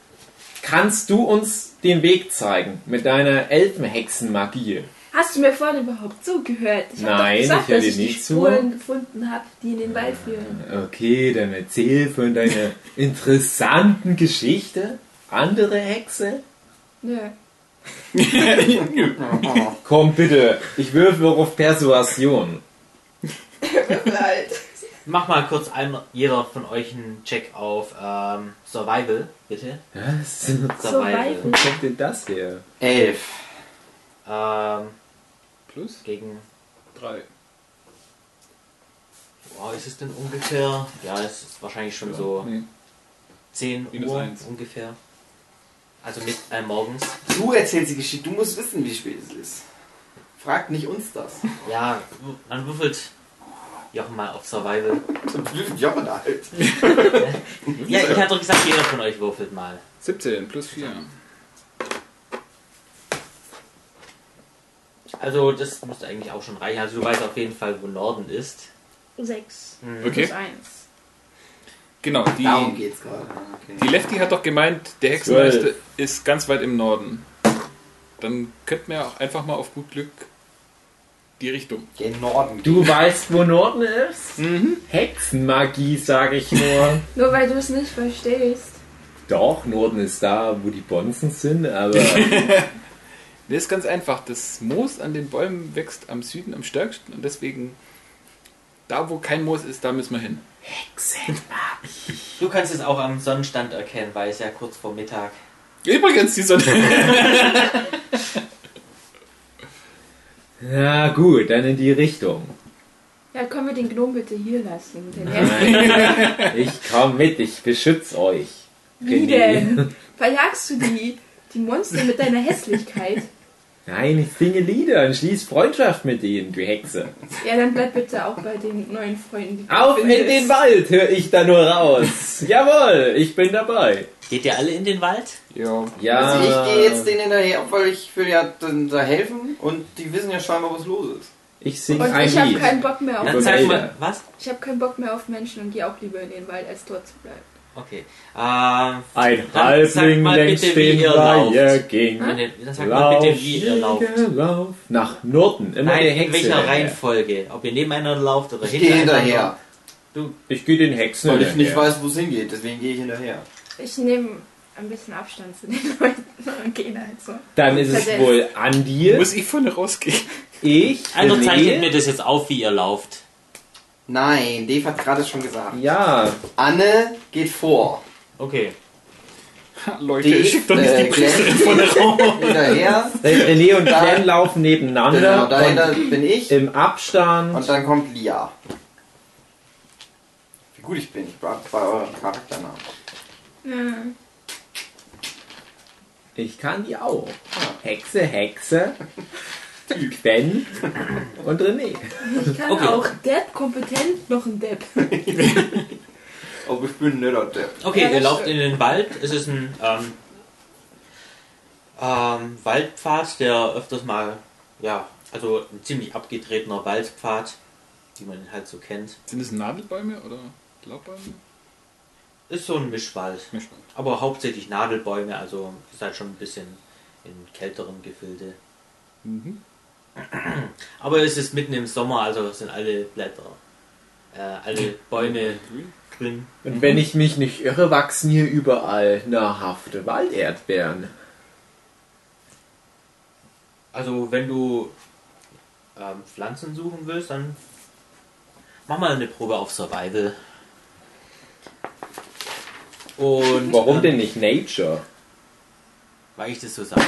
Speaker 2: Kannst du uns den Weg zeigen mit deiner Elfenhexenmagie?
Speaker 5: Hast du mir vorhin überhaupt zugehört? Ich hab
Speaker 2: Nein,
Speaker 5: doch gesagt,
Speaker 2: ich höre
Speaker 5: dass
Speaker 2: dir
Speaker 5: ich die
Speaker 2: nicht zu.
Speaker 5: Spuren gefunden habe, die in den Wald führen.
Speaker 2: Okay, dann erzähl von deiner interessanten Geschichte. Andere Hexe?
Speaker 5: Nö.
Speaker 2: Komm bitte, ich würfe auf Persuasion.
Speaker 4: Mach mal kurz ein, jeder von euch einen Check auf ähm, Survival, bitte.
Speaker 2: Was?
Speaker 5: Survival.
Speaker 2: Wo kommt denn das her?
Speaker 7: Elf.
Speaker 4: Ähm,
Speaker 3: Plus
Speaker 4: gegen.
Speaker 3: 3.
Speaker 4: Wow, ist es denn ungefähr? Ja, es ist wahrscheinlich schon so
Speaker 3: Nee.
Speaker 4: 10
Speaker 3: Minus
Speaker 4: Uhr
Speaker 3: eins.
Speaker 4: ungefähr. Also mit äh, morgens.
Speaker 7: Du erzählst die Geschichte, du musst wissen, wie spät es ist. Frag nicht uns das.
Speaker 4: Ja, w- dann würfelt Jochen mal auf Survival.
Speaker 7: Und wir sind Jochen alt.
Speaker 4: Ja, ich hatte doch gesagt, jeder von euch würfelt mal.
Speaker 3: 17 plus 4.
Speaker 4: Also das müsste eigentlich auch schon reichen. Also du weißt auf jeden Fall, wo Norden ist.
Speaker 5: Sechs.
Speaker 2: Mhm.
Speaker 3: Okay.
Speaker 5: Plus eins.
Speaker 3: Genau, die,
Speaker 7: Darum geht's gerade.
Speaker 3: die
Speaker 7: Okay.
Speaker 3: Lefty hat doch gemeint, der Hexenmeister ist ganz weit im Norden. Dann könnten wir auch einfach mal auf gut Glück die Richtung.
Speaker 7: Gen Norden.
Speaker 2: Du weißt, wo Norden ist? Hexenmagie, sag ich nur.
Speaker 5: Nur weil du es nicht verstehst.
Speaker 2: Doch, Norden ist da, wo die Bonzen sind, aber
Speaker 3: Das ist ganz einfach. Das Moos an den Bäumen wächst am Süden am stärksten und deswegen, da wo kein Moos ist, da müssen wir hin.
Speaker 4: Du kannst es auch am Sonnenstand erkennen, weil es ja kurz vor Mittag.
Speaker 3: Übrigens, die Sonne.
Speaker 2: na gut, dann in die Richtung.
Speaker 5: Ja, können wir den Gnom bitte hier lassen. Denn er
Speaker 2: Ich komm mit, ich beschütze euch.
Speaker 5: Wie
Speaker 2: René.
Speaker 5: denn? Verjagst du die, die Monster mit deiner Hässlichkeit?
Speaker 2: Nein, ich singe Lieder und schließ Freundschaft mit denen, du Hexe.
Speaker 5: Ja, dann bleib bitte auch bei den neuen Freunden. die du
Speaker 2: Auf in
Speaker 5: findest.
Speaker 2: den Wald, höre ich da nur raus. Jawohl, ich bin dabei.
Speaker 4: Geht ihr alle in den Wald?
Speaker 3: ja.
Speaker 2: Ja.
Speaker 7: Also ich gehe jetzt denen hinterher, weil ich will ja dann da helfen und die wissen ja scheinbar, was los ist.
Speaker 2: Ich singe
Speaker 5: Und
Speaker 2: ein
Speaker 5: ich habe
Speaker 2: Lied.
Speaker 5: keinen Bock mehr
Speaker 4: Dann
Speaker 5: auf
Speaker 2: Gut.
Speaker 4: sag mal,
Speaker 2: Wälder.
Speaker 4: was?
Speaker 5: Ich habe keinen Bock mehr auf Menschen und gehe auch lieber in den Wald, als dort zu bleiben.
Speaker 4: Okay. Ähm,
Speaker 2: Ein
Speaker 4: Dann sag
Speaker 2: Halbling
Speaker 4: mal
Speaker 2: längst
Speaker 4: bitte, wie
Speaker 2: den
Speaker 4: ihr
Speaker 2: Weiher
Speaker 4: lauft.
Speaker 2: ging.
Speaker 4: in den- dann sag mal bitte, wie ihr lauft.
Speaker 2: Lauschiger Lauf. Nach Norden, immer
Speaker 4: Nein,
Speaker 2: der
Speaker 4: in
Speaker 2: Hexe.
Speaker 4: welcher
Speaker 2: hinterher.
Speaker 4: Reihenfolge? Ob ihr nebeneinander lauft oder
Speaker 7: Ich gehe
Speaker 4: hintereinander?
Speaker 7: hinterher.
Speaker 2: Ich gehe den Hexen.
Speaker 7: Weil ich nicht
Speaker 2: hinterher.
Speaker 7: weiß, wo es hingeht, deswegen gehe ich hinterher.
Speaker 8: Ich nehme ein bisschen Abstand zu den Leuten und gehe da halt so.
Speaker 2: Dann ist es
Speaker 8: Versetzt.
Speaker 2: wohl an dir.
Speaker 3: Muss ich vorne rausgehen?
Speaker 2: Ich.
Speaker 4: Also zeichnet mir
Speaker 2: René.
Speaker 4: das jetzt auf, wie ihr lauft.
Speaker 7: Nein, Dave hat gerade schon gesagt.
Speaker 2: Ja.
Speaker 7: Anne geht vor.
Speaker 4: Okay.
Speaker 3: Leute,
Speaker 7: Dave
Speaker 3: schickt doch nicht
Speaker 7: äh,
Speaker 3: die Priesterin
Speaker 7: Glenn
Speaker 3: vorne raus.
Speaker 7: hinterher.
Speaker 2: Äh, René und
Speaker 7: Da-
Speaker 2: Glenn laufen nebeneinander.
Speaker 7: Genau, dahinter bin ich.
Speaker 2: und Im Abstand.
Speaker 7: Und dann kommt Lia. Wie gut ich bin, ich war bei eurem Charakternamen.
Speaker 2: Ich kann die auch. Hexe, Hexe, Gwen und René.
Speaker 5: Ich kann
Speaker 4: Okay.
Speaker 5: auch Depp kompetent noch ein Depp.
Speaker 7: Aber Oh, ich bin netter Depp.
Speaker 4: Okay,
Speaker 5: Ja,
Speaker 4: ihr
Speaker 5: das
Speaker 4: lauft in den Wald. Es ist ein ähm, ähm, Waldpfad, der öfters mal, ja, also ein ziemlich abgetretener Waldpfad, die man halt so kennt.
Speaker 3: Sind das Nadelbäume oder Laubbäume?
Speaker 4: Ist so ein Mischwald,
Speaker 3: Mischwald.
Speaker 4: aber hauptsächlich Nadelbäume, also ist halt schon ein bisschen in kälteren Gefilde.
Speaker 3: Mhm.
Speaker 4: Aber es ist mitten im Sommer, also sind alle Blätter, äh, alle Bäume
Speaker 3: Grün?
Speaker 4: grün.
Speaker 2: Und wenn ich mich nicht irre, wachsen hier überall nahrhafte Walderdbeeren.
Speaker 4: Also wenn du ähm, Pflanzen suchen willst, dann mach mal eine Probe auf Survival. Und
Speaker 2: Warum
Speaker 4: ähm,
Speaker 2: denn nicht Nature?
Speaker 4: Weil ich das so sage.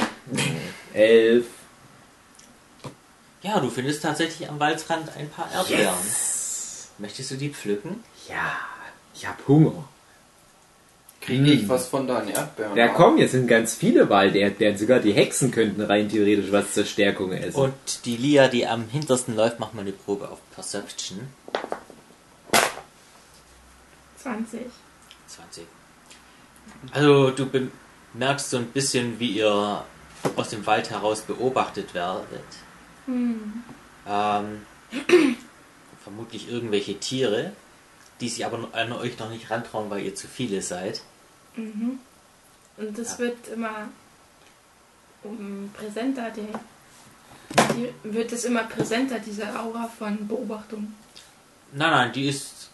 Speaker 2: Elf.
Speaker 4: Ja, du findest tatsächlich am Waldrand ein paar Erdbeeren. Möchtest du die pflücken?
Speaker 2: Ja, ich hab Hunger.
Speaker 7: Kriege ich was von deinen Erdbeeren?
Speaker 2: Ja
Speaker 7: ab?
Speaker 2: komm, jetzt sind ganz viele Walderdbeeren. Sogar die Hexen könnten rein theoretisch was zur Stärkung essen.
Speaker 4: Und die Lia, die am hintersten läuft, macht mal eine Probe auf Perception.
Speaker 8: 20.
Speaker 4: 20. Also du bemerkst so ein bisschen, wie ihr aus dem Wald heraus beobachtet werdet. Ähm, vermutlich irgendwelche Tiere, die sich aber an euch noch nicht rantrauen, weil ihr zu viele seid.
Speaker 8: Und das wird immer um, präsenter, die, die, wird es immer präsenter, diese Aura von Beobachtung.
Speaker 4: Nein, nein, die ist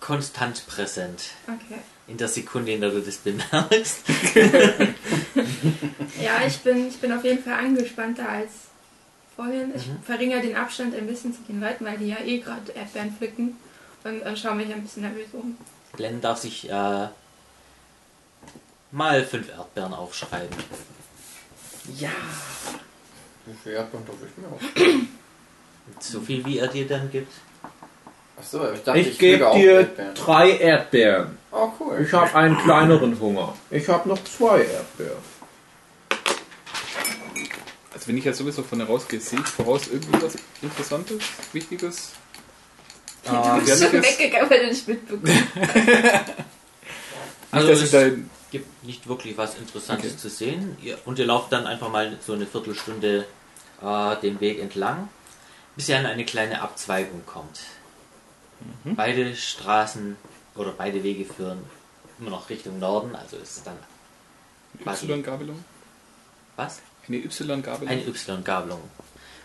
Speaker 4: konstant präsent.
Speaker 8: Okay.
Speaker 4: In der Sekunde, in der du das bemerkst.
Speaker 8: Ja, ich bin, ich bin auf jeden Fall angespannter als vorhin. Ich
Speaker 4: Mhm.
Speaker 8: verringere den Abstand ein bisschen zu den Leuten, weil die ja eh gerade Erdbeeren pflücken. Und, und schaue mich ein bisschen nervös um.
Speaker 4: Glenn darf sich äh, mal fünf Erdbeeren aufschreiben.
Speaker 7: Wie viel Erdbeeren darf ich mir auf?
Speaker 4: So viel, wie er dir dann gibt.
Speaker 7: Achso, ich dachte, ich,
Speaker 2: Ich gebe
Speaker 7: kriege auch
Speaker 2: dir
Speaker 7: Erdbeeren.
Speaker 2: drei Erdbeeren.
Speaker 7: Oh cool.
Speaker 2: Ich habe einen kleineren Hunger. Ich habe noch zwei Erdbeeren.
Speaker 3: Also wenn ich jetzt sowieso vorne rausgehe, sehe ich voraus irgendwas Interessantes, Wichtiges?
Speaker 4: Ähm,
Speaker 8: Ich bin
Speaker 3: Gefährliches?
Speaker 8: weggegangen, weil du nicht mitbekommst.
Speaker 3: Nicht,
Speaker 4: Also
Speaker 3: dass
Speaker 4: es-
Speaker 3: ich da in-
Speaker 4: gibt nicht wirklich was Interessantes
Speaker 3: Okay.
Speaker 4: zu sehen. Ihr, und ihr lauft dann einfach mal so eine Viertelstunde äh, den Weg entlang, bis ihr an eine kleine Abzweigung kommt. Beide Straßen oder beide Wege führen immer noch Richtung Norden, also ist es dann quasi-
Speaker 3: Y-Gabelung?
Speaker 4: was?
Speaker 3: Eine Y-Gabelung?
Speaker 4: Eine Y-Gabelung.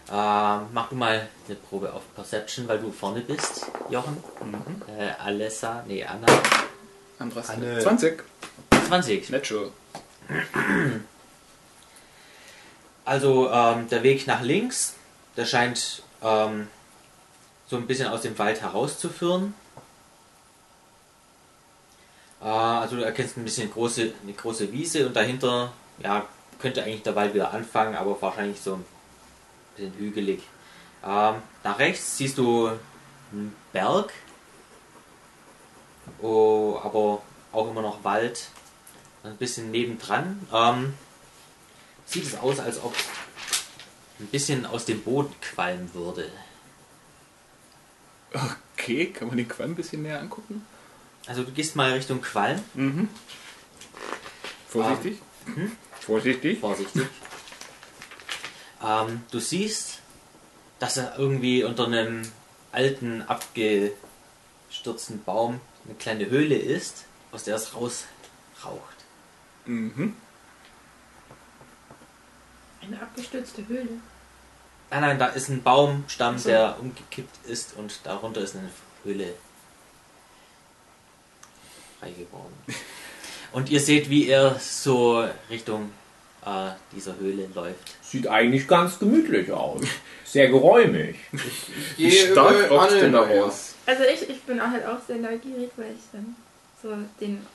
Speaker 4: Ähm, mach du mal eine Probe auf Perception, weil du vorne bist, Jochen. Äh, Alessa, nee, Anna.
Speaker 3: Andras.
Speaker 7: Eine-
Speaker 3: 20.
Speaker 4: 20.
Speaker 3: Natural.
Speaker 4: Also ähm, der Weg nach links, der scheint ähm, so ein bisschen aus dem Wald herauszuführen. Äh, also du erkennst ein bisschen große, eine große Wiese und dahinter ja, könnte eigentlich der Wald wieder anfangen, aber wahrscheinlich so ein bisschen hügelig. Ähm, nach rechts siehst du einen Berg, oh, aber auch immer noch Wald. Also Ein bisschen nebendran. Ähm, sieht es aus, als ob ein bisschen aus dem Boden qualmen würde.
Speaker 3: Okay, kann man den Qualm ein bisschen näher angucken?
Speaker 4: Also du gehst mal Richtung Qualm,
Speaker 3: Vorsichtig.
Speaker 4: Ah. Mhm.
Speaker 3: Vorsichtig.
Speaker 4: vorsichtig. ähm, du siehst, dass er irgendwie unter einem alten, abgestürzten Baum eine kleine Höhle ist, aus der es rausraucht.
Speaker 3: Mhm.
Speaker 8: Eine abgestürzte Höhle.
Speaker 4: Nein, nein, da ist ein Baumstamm, der umgekippt ist und darunter ist eine Höhle. frei geworden. Und ihr seht, wie er so Richtung äh, dieser Höhle läuft.
Speaker 2: Sieht eigentlich ganz gemütlich aus. Sehr geräumig.
Speaker 3: Wie stark raucht denn da raus?
Speaker 5: Also ich, ich bin auch halt auch sehr neugierig, weil ich dann so den.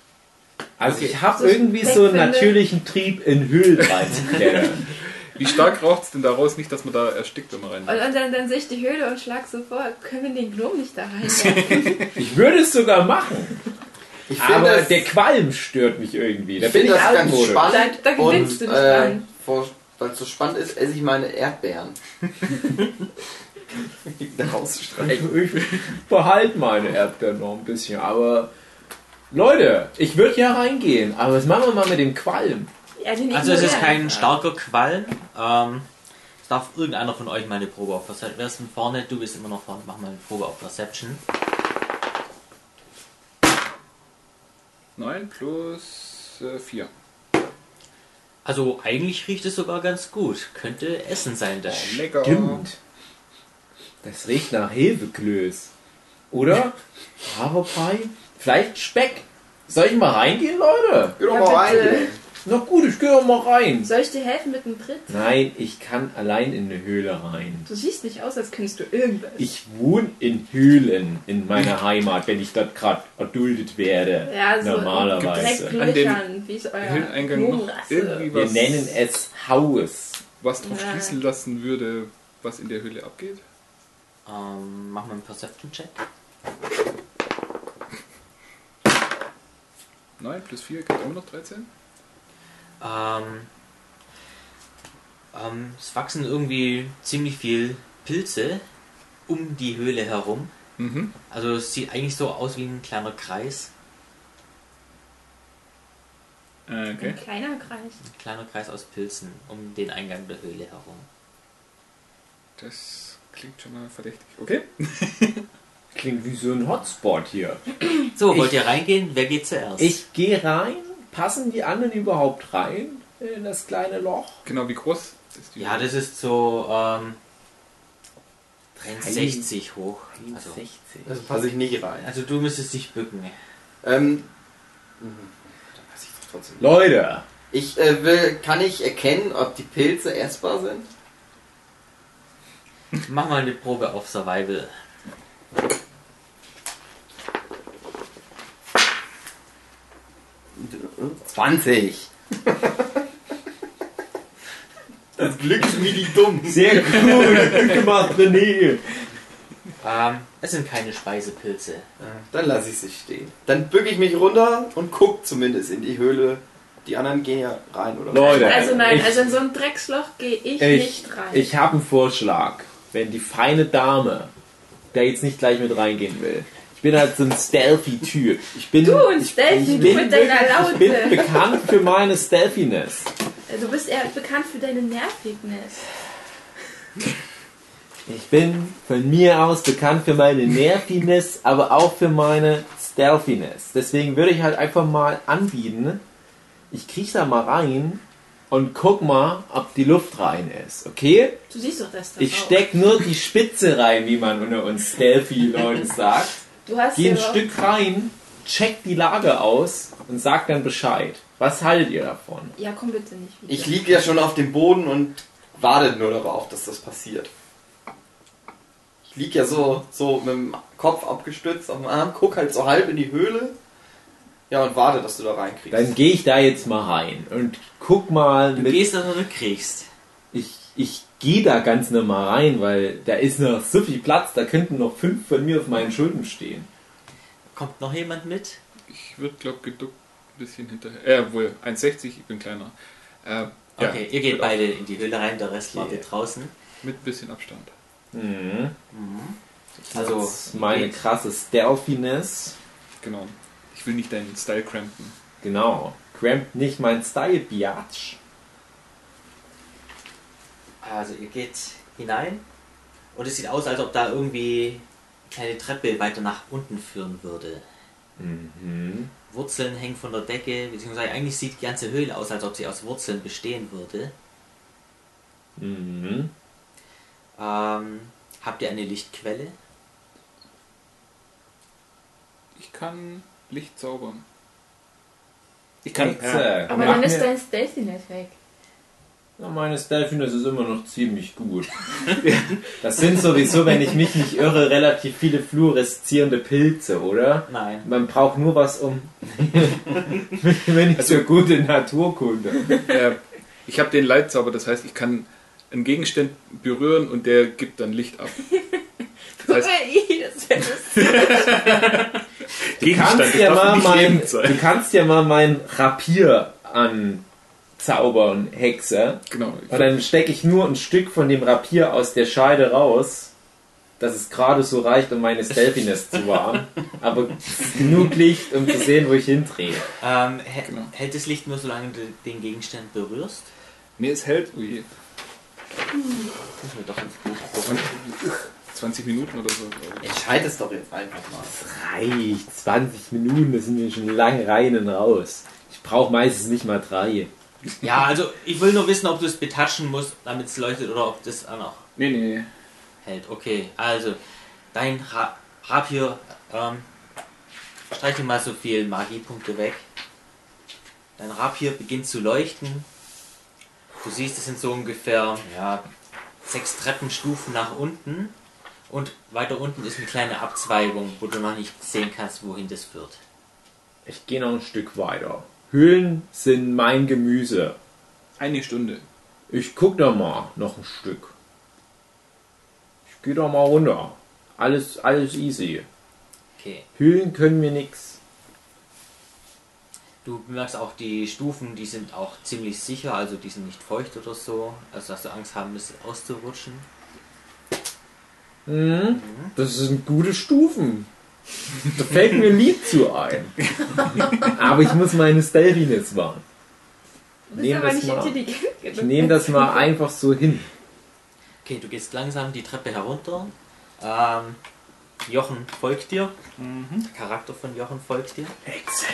Speaker 2: Also ich habe
Speaker 5: So
Speaker 2: irgendwie so einen
Speaker 5: finde-
Speaker 2: natürlichen Trieb in Höhlen reinzuklettern.
Speaker 3: Wie stark raucht es denn da raus? Nicht, dass man da erstickt, wenn man rein.
Speaker 5: Und, und dann, dann sehe ich die Höhle und schlag so vor, können wir den Gnom nicht da reinwerfen?
Speaker 2: Ich würde es sogar machen,
Speaker 1: Ich finde
Speaker 2: aber
Speaker 1: das,
Speaker 2: der Qualm stört mich irgendwie. Da
Speaker 1: ich
Speaker 2: bin
Speaker 1: find
Speaker 2: ich
Speaker 1: das ganz
Speaker 2: altmodisch.
Speaker 1: spannend.
Speaker 5: Da- da gewinnst
Speaker 1: und,
Speaker 5: du nicht
Speaker 1: äh,
Speaker 5: dran.
Speaker 1: Weil es so spannend ist, esse ich meine Erdbeeren. da rausstreichen.
Speaker 2: Ich, ich behalte meine Erdbeeren noch ein bisschen, aber Leute, ich würde ja reingehen, aber was machen wir mal mit dem Qualm?
Speaker 5: Ja, den
Speaker 4: Also es ist
Speaker 5: ignorieren.
Speaker 4: kein starker Qualm. Ähm, es darf irgendeiner von euch mal eine Probe auf Perception. Wer ist denn vorne? Du bist immer noch vorne. Mach mal eine Probe auf Perception.
Speaker 3: Nein, plus äh, vier.
Speaker 4: Also eigentlich riecht es sogar ganz gut. Könnte Essen sein, da.
Speaker 3: Lecker.
Speaker 2: Stimmt. Das riecht nach Hefeklöß. Oder? Haferpie? Vielleicht Speck. Soll ich mal reingehen, Leute?
Speaker 1: Geh doch
Speaker 5: Ja,
Speaker 1: mal
Speaker 5: bitte.
Speaker 1: rein.
Speaker 2: Na gut, ich gehe mal rein.
Speaker 5: Soll ich dir helfen mit dem Tritt?
Speaker 2: Nein, ich kann allein in eine Höhle rein.
Speaker 5: Du siehst nicht aus, als könntest du irgendwas.
Speaker 2: Ich wohne in Höhlen in meiner Heimat, wenn ich dort gerade erduldet werde.
Speaker 5: Ja, also so
Speaker 2: normalerweise.
Speaker 5: direkt
Speaker 3: An den
Speaker 5: löchern, wie es euer
Speaker 3: Höhleneingang noch
Speaker 5: Gnomenrasse.
Speaker 3: irgendwie
Speaker 2: Wir
Speaker 3: was,
Speaker 2: nennen es Haus.
Speaker 3: was drauf
Speaker 5: Nein.
Speaker 3: schließen lassen würde, was in der Höhle abgeht.
Speaker 4: Ähm, mach mal einen Perception-Check.
Speaker 3: Nein, plus vier geht immer noch 13.
Speaker 4: Ähm, ähm, es wachsen irgendwie ziemlich viel Pilze um die Höhle herum.
Speaker 3: Mhm.
Speaker 4: Also es sieht eigentlich so aus wie ein kleiner Kreis.
Speaker 3: Äh,
Speaker 5: Ein
Speaker 3: okay.
Speaker 5: kleiner Kreis.
Speaker 4: Ein kleiner Kreis aus Pilzen um den Eingang der Höhle herum.
Speaker 3: Das klingt schon mal verdächtig. Okay.
Speaker 2: Klingt wie so ein Hotspot hier.
Speaker 4: So,
Speaker 2: Ich-
Speaker 4: wollt ihr reingehen? Wer geht zuerst?
Speaker 2: Ich gehe rein. Passen die anderen überhaupt rein in das kleine Loch?
Speaker 3: Genau, wie groß ist die
Speaker 4: Ja,
Speaker 3: Höhle?
Speaker 4: das ist so ähm, 60 hoch. Also,
Speaker 2: 60.
Speaker 1: Also passe ich nicht rein.
Speaker 4: also du müsstest dich bücken.
Speaker 1: Ähm, mhm. Da weiß ich doch trotzdem.
Speaker 2: Leute,
Speaker 1: Ich äh, will, kann ich erkennen, ob die Pilze essbar sind?
Speaker 4: Mach mal eine Probe auf Survival.
Speaker 1: Hm? 20. das Glück ist mir die dumm.
Speaker 2: sehr gut, gut gemacht, René.
Speaker 4: Ähm, es sind keine Speisepilze.
Speaker 1: Äh, Dann lasse ich sie stehen. Dann bücke ich mich runter und guck zumindest in die Höhle. Die anderen gehen ja rein, oder?
Speaker 2: Leute.
Speaker 5: Also nein,
Speaker 2: Ich-
Speaker 5: also in so ein Drecksloch gehe
Speaker 2: Ich,
Speaker 5: ich, nicht rein.
Speaker 2: ich habe einen Vorschlag. Wenn die feine Dame da jetzt nicht gleich mit reingehen will. Ich bin halt so ein Stealthy-Typ. Ich bin,
Speaker 5: du und
Speaker 2: ich,
Speaker 5: Stealthy,
Speaker 2: ich
Speaker 5: du
Speaker 2: bin
Speaker 5: mit deiner
Speaker 2: ich bin
Speaker 5: Laute.
Speaker 2: bekannt für meine Stealthiness.
Speaker 5: Du bist eher bekannt für deine Nervignis.
Speaker 2: Ich bin von mir aus bekannt für meine Nerviness, aber auch für meine Stealthiness. Deswegen würde ich halt einfach mal anbieten, ich kriech da mal rein und guck mal, ob die Luft rein ist, okay?
Speaker 5: Du siehst doch das da
Speaker 2: Ich
Speaker 5: drauf.
Speaker 2: steck nur die Spitze rein, wie man unter uns Stealthy-Leuten sagt.
Speaker 5: Du hast
Speaker 2: Geh ein
Speaker 5: ja
Speaker 2: Stück rein, check die Lage aus und sag dann Bescheid. Was haltet ihr davon?
Speaker 5: Ja, komm bitte nicht wieder.
Speaker 1: Ich liege ja schon auf dem Boden und warte nur darauf, dass das passiert. Ich liege ja so, so mit dem Kopf abgestützt auf dem Arm, guck halt so halb in die Höhle. Ja, und warte, dass du da reinkriegst.
Speaker 2: Dann gehe ich da jetzt mal rein und guck mal
Speaker 4: Du
Speaker 2: mit
Speaker 4: gehst und du kriegst.
Speaker 2: ich, ich gehe da ganz normal rein, weil da ist noch so viel Platz, da könnten noch fünf von mir auf meinen Schultern stehen.
Speaker 4: Kommt noch jemand mit?
Speaker 3: Ich würde, glaube geduckt ein bisschen hinterher. Äh, wohl, 1,60, ich bin kleiner. Äh, ja,
Speaker 4: Okay, ihr geht
Speaker 2: Genau.
Speaker 3: würd auch
Speaker 4: beide in die Höhle rein, der Rest
Speaker 2: Okay.
Speaker 4: wartet draußen.
Speaker 3: Mit ein bisschen Abstand.
Speaker 4: Also,
Speaker 2: Das ist Mhm. meine krasse Stealthiness.
Speaker 3: Genau. Ich will nicht deinen Style crampen.
Speaker 2: Genau. Crampt nicht mein Style, Biatch.
Speaker 4: also ihr geht hinein und es sieht aus, als ob da irgendwie eine kleine Treppe weiter nach unten führen würde.
Speaker 2: Mhm.
Speaker 4: Wurzeln hängen von der Decke, beziehungsweise eigentlich sieht die ganze Höhle aus, als ob sie aus Wurzeln bestehen würde.
Speaker 2: Mhm.
Speaker 4: Ähm, habt ihr eine Lichtquelle?
Speaker 3: Ich kann Licht zaubern.
Speaker 9: Ich kann.
Speaker 2: Pizza.
Speaker 8: Aber
Speaker 9: Mach
Speaker 8: dann ist
Speaker 9: mir-
Speaker 8: dein Stealthy nicht weg.
Speaker 2: Ja, meine Stealthiness ist immer noch ziemlich gut. Das sind sowieso, wenn ich mich nicht irre, relativ viele fluoreszierende Pilze, oder?
Speaker 4: Nein.
Speaker 2: Man braucht nur was um. wenn ich
Speaker 3: Also
Speaker 2: für gute Naturkunde.
Speaker 3: Äh, ich habe den Leitzauber, das heißt, ich kann einen Gegenstand berühren und der gibt dann Licht ab. Das heißt,
Speaker 8: das wäre das.
Speaker 2: Du kannst,
Speaker 3: ich
Speaker 2: ja
Speaker 3: darf
Speaker 2: mal
Speaker 3: nicht
Speaker 2: mein,
Speaker 3: lebend sein.
Speaker 2: du kannst ja mal mein Rapier anzaubern, Hexer.
Speaker 3: Genau.
Speaker 2: Und dann stecke ich nur ein Stück von dem Rapier aus der Scheide raus, dass es gerade so reicht, um meine Stealthiness zu wahren. Aber genug Licht, um zu sehen, wo ich hindrehe.
Speaker 4: Ähm, hä-
Speaker 3: Genau.
Speaker 4: Hält das Licht nur, solange du den Gegenstand berührst?
Speaker 3: Nee, es hält ui,
Speaker 4: Müssen wir doch ins Buch gucken.
Speaker 3: 20 20 Minuten oder so. glaub ich.
Speaker 7: Entscheid es doch jetzt einfach mal.
Speaker 2: Reicht, 20 Minuten, da sind wir schon lang rein und raus. Ich brauche meistens nicht mal drei.
Speaker 4: Ja, also ich will nur wissen, ob du es betatschen musst, damit es leuchtet oder ob das dann auch
Speaker 3: Nee, nee.
Speaker 4: hält. Okay, also dein Ra- Rapier, ähm, streich dir mal so viel Magiepunkte weg. Dein Rapier beginnt zu leuchten. Du siehst, es sind so ungefähr ja, sechs Treppenstufen nach unten. Und weiter unten ist eine kleine Abzweigung, wo du noch nicht sehen kannst, wohin das führt.
Speaker 2: Ich gehe noch ein Stück weiter. Höhlen sind mein Gemüse.
Speaker 3: Eine Stunde.
Speaker 2: Ich guck da mal noch ein Stück. Ich gehe da mal runter. Alles, alles easy.
Speaker 4: Okay.
Speaker 2: Höhlen können mir nix.
Speaker 4: Du bemerkst auch, die Stufen, die sind auch ziemlich sicher, also die sind nicht feucht oder so. Also dass du Angst haben müsst, auszurutschen.
Speaker 2: Mhm. Das sind gute Stufen. Da fällt mir ein Lied zu ein. Aber ich muss meine Stealthiness wahren.
Speaker 8: Du bist
Speaker 2: Nehmen
Speaker 8: aber
Speaker 2: das
Speaker 8: nicht
Speaker 2: mal.
Speaker 8: intelligent genug.
Speaker 2: Ich nehme das mal einfach so hin.
Speaker 4: Okay, du gehst langsam die Treppe herunter. Ähm, Jochen folgt dir.
Speaker 2: Mhm.
Speaker 4: Der Charakter von Jochen folgt dir.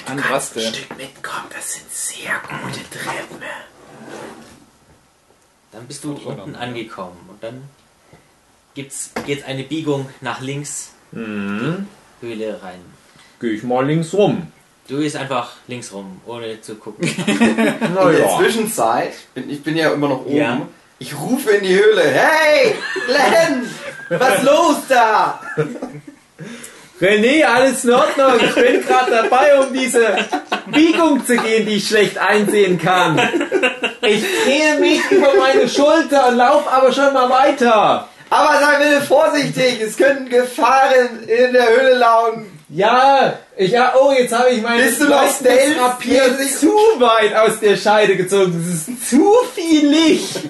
Speaker 3: Anraste.
Speaker 2: Mitkommen, das sind sehr gute Treppen.
Speaker 4: Dann bist du
Speaker 3: verdammt,
Speaker 4: unten
Speaker 3: ja.
Speaker 4: angekommen und dann gibt's jetzt eine Biegung nach links,
Speaker 2: Mhm.
Speaker 4: Höhle rein.
Speaker 2: Gehe ich mal links rum.
Speaker 4: Du gehst einfach links rum, ohne zu gucken.
Speaker 7: In der
Speaker 2: Naja.
Speaker 7: Zwischenzeit, bin, ich bin ja immer noch oben,
Speaker 4: Ja.
Speaker 7: ich rufe in die Höhle, hey, Glenn, was los da?
Speaker 2: René, alles in Ordnung. Ich bin gerade dabei, um diese Biegung zu gehen, die ich schlecht einsehen kann. Ich drehe mich über meine Schulter und laufe aber schon mal weiter.
Speaker 7: Aber sei bitte vorsichtig, es könnten Gefahren in der Höhle lauern.
Speaker 2: Ja, ich ja, oh, jetzt habe ich mein
Speaker 7: Bist du noch stealth?
Speaker 2: Papier
Speaker 7: Ja, sicher.
Speaker 2: zu weit aus der Scheide gezogen. Das ist zu viel Licht.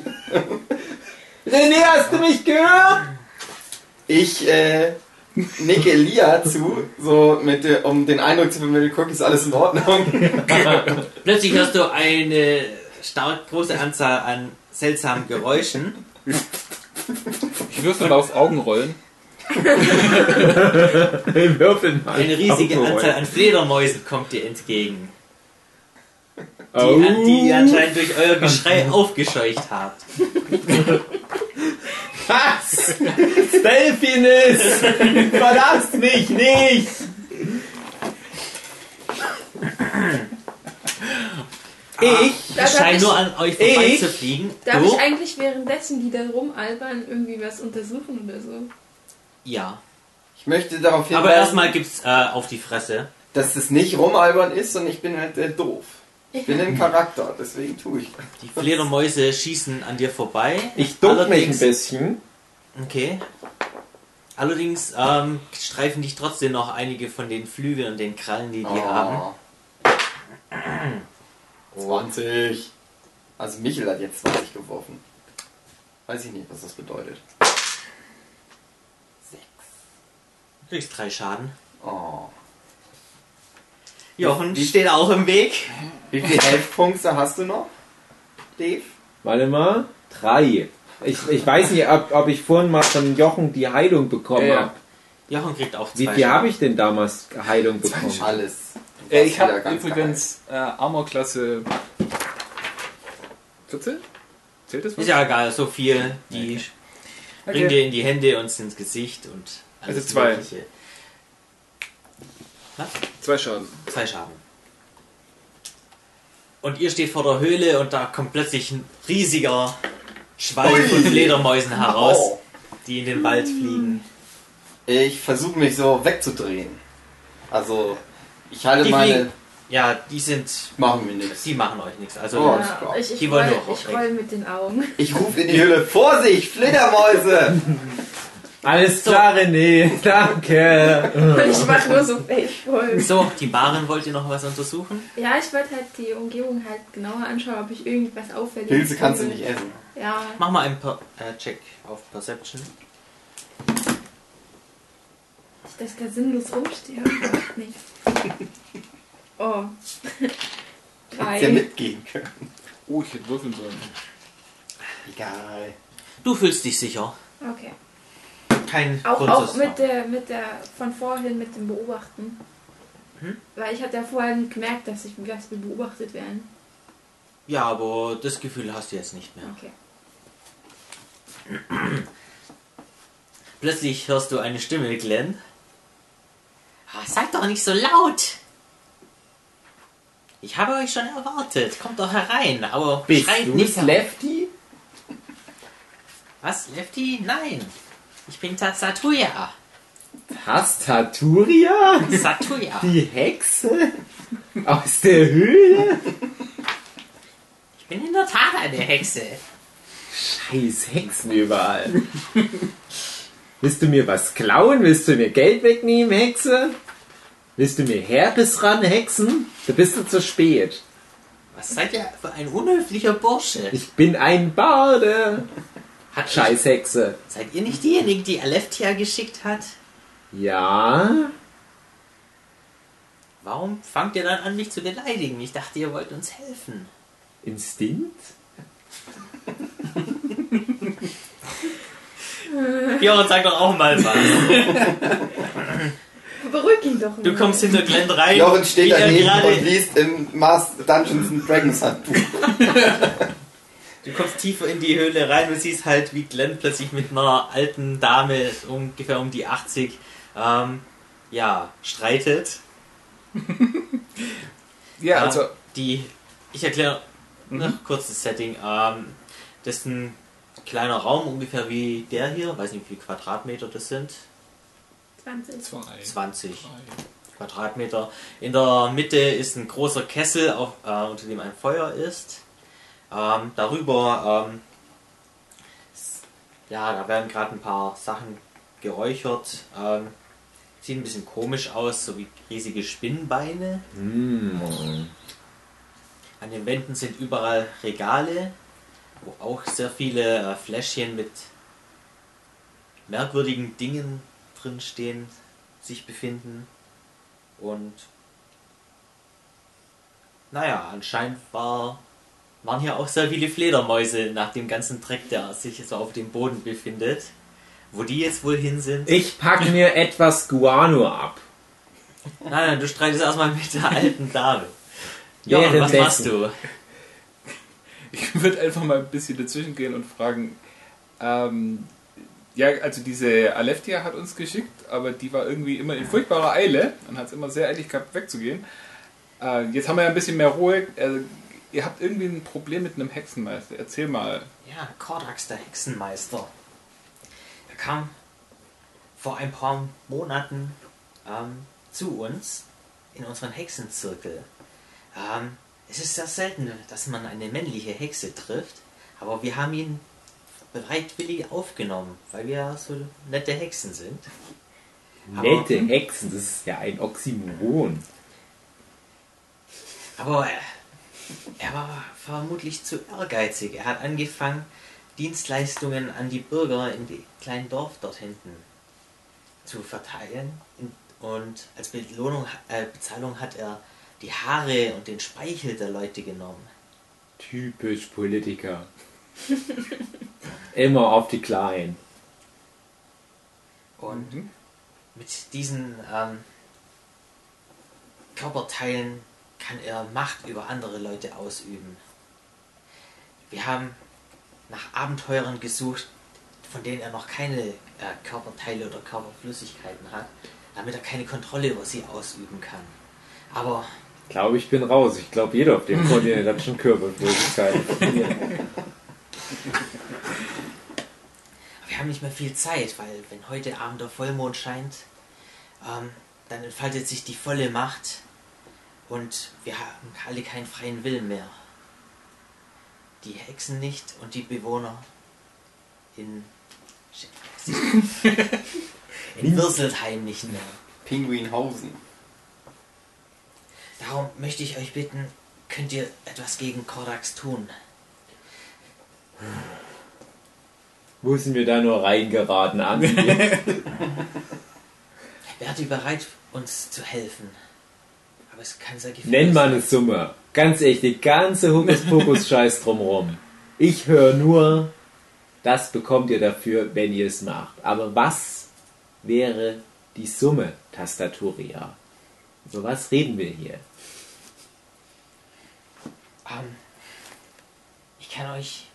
Speaker 2: René, hast du mich gehört?
Speaker 7: Ich äh, nicke Lia zu, so mit, der- um den Eindruck zu vermitteln, guck, ist alles in Ordnung.
Speaker 4: Plötzlich hörst du eine stark große Anzahl an seltsamen Geräuschen.
Speaker 3: Ich würfel auf Augenrollen.
Speaker 2: Ich würfel mal.
Speaker 4: Eine riesige
Speaker 2: Augenroll.
Speaker 4: Anzahl an Fledermäusen kommt dir entgegen, die,
Speaker 2: Oh.
Speaker 4: an, die ihr anscheinend durch euer Geschrei aufgescheucht habt.
Speaker 2: Was? Delfinus! Verlass mich nicht! Ich?
Speaker 8: Darf
Speaker 4: Es scheint
Speaker 8: ich,
Speaker 4: nur an euch vorbei
Speaker 2: Ich?
Speaker 4: zu fliegen.
Speaker 8: darf
Speaker 4: Du?
Speaker 8: ich eigentlich währenddessen die da rumalbern irgendwie was untersuchen oder so?
Speaker 4: Ja.
Speaker 7: Ich möchte darauf hinweisen,
Speaker 4: Aber erstmal gibt's äh, auf die Fresse.
Speaker 7: dass das nicht rumalbern ist und ich bin halt äh, doof. Ich bin ein Charakter, deswegen tue ich.
Speaker 4: Die Fledermäuse schießen an dir vorbei.
Speaker 2: Ich duck mich ein
Speaker 4: Allerdings-
Speaker 2: bisschen.
Speaker 4: Okay. Allerdings ähm, streifen dich trotzdem noch einige von den Flügeln und den Krallen, die die
Speaker 7: Oh.
Speaker 4: haben.
Speaker 7: 20. Also Michel hat jetzt 20 geworfen. Weiß ich nicht, was das bedeutet.
Speaker 4: Du kriegst drei Schaden.
Speaker 7: Oh.
Speaker 4: Jochen steht auch im Weg.
Speaker 7: Wie viele Elfpunkte hast du noch, Dave?
Speaker 2: Warte mal. Drei. Ich, ich weiß nicht, ob, ob ich vorhin mal von Jochen die Heilung bekommen
Speaker 3: Ja, ja.
Speaker 2: habe.
Speaker 4: Jochen kriegt auch zwei
Speaker 2: Wie viel habe ich denn damals Heilung bekommen?
Speaker 7: Alles. Du
Speaker 3: Äh,
Speaker 7: warst
Speaker 3: ich habe
Speaker 7: wieder ganz
Speaker 3: übrigens äh, Armorklasse 14? Zählt das
Speaker 4: Ist ja egal, so viel. Die bringen dir in die Hände und ins Gesicht und alles
Speaker 3: Also zwei.
Speaker 4: Mögliche.
Speaker 3: Zwei Schaden.
Speaker 4: Zwei Schaden. Und ihr steht vor der Höhle und da kommt plötzlich ein riesiger Schwall von Fledermäusen heraus,
Speaker 7: Oh.
Speaker 4: die in den Wald fliegen.
Speaker 7: Ich versuche mich so wegzudrehen. Also, ich halte
Speaker 4: Die
Speaker 7: meine.
Speaker 4: fliegen. Ja, die sind.
Speaker 7: Machen wir nichts.
Speaker 4: Die machen euch nichts. Also
Speaker 7: Oh.
Speaker 5: Ja, ich ich,
Speaker 4: Die
Speaker 5: roll,
Speaker 4: wollen doch auch
Speaker 5: ich roll mit den Augen.
Speaker 7: Ich rufe in die Höhle: Vorsicht, Fledermäuse!
Speaker 2: Alles klar, René. Danke.
Speaker 5: Ich mach nur so ich roll.
Speaker 4: so, die Baren wollt ihr noch was untersuchen?
Speaker 5: Ja, ich wollte halt die Umgebung halt genauer anschauen, ob ich irgendwas auffällig
Speaker 7: Pilze kannst du nicht essen.
Speaker 5: Ja,
Speaker 4: Mach mal einen per äh, Check auf Perception.
Speaker 5: nicht, dass ich da sinnlos rumstehe. Macht nichts. Oh.
Speaker 7: Hättest ja
Speaker 5: Drei.
Speaker 7: mitgehen können.
Speaker 3: Oh, ich hätte würfeln sollen.
Speaker 7: Egal.
Speaker 4: Du fühlst dich sicher.
Speaker 5: Okay.
Speaker 4: Kein
Speaker 5: Auch,
Speaker 4: Grund,
Speaker 5: auch
Speaker 4: das-
Speaker 5: mit der, mit der, von vorhin mit dem Beobachten.
Speaker 3: Hm?
Speaker 5: Weil ich hatte ja vorhin gemerkt, dass ich dass wir beobachtet werden.
Speaker 4: Ja, aber das Gefühl hast du jetzt nicht mehr.
Speaker 5: Okay.
Speaker 4: Plötzlich hörst du eine Stimme, Glenn. Ah, Seid doch nicht so laut! Ich habe euch schon erwartet. Kommt doch herein, aber
Speaker 2: Bist
Speaker 4: schreit
Speaker 2: du
Speaker 4: nicht herein.
Speaker 2: Lefty?
Speaker 4: Was, Lefty? Nein! Ich bin Ta- Satuya.
Speaker 2: Tastaturia?
Speaker 4: Satuya.
Speaker 2: Die Hexe? Aus der Höhle?
Speaker 4: Ich bin in der Tat eine Hexe.
Speaker 2: Scheiß Hexen überall. Willst du mir was klauen? Willst du mir Geld wegnehmen, Hexe? Willst du mir Herpes ran, Hexen? Du bist du zu spät.
Speaker 4: Was seid ihr für ein unhöflicher Bursche?
Speaker 2: Ich bin ein Barde.
Speaker 4: Hat
Speaker 2: Scheiß Hexe.
Speaker 4: Seid ihr nicht diejenigen, die Aleftia geschickt hat?
Speaker 2: Ja.
Speaker 4: Warum fangt ihr dann an, mich zu beleidigen? Ich dachte, ihr wollt uns helfen.
Speaker 2: Instinkt?
Speaker 4: Björn, sag doch auch mal was.
Speaker 5: Beruhig ihn doch mal.
Speaker 4: Du kommst hinter Glenn rein.
Speaker 7: Jochen steht
Speaker 4: wie er
Speaker 7: daneben
Speaker 4: gerade-
Speaker 7: und liest im Mars Dungeons and Dragons Handbuch.
Speaker 4: Du kommst tiefer in die Höhle rein und siehst halt, wie Glenn plötzlich mit einer alten Dame, ungefähr um die 80, ähm, ja, streitet.
Speaker 3: Ja, also, Mhm.
Speaker 4: Äh, die, ich erkläre noch kurz das Setting. Ähm, das ist ein kleiner Raum, ungefähr wie der hier. Weiß nicht, wie viele Quadratmeter das sind.
Speaker 5: 20.
Speaker 3: zwei.
Speaker 4: 20. Quadratmeter. In der Mitte ist ein großer Kessel, auf, äh, unter dem ein Feuer ist. Ähm, darüber, ähm, s- ja, da werden gerade ein paar Sachen geräuchert. Ähm, sieht ein bisschen komisch aus, so wie riesige Spinnenbeine. An den Wänden sind überall Regale, wo auch sehr viele äh, Fläschchen mit merkwürdigen Dingen drin stehen, sich befinden. Und naja, anscheinend war, waren hier auch sehr viele Fledermäuse nach dem ganzen Dreck, der sich so auf dem Boden befindet. Wo die jetzt wohl hin sind?
Speaker 2: Ich pack mir etwas Guano ab.
Speaker 4: Nein, nein, du streitest erstmal mit der alten Dame. Ja,
Speaker 2: Währenddessen.
Speaker 4: was machst du?
Speaker 3: Ich würde einfach mal ein bisschen dazwischen gehen und fragen, ähm, ja, also diese Aleftia hat uns geschickt, aber die war irgendwie immer in furchtbarer Eile und hat es immer sehr eilig gehabt, wegzugehen. Äh, jetzt haben wir ja ein bisschen mehr Ruhe. Äh, ihr habt irgendwie ein Problem mit einem Hexenmeister. Erzähl mal.
Speaker 4: Ja, Kordax, der Hexenmeister. Er kam vor ein paar Monaten ähm, zu uns in unseren Hexenzirkel. Ähm, es ist sehr selten, dass man eine männliche Hexe trifft, aber wir haben ihn bereitwillig aufgenommen, weil wir so nette Hexen sind. Aber-
Speaker 2: Nette Hexen, das ist ja ein Oxymoron.
Speaker 4: Aber er, er war vermutlich zu ehrgeizig. Er hat angefangen, Dienstleistungen an die Bürger in dem kleinen Dorf dort hinten zu verteilen. Und als Belohnung, äh, Bezahlung hat er die Haare und den Speichel der Leute genommen.
Speaker 2: Typisch Politiker. Immer auf die Kleinen.
Speaker 4: Und mit diesen ähm, Körperteilen kann er Macht über andere Leute ausüben. Wir haben nach Abenteurern gesucht, von denen er noch keine äh, Körperteile oder Körperflüssigkeiten hat, damit er keine Kontrolle über sie ausüben kann. Aber
Speaker 2: Ich glaube, ich bin raus. Ich glaube, jeder auf dem Kontinent hat schon Körperlosigkeiten.
Speaker 4: Wir haben nicht mehr viel Zeit, weil wenn heute Abend der Vollmond scheint, ähm, dann entfaltet sich die volle Macht und wir haben alle keinen freien Willen mehr. Die Hexen nicht und die Bewohner in, Shit, weiß ich. in Wirselheim nicht mehr.
Speaker 7: Pinguinhausen.
Speaker 4: Darum möchte ich euch bitten, könnt ihr etwas gegen Korax tun?
Speaker 2: Wo sind wir da nur reingeraten, Andi?
Speaker 4: Wärt ihr bereit, uns zu helfen? Aber es kann sehr gefährlich
Speaker 2: Nenn mal
Speaker 4: sein.
Speaker 2: eine Summe. Ganz echt, die ganze Hokuspokus-Scheiß drumrum. Ich höre nur, das bekommt ihr dafür, wenn ihr es macht. Aber was wäre die Summe, Tastaturia? Über was reden wir hier?
Speaker 4: Ähm, ich kann euch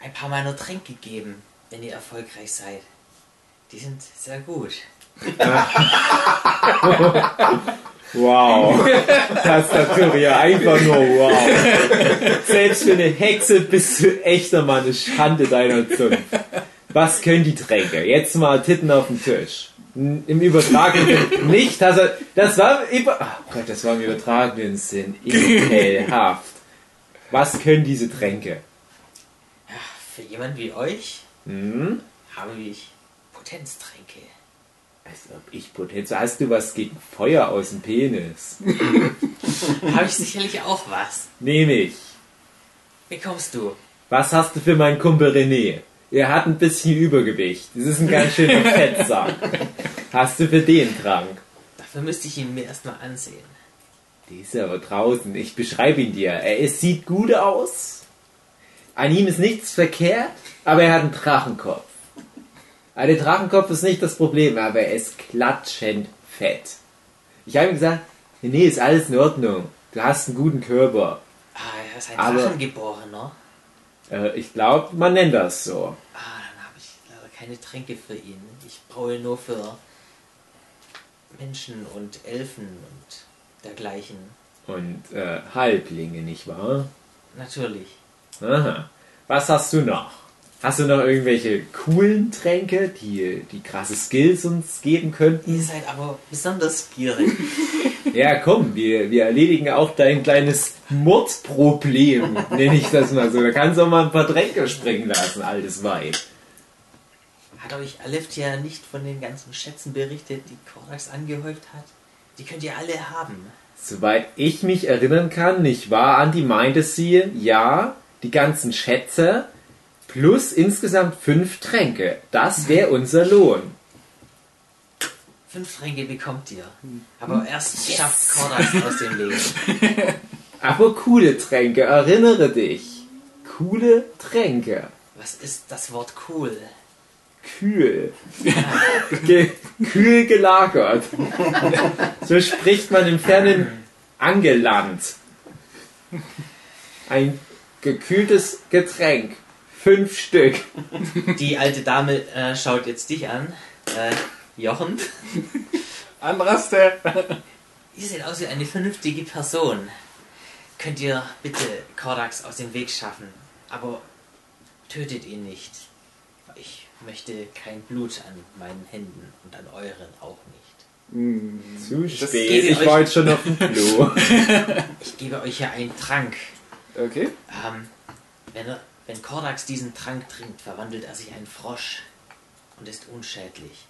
Speaker 4: ein paar meiner Tränke geben, wenn ihr erfolgreich seid. Die sind sehr gut.
Speaker 2: Wow. Tastaturia, einfach nur wow. Selbst für eine Hexe bist du echt nochmal eine Schande deiner Zunft. Was können die Tränke? Jetzt mal Titten auf den Tisch. N- Im übertragenen Sinn nicht. Das, das war im über, oh Gott, das war im übertragenen Sinn. Ekelhaft. Was können diese Tränke?
Speaker 4: Für jemanden wie euch
Speaker 2: Hm?
Speaker 4: habe ich Potenztränke.
Speaker 2: Als ob ich Potenz. Hast du was gegen Feuer aus dem Penis?
Speaker 4: Da habe ich sicherlich auch was.
Speaker 2: Nehme ich.
Speaker 4: Wie kommst du?
Speaker 2: Was hast du für meinen Kumpel René? Er hat ein bisschen Übergewicht. Das ist ein ganz schöner Fettsack. Hast du für den Trank?
Speaker 4: Dafür müsste ich ihn mir erstmal ansehen.
Speaker 2: Der ist aber draußen. Ich beschreibe ihn dir. Er ist, sieht gut aus. An ihm ist nichts verkehrt, aber er hat einen Drachenkopf. Aber der Drachenkopf ist nicht das Problem, aber er ist klatschend fett. Ich habe ihm gesagt, nee, ist alles in Ordnung. Du hast einen guten Körper.
Speaker 4: Ah, er ist ein
Speaker 2: Aber-
Speaker 4: Drachengeborener.
Speaker 2: Äh, ich glaube, man nennt das so.
Speaker 4: Ah, dann habe ich leider keine Tränke für ihn. Ich braue nur für Menschen und Elfen und dergleichen.
Speaker 2: Und äh, Halblinge, nicht wahr?
Speaker 4: Natürlich.
Speaker 2: Aha. Was hast du noch? Hast du noch irgendwelche coolen Tränke, die, die krasse Skills uns geben
Speaker 4: Ihr
Speaker 2: könnten?
Speaker 4: seid aber besonders gierig.
Speaker 2: Ja, komm, wir, wir erledigen auch dein kleines Mordproblem, nenne ich das mal so. Da kannst du auch mal ein paar Tränke springen lassen, altes Weib.
Speaker 4: Hat euch Aleftia nicht von den ganzen Schätzen berichtet, die Korax angehäuft hat? Die könnt ihr alle haben.
Speaker 2: Soweit ich mich erinnern kann, nicht wahr, Andi meinte sie, ja, die ganzen Schätze plus insgesamt fünf Tränke. Das wäre unser Lohn.
Speaker 4: Fünf Tränke bekommt ihr. Aber erst schafft Korax aus dem Leben.
Speaker 2: Aber coole Tränke, erinnere dich. Coole Tränke.
Speaker 4: Was ist das Wort cool?
Speaker 2: Kühl. Ge kühl gelagert. So spricht man im fernen Angeland. Ein gekühltes Getränk. Fünf Stück.
Speaker 4: Die alte Dame äh, schaut jetzt dich an. Äh, Jochen.
Speaker 3: Anraste!
Speaker 4: Ihr seht aus wie eine vernünftige Person. Könnt ihr bitte Korax aus dem Weg schaffen, aber tötet ihn nicht. Ich möchte kein Blut an meinen Händen und an euren auch nicht.
Speaker 2: Zu spät.
Speaker 4: geht
Speaker 2: Ich
Speaker 4: euch-
Speaker 2: war jetzt schon auf dem Klo.
Speaker 4: Ich gebe euch hier einen Trank.
Speaker 3: Okay.
Speaker 4: Ähm, wenn, er, wenn Korax diesen Trank trinkt, verwandelt er sich in einen Frosch und ist unschädlich.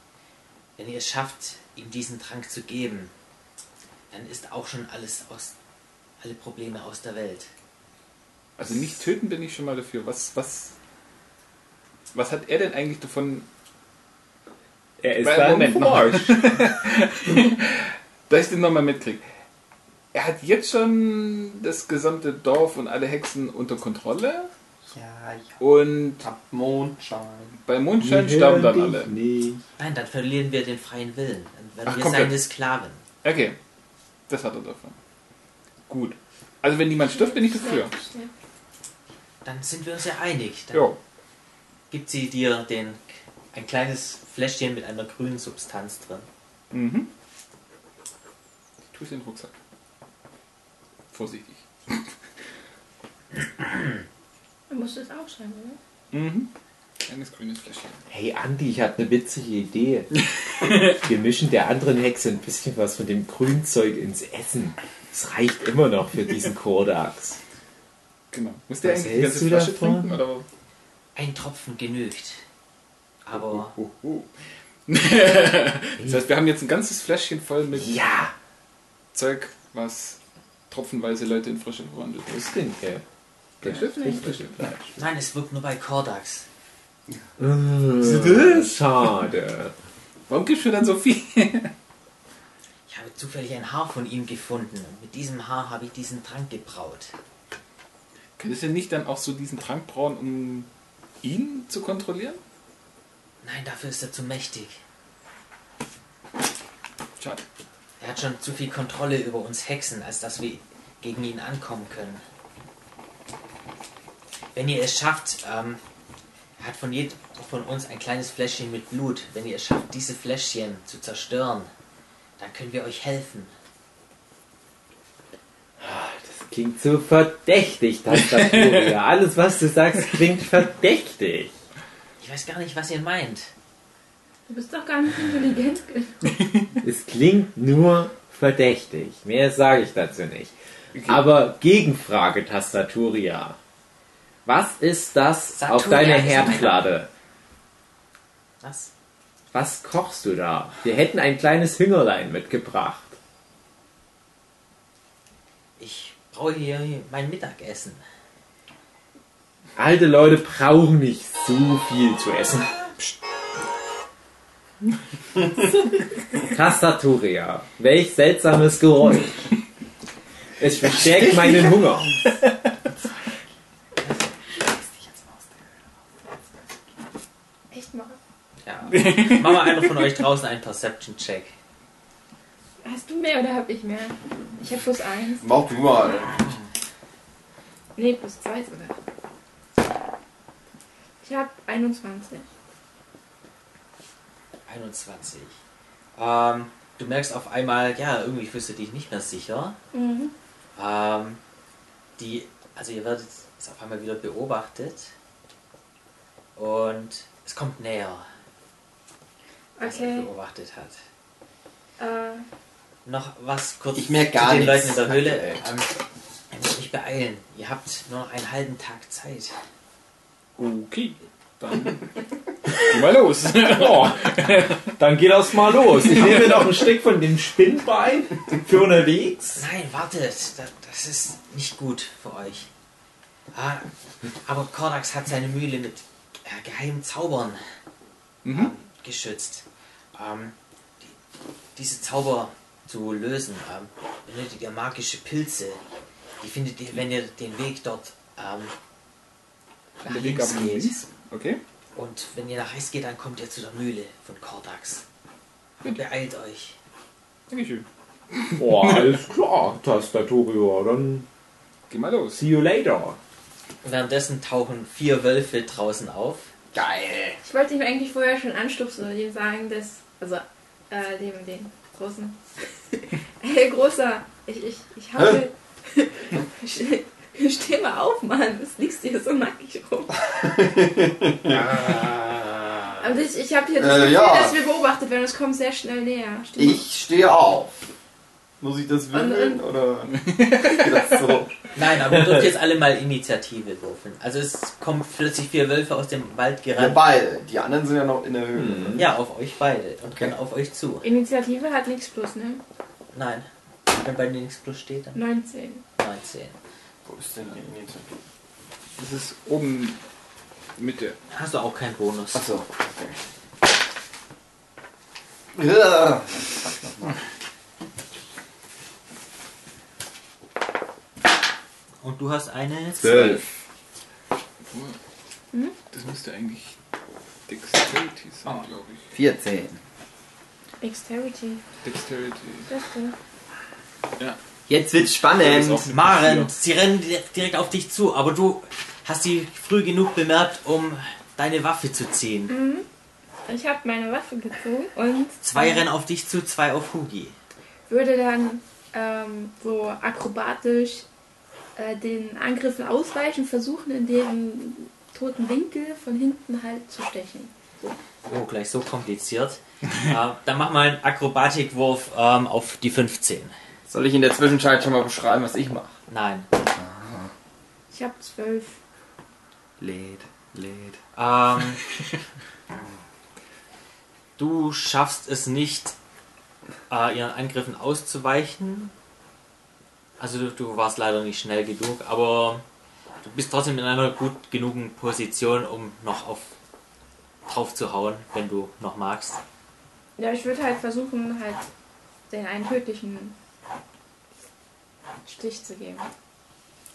Speaker 4: Wenn ihr es schafft, ihm diesen Trank zu geben, dann ist auch schon alles aus, alle Probleme aus der Welt.
Speaker 3: Also nicht töten bin ich schon mal dafür. Was, was, was hat er denn eigentlich davon?
Speaker 2: Er ist
Speaker 3: Weil,
Speaker 2: da ein
Speaker 3: Moment mal.
Speaker 2: Frosch.
Speaker 3: Dass ich den nochmal mitkriege. Er hat jetzt schon das gesamte Dorf und alle Hexen unter Kontrolle.
Speaker 7: Ja, ich
Speaker 3: Und
Speaker 7: hab Mondschein.
Speaker 3: bei Mondschein sterben dann alle.
Speaker 2: Nicht.
Speaker 4: Nein, dann verlieren wir den freien Willen. Dann werden
Speaker 3: Ach,
Speaker 4: wir
Speaker 3: kommt
Speaker 4: seine
Speaker 3: ja.
Speaker 4: Sklaven.
Speaker 3: Okay. Das hat er davon. Gut. Also wenn niemand stirbt, bin ich dafür.
Speaker 4: Dann sind wir uns ja einig. Dann
Speaker 3: Ja.
Speaker 4: gibt sie dir den, ein kleines Fläschchen mit einer grünen Substanz drin.
Speaker 3: Mhm. Ich tue es in den Rucksack. vorsichtig.
Speaker 5: Du musst es aufschreiben, oder?
Speaker 3: Mhm. Kleines grünes Fläschchen.
Speaker 2: Hey Andi, ich habe eine witzige Idee. Wir mischen der anderen Hexe ein bisschen was von dem Grünzeug ins Essen. Das reicht immer noch für diesen Kordax.
Speaker 3: Genau. Muss der
Speaker 2: Was
Speaker 3: eigentlich die ganze
Speaker 2: hältst du
Speaker 3: Flasche
Speaker 2: davon?
Speaker 3: trinken? Oder?
Speaker 4: Ein Tropfen genügt. Aber
Speaker 3: Oh, oh. das heißt, wir haben jetzt ein ganzes Fläschchen voll mit
Speaker 2: Ja,
Speaker 3: Zeug, was tropfenweise Leute in Frische verwandelt.
Speaker 2: das stimmt, ja.
Speaker 3: Das stimmt nicht. Das stimmt.
Speaker 4: nein, es wirkt nur bei Kordax.
Speaker 2: Äh, Schade.
Speaker 3: Warum gibst du dann so viel?
Speaker 4: Ich habe zufällig ein Haar von ihm gefunden. Und mit diesem Haar habe ich diesen Trank gebraut.
Speaker 3: Könntest du nicht dann auch so diesen Trank brauen, um ihn zu kontrollieren?
Speaker 4: Nein, dafür ist er zu mächtig.
Speaker 3: Schade.
Speaker 4: Er hat schon zu viel Kontrolle über uns Hexen, als dass wir gegen ihn ankommen können. Wenn ihr es schafft, ähm, er hat von jedem von uns ein kleines Fläschchen mit Blut. Wenn ihr es schafft, diese Fläschchen zu zerstören, dann können wir euch helfen.
Speaker 2: Das klingt so verdächtig, Tastatur. Alles, was du sagst, klingt verdächtig.
Speaker 4: Ich weiß gar nicht, was ihr meint.
Speaker 5: Du bist doch gar nicht intelligent genug.
Speaker 2: Es klingt nur verdächtig. Mehr sage ich dazu nicht. Aber Gegenfrage, Tastaturia. Was ist das auf
Speaker 4: Saturia
Speaker 2: deiner
Speaker 4: ist mein-
Speaker 2: Herdplatte?
Speaker 4: Was?
Speaker 2: Was kochst du da? Wir hätten ein kleines Hüngerlein mitgebracht.
Speaker 4: Ich brauche hier mein Mittagessen.
Speaker 2: Alte Leute brauchen nicht so viel zu essen. Tastaturia. Welch seltsames Geräusch. Es verstärkt meinen Hunger.
Speaker 5: Echt mal.
Speaker 4: Ja. Mach mal einer von euch draußen einen Perception-Check.
Speaker 5: Hast du mehr oder hab ich mehr? Ich hab plus eins.
Speaker 1: Mach du mal.
Speaker 5: Nee, plus zwei sogar. Ich hab 21.
Speaker 4: 21. Ähm, du merkst auf einmal, ja, irgendwie fühlst du dich nicht mehr sicher.
Speaker 5: Mhm.
Speaker 4: Ähm, die, also ihr werdet jetzt auf einmal wieder beobachtet. Und es kommt näher, als ihr
Speaker 5: Okay.
Speaker 4: beobachtet hat.
Speaker 5: Äh,
Speaker 4: Noch was kurz
Speaker 1: Ich merk gar
Speaker 4: zu den
Speaker 1: nichts.
Speaker 4: Leuten in der Höhle. Ähm, ihr müsst euch beeilen. Ihr habt nur noch einen halben Tag Zeit.
Speaker 3: Okay, dann geh mal los.
Speaker 2: Dann geht das mal los. Ich nehme mir noch ein Stück von dem Spinnbein für unterwegs.
Speaker 4: Nein, wartet. Das, das ist nicht gut für euch. Ah, aber Kordax hat seine Mühle mit äh, geheimen Zaubern
Speaker 3: Mhm.
Speaker 4: ähm, geschützt. Ähm, die, diese Zauber zu lösen, ähm, benötigt ihr magische Pilze. Die findet ihr, wenn ihr den Weg dort ähm, nach
Speaker 3: Der Weg
Speaker 4: links
Speaker 3: ab
Speaker 4: geht.
Speaker 3: links. Okay.
Speaker 4: Und wenn ihr nach rechts geht, dann kommt ihr zu der Mühle von Kordax. Und beeilt euch.
Speaker 3: Dankeschön.
Speaker 2: Boah, alles klar, Tastaturia. Dann
Speaker 3: Geh mal los.
Speaker 2: see you later.
Speaker 4: Währenddessen tauchen vier Wölfe draußen auf.
Speaker 1: Geil.
Speaker 5: ich wollte ihm eigentlich vorher schon anstupsen und ihm sagen, dass. Also, äh, dem, den großen. hey, großer, ich, ich, ich habe. Steh- Steh mal auf, Mann. Das liegst hier so nackig rum. Aber ich, ich habe hier das
Speaker 1: Äh,
Speaker 5: Gefühl,
Speaker 1: ja.
Speaker 5: dass wir beobachtet werden. Es kommt sehr schnell näher. Steh mal
Speaker 1: Ich stehe auf. Muss ich das wirbeln oder geht das so?
Speaker 4: Nein, aber ihr dürft jetzt alle mal Initiative würfeln. Also es kommen plötzlich vier Wölfe aus dem Wald gerannt.
Speaker 1: Wobei, die anderen sind ja noch in der Höhle.
Speaker 4: Ja, auf euch beide. Und dann auf euch zu.
Speaker 5: Initiative hat nichts plus, ne?
Speaker 4: Nein. Wenn bei dir nichts plus steht, dann
Speaker 5: 19.
Speaker 4: 19.
Speaker 1: Wo ist denn die Initiative?
Speaker 3: Das ist oben Mitte.
Speaker 4: Hast du auch keinen Bonus.
Speaker 1: Achso, okay. Ja.
Speaker 4: Und du hast eine
Speaker 3: Das müsste eigentlich Dexterity sein, glaube ich.
Speaker 1: 14.
Speaker 5: Dexterity.
Speaker 3: Dexterity.
Speaker 5: Das da.
Speaker 1: Jetzt wird's
Speaker 3: Das ist auch
Speaker 1: spannend.
Speaker 3: eine
Speaker 4: Maren, sie rennen di- direkt auf dich zu, aber du hast sie früh genug bemerkt, um deine Waffe zu ziehen.
Speaker 5: Ich habe meine Waffe gezogen und
Speaker 4: Zwei rennen auf dich zu, zwei auf Hugi.
Speaker 5: würde dann ähm, so akrobatisch äh, den Angriffen ausweichen, versuchen in dem toten Winkel von hinten halt zu stechen.
Speaker 4: Oh, gleich so kompliziert. äh, dann mach mal einen Akrobatikwurf ähm, auf die 15.
Speaker 1: Soll ich in der Zwischenzeit schon mal beschreiben, was ich mache?
Speaker 4: Nein.
Speaker 5: Ich habe zwölf.
Speaker 1: Lädt, lädt.
Speaker 4: Ähm, du schaffst es nicht, äh, ihren Angriffen auszuweichen. Also du, du warst leider nicht schnell genug, aber du bist trotzdem in einer gut genugen Position, um noch auf drauf zu hauen, wenn du noch magst.
Speaker 5: Ja, ich würde halt versuchen, halt den einen tödlichen Stich zu geben.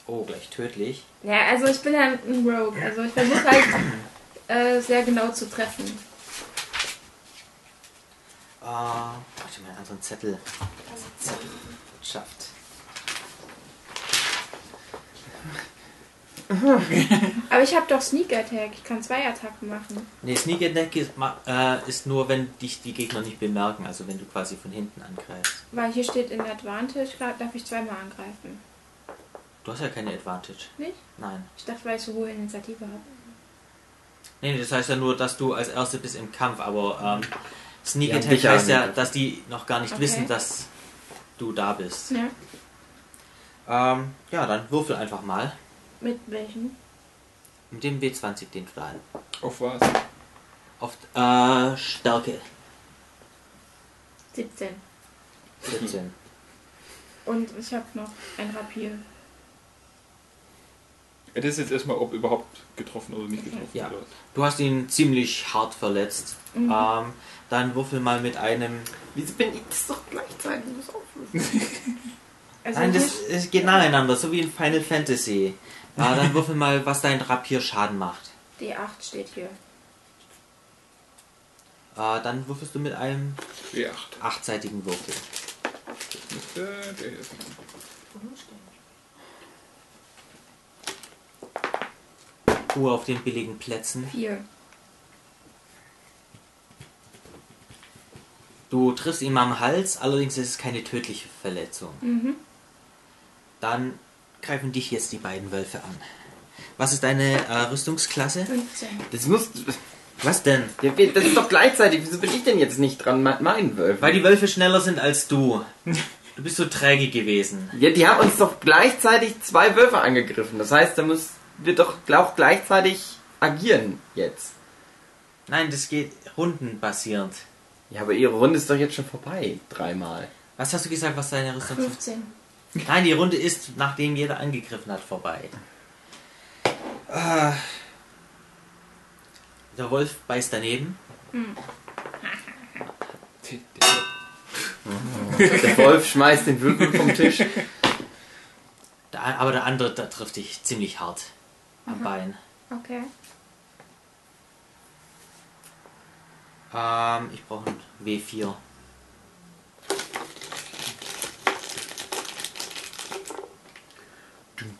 Speaker 4: Oh, gleich tödlich.
Speaker 5: Ja, also ich bin ja ein Rogue. Also ich versuche halt äh, sehr genau zu treffen.
Speaker 4: Äh, warte mal, einen anderen Zettel. Zettel. Schafft.
Speaker 5: Aber ich habe doch Sneak Attack. Ich kann zwei Attacken machen.
Speaker 4: Nee, Sneak Attack ist, ma- äh, ist nur, wenn dich die Gegner nicht bemerken, also wenn du quasi von hinten angreifst.
Speaker 5: Weil hier steht in Advantage, glaub, darf ich zweimal angreifen.
Speaker 4: Du hast ja keine Advantage.
Speaker 5: Nicht?
Speaker 4: Nein.
Speaker 5: Ich dachte, weil ich so hohe Initiative habe.
Speaker 4: Nee, nee, das heißt ja nur, dass du als Erste bist im Kampf, aber ähm, Sneak
Speaker 1: Ja,
Speaker 4: Attack
Speaker 1: sicher
Speaker 4: heißt ja,
Speaker 1: nicht.
Speaker 4: dass die noch gar nicht
Speaker 5: Okay.
Speaker 4: wissen, dass du da bist.
Speaker 5: Ja.
Speaker 4: Ähm, ja, dann würfel einfach mal
Speaker 5: Mit welchen?
Speaker 4: mit dem W20, den du da hast.
Speaker 3: Auf was?
Speaker 4: Auf äh, Stärke
Speaker 5: 17.
Speaker 1: Mhm.
Speaker 4: 17.
Speaker 5: Und ich habe noch ein Rapier.
Speaker 3: Ja, Das ist jetzt erstmal, ob überhaupt getroffen oder nicht getroffen
Speaker 4: Ja.
Speaker 3: wird.
Speaker 4: Du hast ihn ziemlich hart verletzt.
Speaker 5: Mhm.
Speaker 4: Ähm, dann würfel mal mit einem
Speaker 1: Wieso bin ich das doch gleichzeitig? Ich muss auflösen.
Speaker 5: Also
Speaker 4: Nein, das
Speaker 5: nicht-
Speaker 4: es geht nacheinander, so wie in Final Fantasy. Ja, dann würfel mal, was dein Rapier Schaden macht.
Speaker 5: D8 steht hier.
Speaker 4: Äh, dann würfelst du mit einem
Speaker 3: Ja.
Speaker 4: achtseitigen Würfel.
Speaker 3: Äh, der hier ist-
Speaker 4: Ruhe auf den billigen Plätzen.
Speaker 5: 4.
Speaker 4: Du triffst ihm am Hals, allerdings ist es keine tödliche Verletzung. Dann greifen dich jetzt die beiden Wölfe an. Was ist deine äh, Rüstungsklasse?
Speaker 5: 15.
Speaker 1: Das muss.
Speaker 4: Was denn?
Speaker 1: Ja, wir- Das ist doch gleichzeitig. Wieso bin ich denn jetzt nicht dran? Mein- Mein Wölfe.
Speaker 4: Weil die Wölfe schneller sind als du. Du bist so träge gewesen.
Speaker 1: Ja, die haben uns doch gleichzeitig zwei Wölfe angegriffen. Das heißt, da müssen wir doch auch gleichzeitig agieren jetzt.
Speaker 4: Nein, das geht rundenbasierend.
Speaker 1: Ja, aber ihre Runde ist doch jetzt schon vorbei. Dreimal.
Speaker 4: Was hast du gesagt, was deine Rüstungsklasse
Speaker 5: 15.
Speaker 4: Nein, die Runde ist, nachdem jeder angegriffen hat, vorbei. Ah. Der Wolf beißt daneben.
Speaker 1: Der Wolf schmeißt den Würfel vom Tisch.
Speaker 4: Der, a- aber der andere der trifft dich ziemlich hart am Bein.
Speaker 5: Okay.
Speaker 4: Ähm, ich brauche ein W4.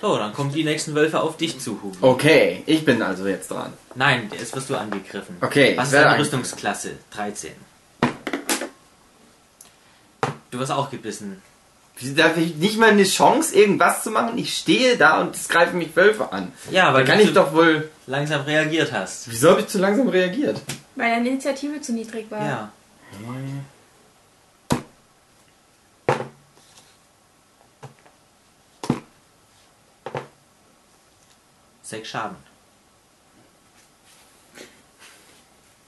Speaker 4: So, dann kommen die nächsten Wölfe auf dich zu, Hugo.
Speaker 1: Okay, ich bin also jetzt dran.
Speaker 4: Nein, jetzt wirst du angegriffen.
Speaker 1: Okay,
Speaker 4: Was ist
Speaker 1: wer
Speaker 4: deine
Speaker 1: angegriffen?
Speaker 4: Rüstungsklasse? 13. Du wirst auch gebissen.
Speaker 1: Wieso darf ich nicht mal eine Chance, irgendwas zu machen? Ich stehe da und es greifen mich Wölfe an.
Speaker 4: Ja,
Speaker 1: Da
Speaker 4: weil
Speaker 1: kann
Speaker 4: du
Speaker 1: ich doch wohl.
Speaker 4: langsam reagiert hast.
Speaker 1: Wieso habe ich zu langsam reagiert?
Speaker 5: Weil deine Initiative zu niedrig war.
Speaker 4: Ja. Sechs Schaden.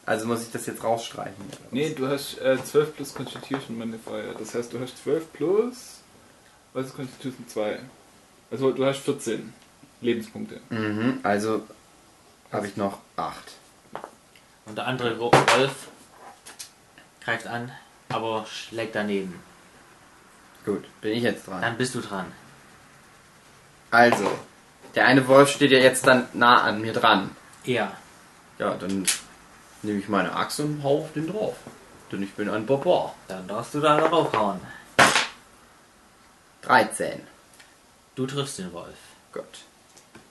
Speaker 1: Also muss ich das jetzt rausstreichen.
Speaker 3: Nee, du hast äh, 12 plus Constitution Modifier. Das heißt, du hast 12 plus. Was ist Constitution 2? Also, du hast 14 Lebenspunkte.
Speaker 1: Mhm, also habe ich noch acht.
Speaker 4: Und der andere Gro- Wolf greift an, aber schlägt daneben.
Speaker 1: Gut, bin ich jetzt dran.
Speaker 4: Dann bist du dran.
Speaker 1: Also, der eine Wolf steht ja jetzt dann nah an mir dran.
Speaker 4: Ja.
Speaker 1: Ja, dann nehme ich meine Axt und hau auf den drauf. Denn ich bin ein Barbar.
Speaker 4: Dann darfst du da draufhauen.
Speaker 1: 13.
Speaker 4: Du triffst den Wolf.
Speaker 1: Gott.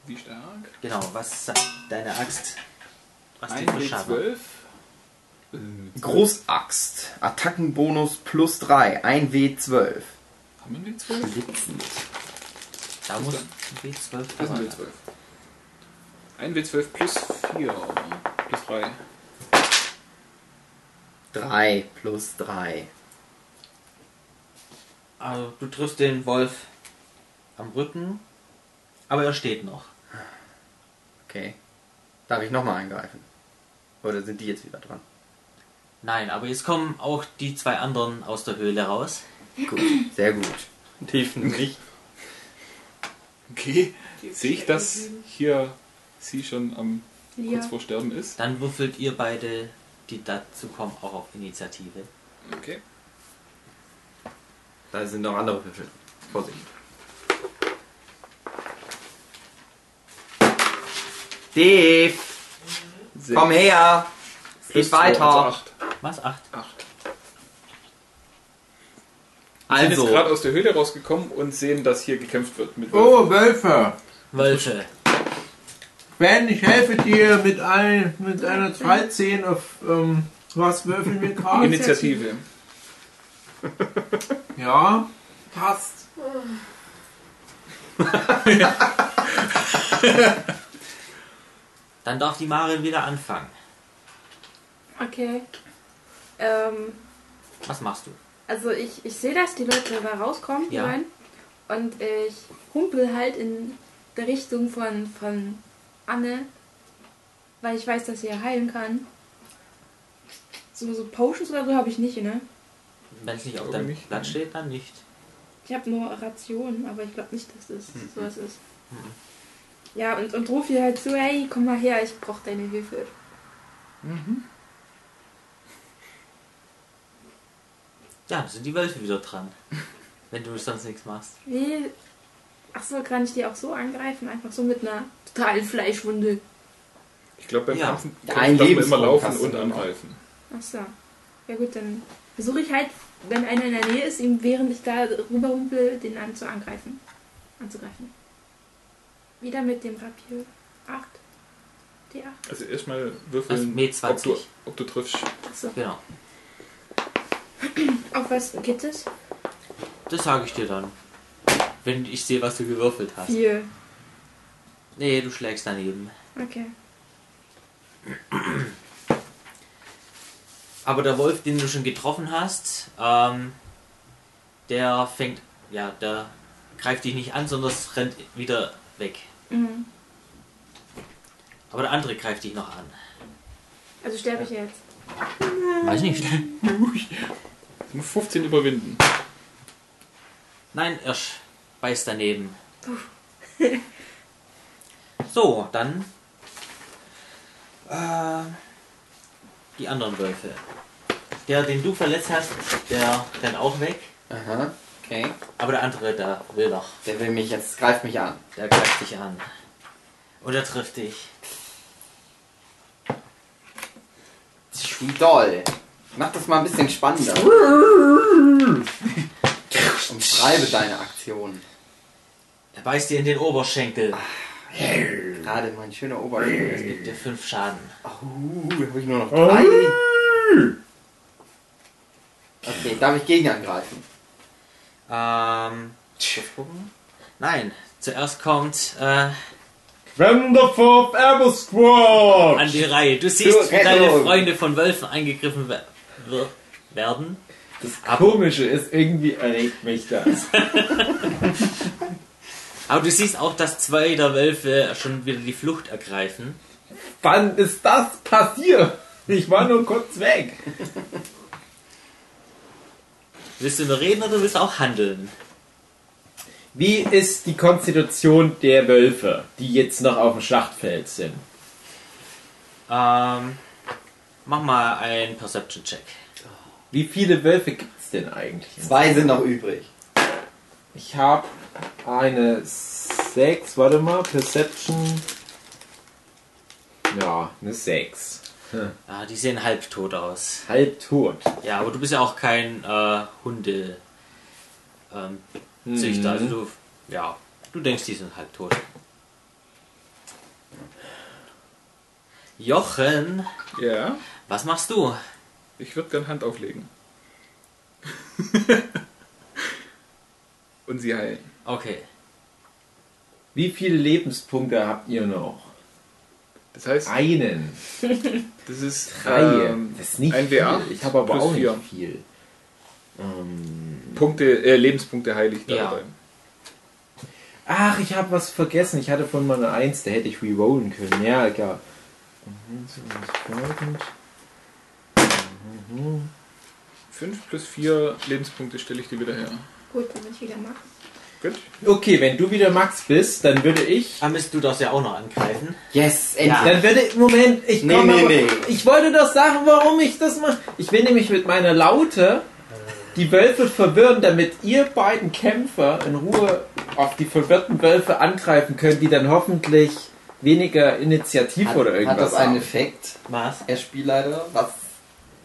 Speaker 3: Wie stark?
Speaker 4: Genau, was sagt deine Axt? Was die
Speaker 3: 1
Speaker 4: für
Speaker 3: bis
Speaker 4: Schaden?
Speaker 3: 12.
Speaker 1: Großaxt. Attackenbonus plus 3. 1W12.
Speaker 3: Haben wir 12?
Speaker 1: Blitzend.
Speaker 4: Da muss B12
Speaker 3: Das sind
Speaker 4: dabei
Speaker 3: wir 12. 1 W12 plus 4. Plus 3.
Speaker 1: 3 plus 3.
Speaker 4: Also, du triffst den Wolf am Rücken, aber er steht noch.
Speaker 1: Okay. Darf ich nochmal eingreifen? Oder sind die jetzt wieder dran?
Speaker 4: Nein, aber jetzt kommen auch die zwei anderen aus der Höhle raus.
Speaker 1: Gut. Sehr gut. Tiefen nicht.
Speaker 3: Okay. Sehe ich, dass hier sie schon am
Speaker 10: Ja.
Speaker 3: kurz vor Sterben ist?
Speaker 4: Dann würfelt ihr beide, die dazu kommen, auch auf Initiative.
Speaker 3: Okay.
Speaker 1: Da sind noch andere Würfel. Vorsicht. Dave,
Speaker 3: Sechs
Speaker 1: komm her! Es
Speaker 3: plus
Speaker 1: geht
Speaker 3: zwei, also
Speaker 1: weiter!
Speaker 3: acht.
Speaker 4: Was? Acht.
Speaker 3: Acht. Wir sind jetzt gerade
Speaker 1: Also,
Speaker 3: aus der Höhle rausgekommen und sehen, dass hier gekämpft wird mit Wölfen.
Speaker 9: Oh, Wölfe!
Speaker 4: Wölfe.
Speaker 9: Ben, ich helfe dir mit, ein, mit einer 13 auf. Ähm, was würfeln wir gerade?
Speaker 3: Initiative.
Speaker 9: Ja, passt.
Speaker 4: Dann darf die Marin wieder anfangen.
Speaker 5: Okay. Ähm,
Speaker 4: Was machst du?
Speaker 5: also ich, ich sehe, dass die Leute da rauskommen, die
Speaker 4: Ja.
Speaker 5: rein. Und ich humpel halt in der Richtung von, von Anne, weil ich weiß, dass sie ja heilen kann. So, so Potions oder so habe ich nicht, ne?
Speaker 4: Wenn es nicht auf
Speaker 3: Glaube
Speaker 4: deinem
Speaker 3: nicht.
Speaker 4: Blatt steht, dann nicht.
Speaker 5: Ich habe nur Rationen, aber ich glaube nicht, dass das sowas ist. Ja, und, und ruf ihr halt zu, hey, komm mal her, ich brauche deine Hilfe.
Speaker 4: Ja, dann sind die Wölfe wieder dran. Wenn du sonst nichts machst.
Speaker 5: Wie? Ach so, kann ich die auch so angreifen? Einfach so mit einer totalen Fleischwunde.
Speaker 3: Ich glaube, beim
Speaker 4: Ja.
Speaker 3: Kampf
Speaker 1: Ein
Speaker 3: Kampf darf man immer
Speaker 1: Lebensraum
Speaker 3: laufen
Speaker 1: hast du
Speaker 3: und
Speaker 1: noch.
Speaker 3: angreifen.
Speaker 5: Ach so. Ja gut, dann versuche ich halt, wenn einer in der Nähe ist, ihm während ich da rüberrumpel, den an zu angreifen. Anzugreifen. Wieder mit dem Rapier. 8. Die 8.
Speaker 3: Also erstmal
Speaker 4: Das
Speaker 3: würfeln,
Speaker 4: Med
Speaker 3: ob, du,
Speaker 4: 20.
Speaker 3: ob du triffst.
Speaker 5: Achso.
Speaker 4: Genau.
Speaker 5: Auf was geht es?
Speaker 4: Das sage ich dir dann. Wenn ich sehe, was du gewürfelt hast.
Speaker 5: 4.
Speaker 4: Nee, du schlägst daneben.
Speaker 5: Okay.
Speaker 4: Aber der Wolf, den du schon getroffen hast, ähm, der fängt, ja, der greift dich nicht an, sondern es rennt wieder weg.
Speaker 5: Mhm.
Speaker 4: Aber der andere greift dich noch an.
Speaker 5: Also sterbe ich jetzt.
Speaker 4: Weiß nicht.
Speaker 3: Ich muss 15 überwinden.
Speaker 4: Nein, er sch- beißt daneben. So, dann äh, die anderen Wölfe. Der, den du verletzt hast, der rennt auch weg.
Speaker 1: aha, okay.
Speaker 4: Aber der andere, der will noch.
Speaker 1: Der will mich jetzt, greift mich an.
Speaker 4: Der greift dich an. Oder trifft dich.
Speaker 1: Wie doll. Mach das mal ein bisschen spannender. Und schreibe deine Aktionen.
Speaker 4: Er beißt dir in den Oberschenkel.
Speaker 1: Gerade mein schöner Oberkörper.
Speaker 4: Das gibt dir fünf Schaden.
Speaker 1: Uh, da habe ich nur noch drei. Okay, darf ich gegen angreifen?
Speaker 4: Ähm. kurz gucken. Nein, zuerst kommt äh,
Speaker 2: Wonderful Apple Squad!
Speaker 4: an die Reihe. Du siehst, wie deine
Speaker 1: Rettung.
Speaker 4: Freunde von Wölfen angegriffen wer wer- werden.
Speaker 2: Das Komische ist, irgendwie erregt mich das.
Speaker 4: Aber du siehst auch, dass zwei der Wölfe schon wieder die Flucht ergreifen.
Speaker 2: Wann ist das passiert? Ich war nur kurz weg.
Speaker 4: Willst du nur reden oder willst du auch handeln?
Speaker 2: Wie ist die Konstitution der Wölfe, die jetzt noch auf dem Schlachtfeld sind?
Speaker 4: Ähm, mach mal einen Perception-Check.
Speaker 2: Wie viele Wölfe gibt es denn eigentlich?
Speaker 1: Zwei sind noch übrig.
Speaker 2: Ich habe eine 6, warte mal, Perception. Ja, eine 6.
Speaker 4: Ah, die sehen halbtot aus.
Speaker 2: Halb tot.
Speaker 4: Ja, aber du bist ja auch kein äh, Hunde. Ähm, Züchter, also du, ja, du denkst, die sind halb tot. Jochen,
Speaker 3: Ja,
Speaker 4: was machst du?
Speaker 3: ich würde gern Hand auflegen. Und sie heilen.
Speaker 4: Okay,
Speaker 2: Wie viele Lebenspunkte habt ihr noch?
Speaker 3: Das heißt,
Speaker 2: Einen.
Speaker 3: das ist
Speaker 2: Drei.
Speaker 3: ähm,
Speaker 2: das ist nicht
Speaker 3: ein W8
Speaker 2: viel. Ich habe aber
Speaker 3: plus
Speaker 2: auch
Speaker 3: vier.
Speaker 2: nicht viel. Ähm,
Speaker 3: Punkte, äh, Lebenspunkte heilig
Speaker 4: Ja.
Speaker 3: dabei.
Speaker 2: ach, ich habe was vergessen. Ich hatte von mal eine 1, da hätte ich rerollen können. Ja, egal. Mhm, so, das ist folgend.
Speaker 3: 5 plus 4 Lebenspunkte stelle ich dir wieder her.
Speaker 8: Gut, damit ich wieder mache.
Speaker 3: Gut.
Speaker 2: Okay, wenn du wieder Max bist, dann würde ich.
Speaker 4: dann müsst du das ja auch noch angreifen.
Speaker 7: Yes, endlich.
Speaker 2: Dann würde ich. Moment, ich
Speaker 7: Nee,
Speaker 2: komme.
Speaker 7: nee,
Speaker 2: aber-
Speaker 7: nee.
Speaker 2: Ich wollte doch sagen, warum ich das mache. Ich will nämlich mit meiner Laute die Wölfe verwirren, damit ihr beiden Kämpfer in Ruhe auf die verwirrten Wölfe angreifen könnt, die dann hoffentlich weniger Initiativ oder
Speaker 7: Hat,
Speaker 2: irgendwas
Speaker 7: hat das einen
Speaker 2: haben.
Speaker 7: Effekt,
Speaker 4: Was?
Speaker 7: Herr Spielleiter, was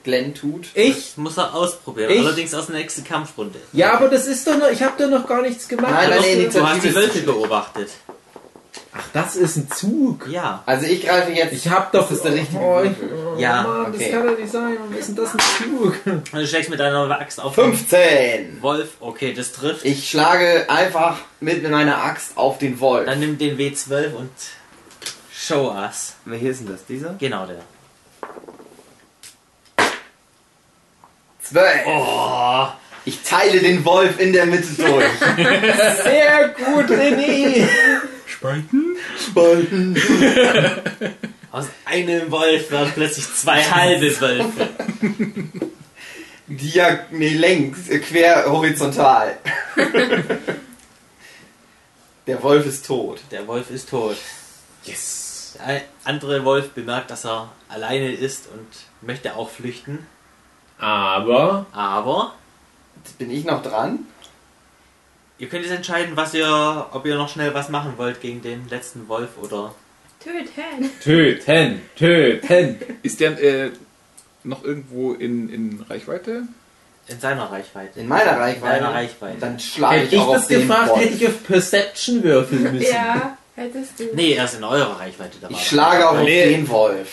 Speaker 7: Glenn tut?
Speaker 2: Ich?
Speaker 4: Das muss er ausprobieren,
Speaker 2: Ich?
Speaker 4: allerdings aus der nächsten Kampfrunde.
Speaker 2: Ja, aber das ist doch noch. Ich habe doch noch gar nichts gemacht.
Speaker 7: Nein,
Speaker 4: Du
Speaker 7: nein,
Speaker 4: hast-
Speaker 7: nein, Initiative
Speaker 4: du hast die
Speaker 7: ist
Speaker 4: Wölfe
Speaker 7: schlecht.
Speaker 4: beobachtet.
Speaker 2: Ach, das ist ein Zug.
Speaker 4: Ja,
Speaker 7: Also ich greife jetzt.
Speaker 2: Ich habe doch.
Speaker 7: das ist der richtige
Speaker 2: Oh,
Speaker 7: Würfel.
Speaker 2: ich,
Speaker 4: Ja,
Speaker 2: Mann, das
Speaker 7: okay.
Speaker 2: kann doch nicht sein. Warum ist denn das ein Zug?
Speaker 4: und du schlägst mit deiner Axt auf den
Speaker 7: 15!
Speaker 4: Wolf. Okay, das trifft.
Speaker 7: Ich schlage einfach mit meiner Axt auf den Wolf.
Speaker 4: Dann nimm den W12 und show us.
Speaker 7: Welcher ist denn das? Dieser?
Speaker 4: Genau der.
Speaker 7: 12!
Speaker 4: Oh,
Speaker 7: Ich teile den Wolf in der Mitte durch.
Speaker 2: Sehr gut, René.
Speaker 7: Spalten.
Speaker 4: aus einem Wolf werden plötzlich zwei halbe Wölfe.
Speaker 7: Diag nee, längs, äh, quer horizontal. der Wolf ist tot.
Speaker 4: Der Wolf ist tot. Yes. Der ein- andere Wolf bemerkt, dass er alleine ist und möchte auch flüchten.
Speaker 2: Aber
Speaker 4: Aber
Speaker 7: Jetzt bin ich noch dran.
Speaker 4: ihr könnt jetzt entscheiden, was ihr, ob ihr noch schnell was machen wollt gegen den letzten Wolf oder.
Speaker 8: Töten.
Speaker 2: töten, töten.
Speaker 3: Ist der äh, noch irgendwo in, in Reichweite?
Speaker 4: In seiner Reichweite.
Speaker 7: In meiner
Speaker 4: In
Speaker 7: Reichweite.
Speaker 4: seiner Reichweite.
Speaker 7: Dann schlage ich,
Speaker 2: Hätte ich
Speaker 7: auch
Speaker 2: das
Speaker 7: auf den
Speaker 2: gefragt,
Speaker 7: Wolf.
Speaker 2: hätte ich auf Perception würfeln müssen.
Speaker 8: Ja, hättest du.
Speaker 4: nee, er ist in eurer Reichweite dabei.
Speaker 7: ich schlage auch auf
Speaker 3: Nee.
Speaker 7: den Wolf.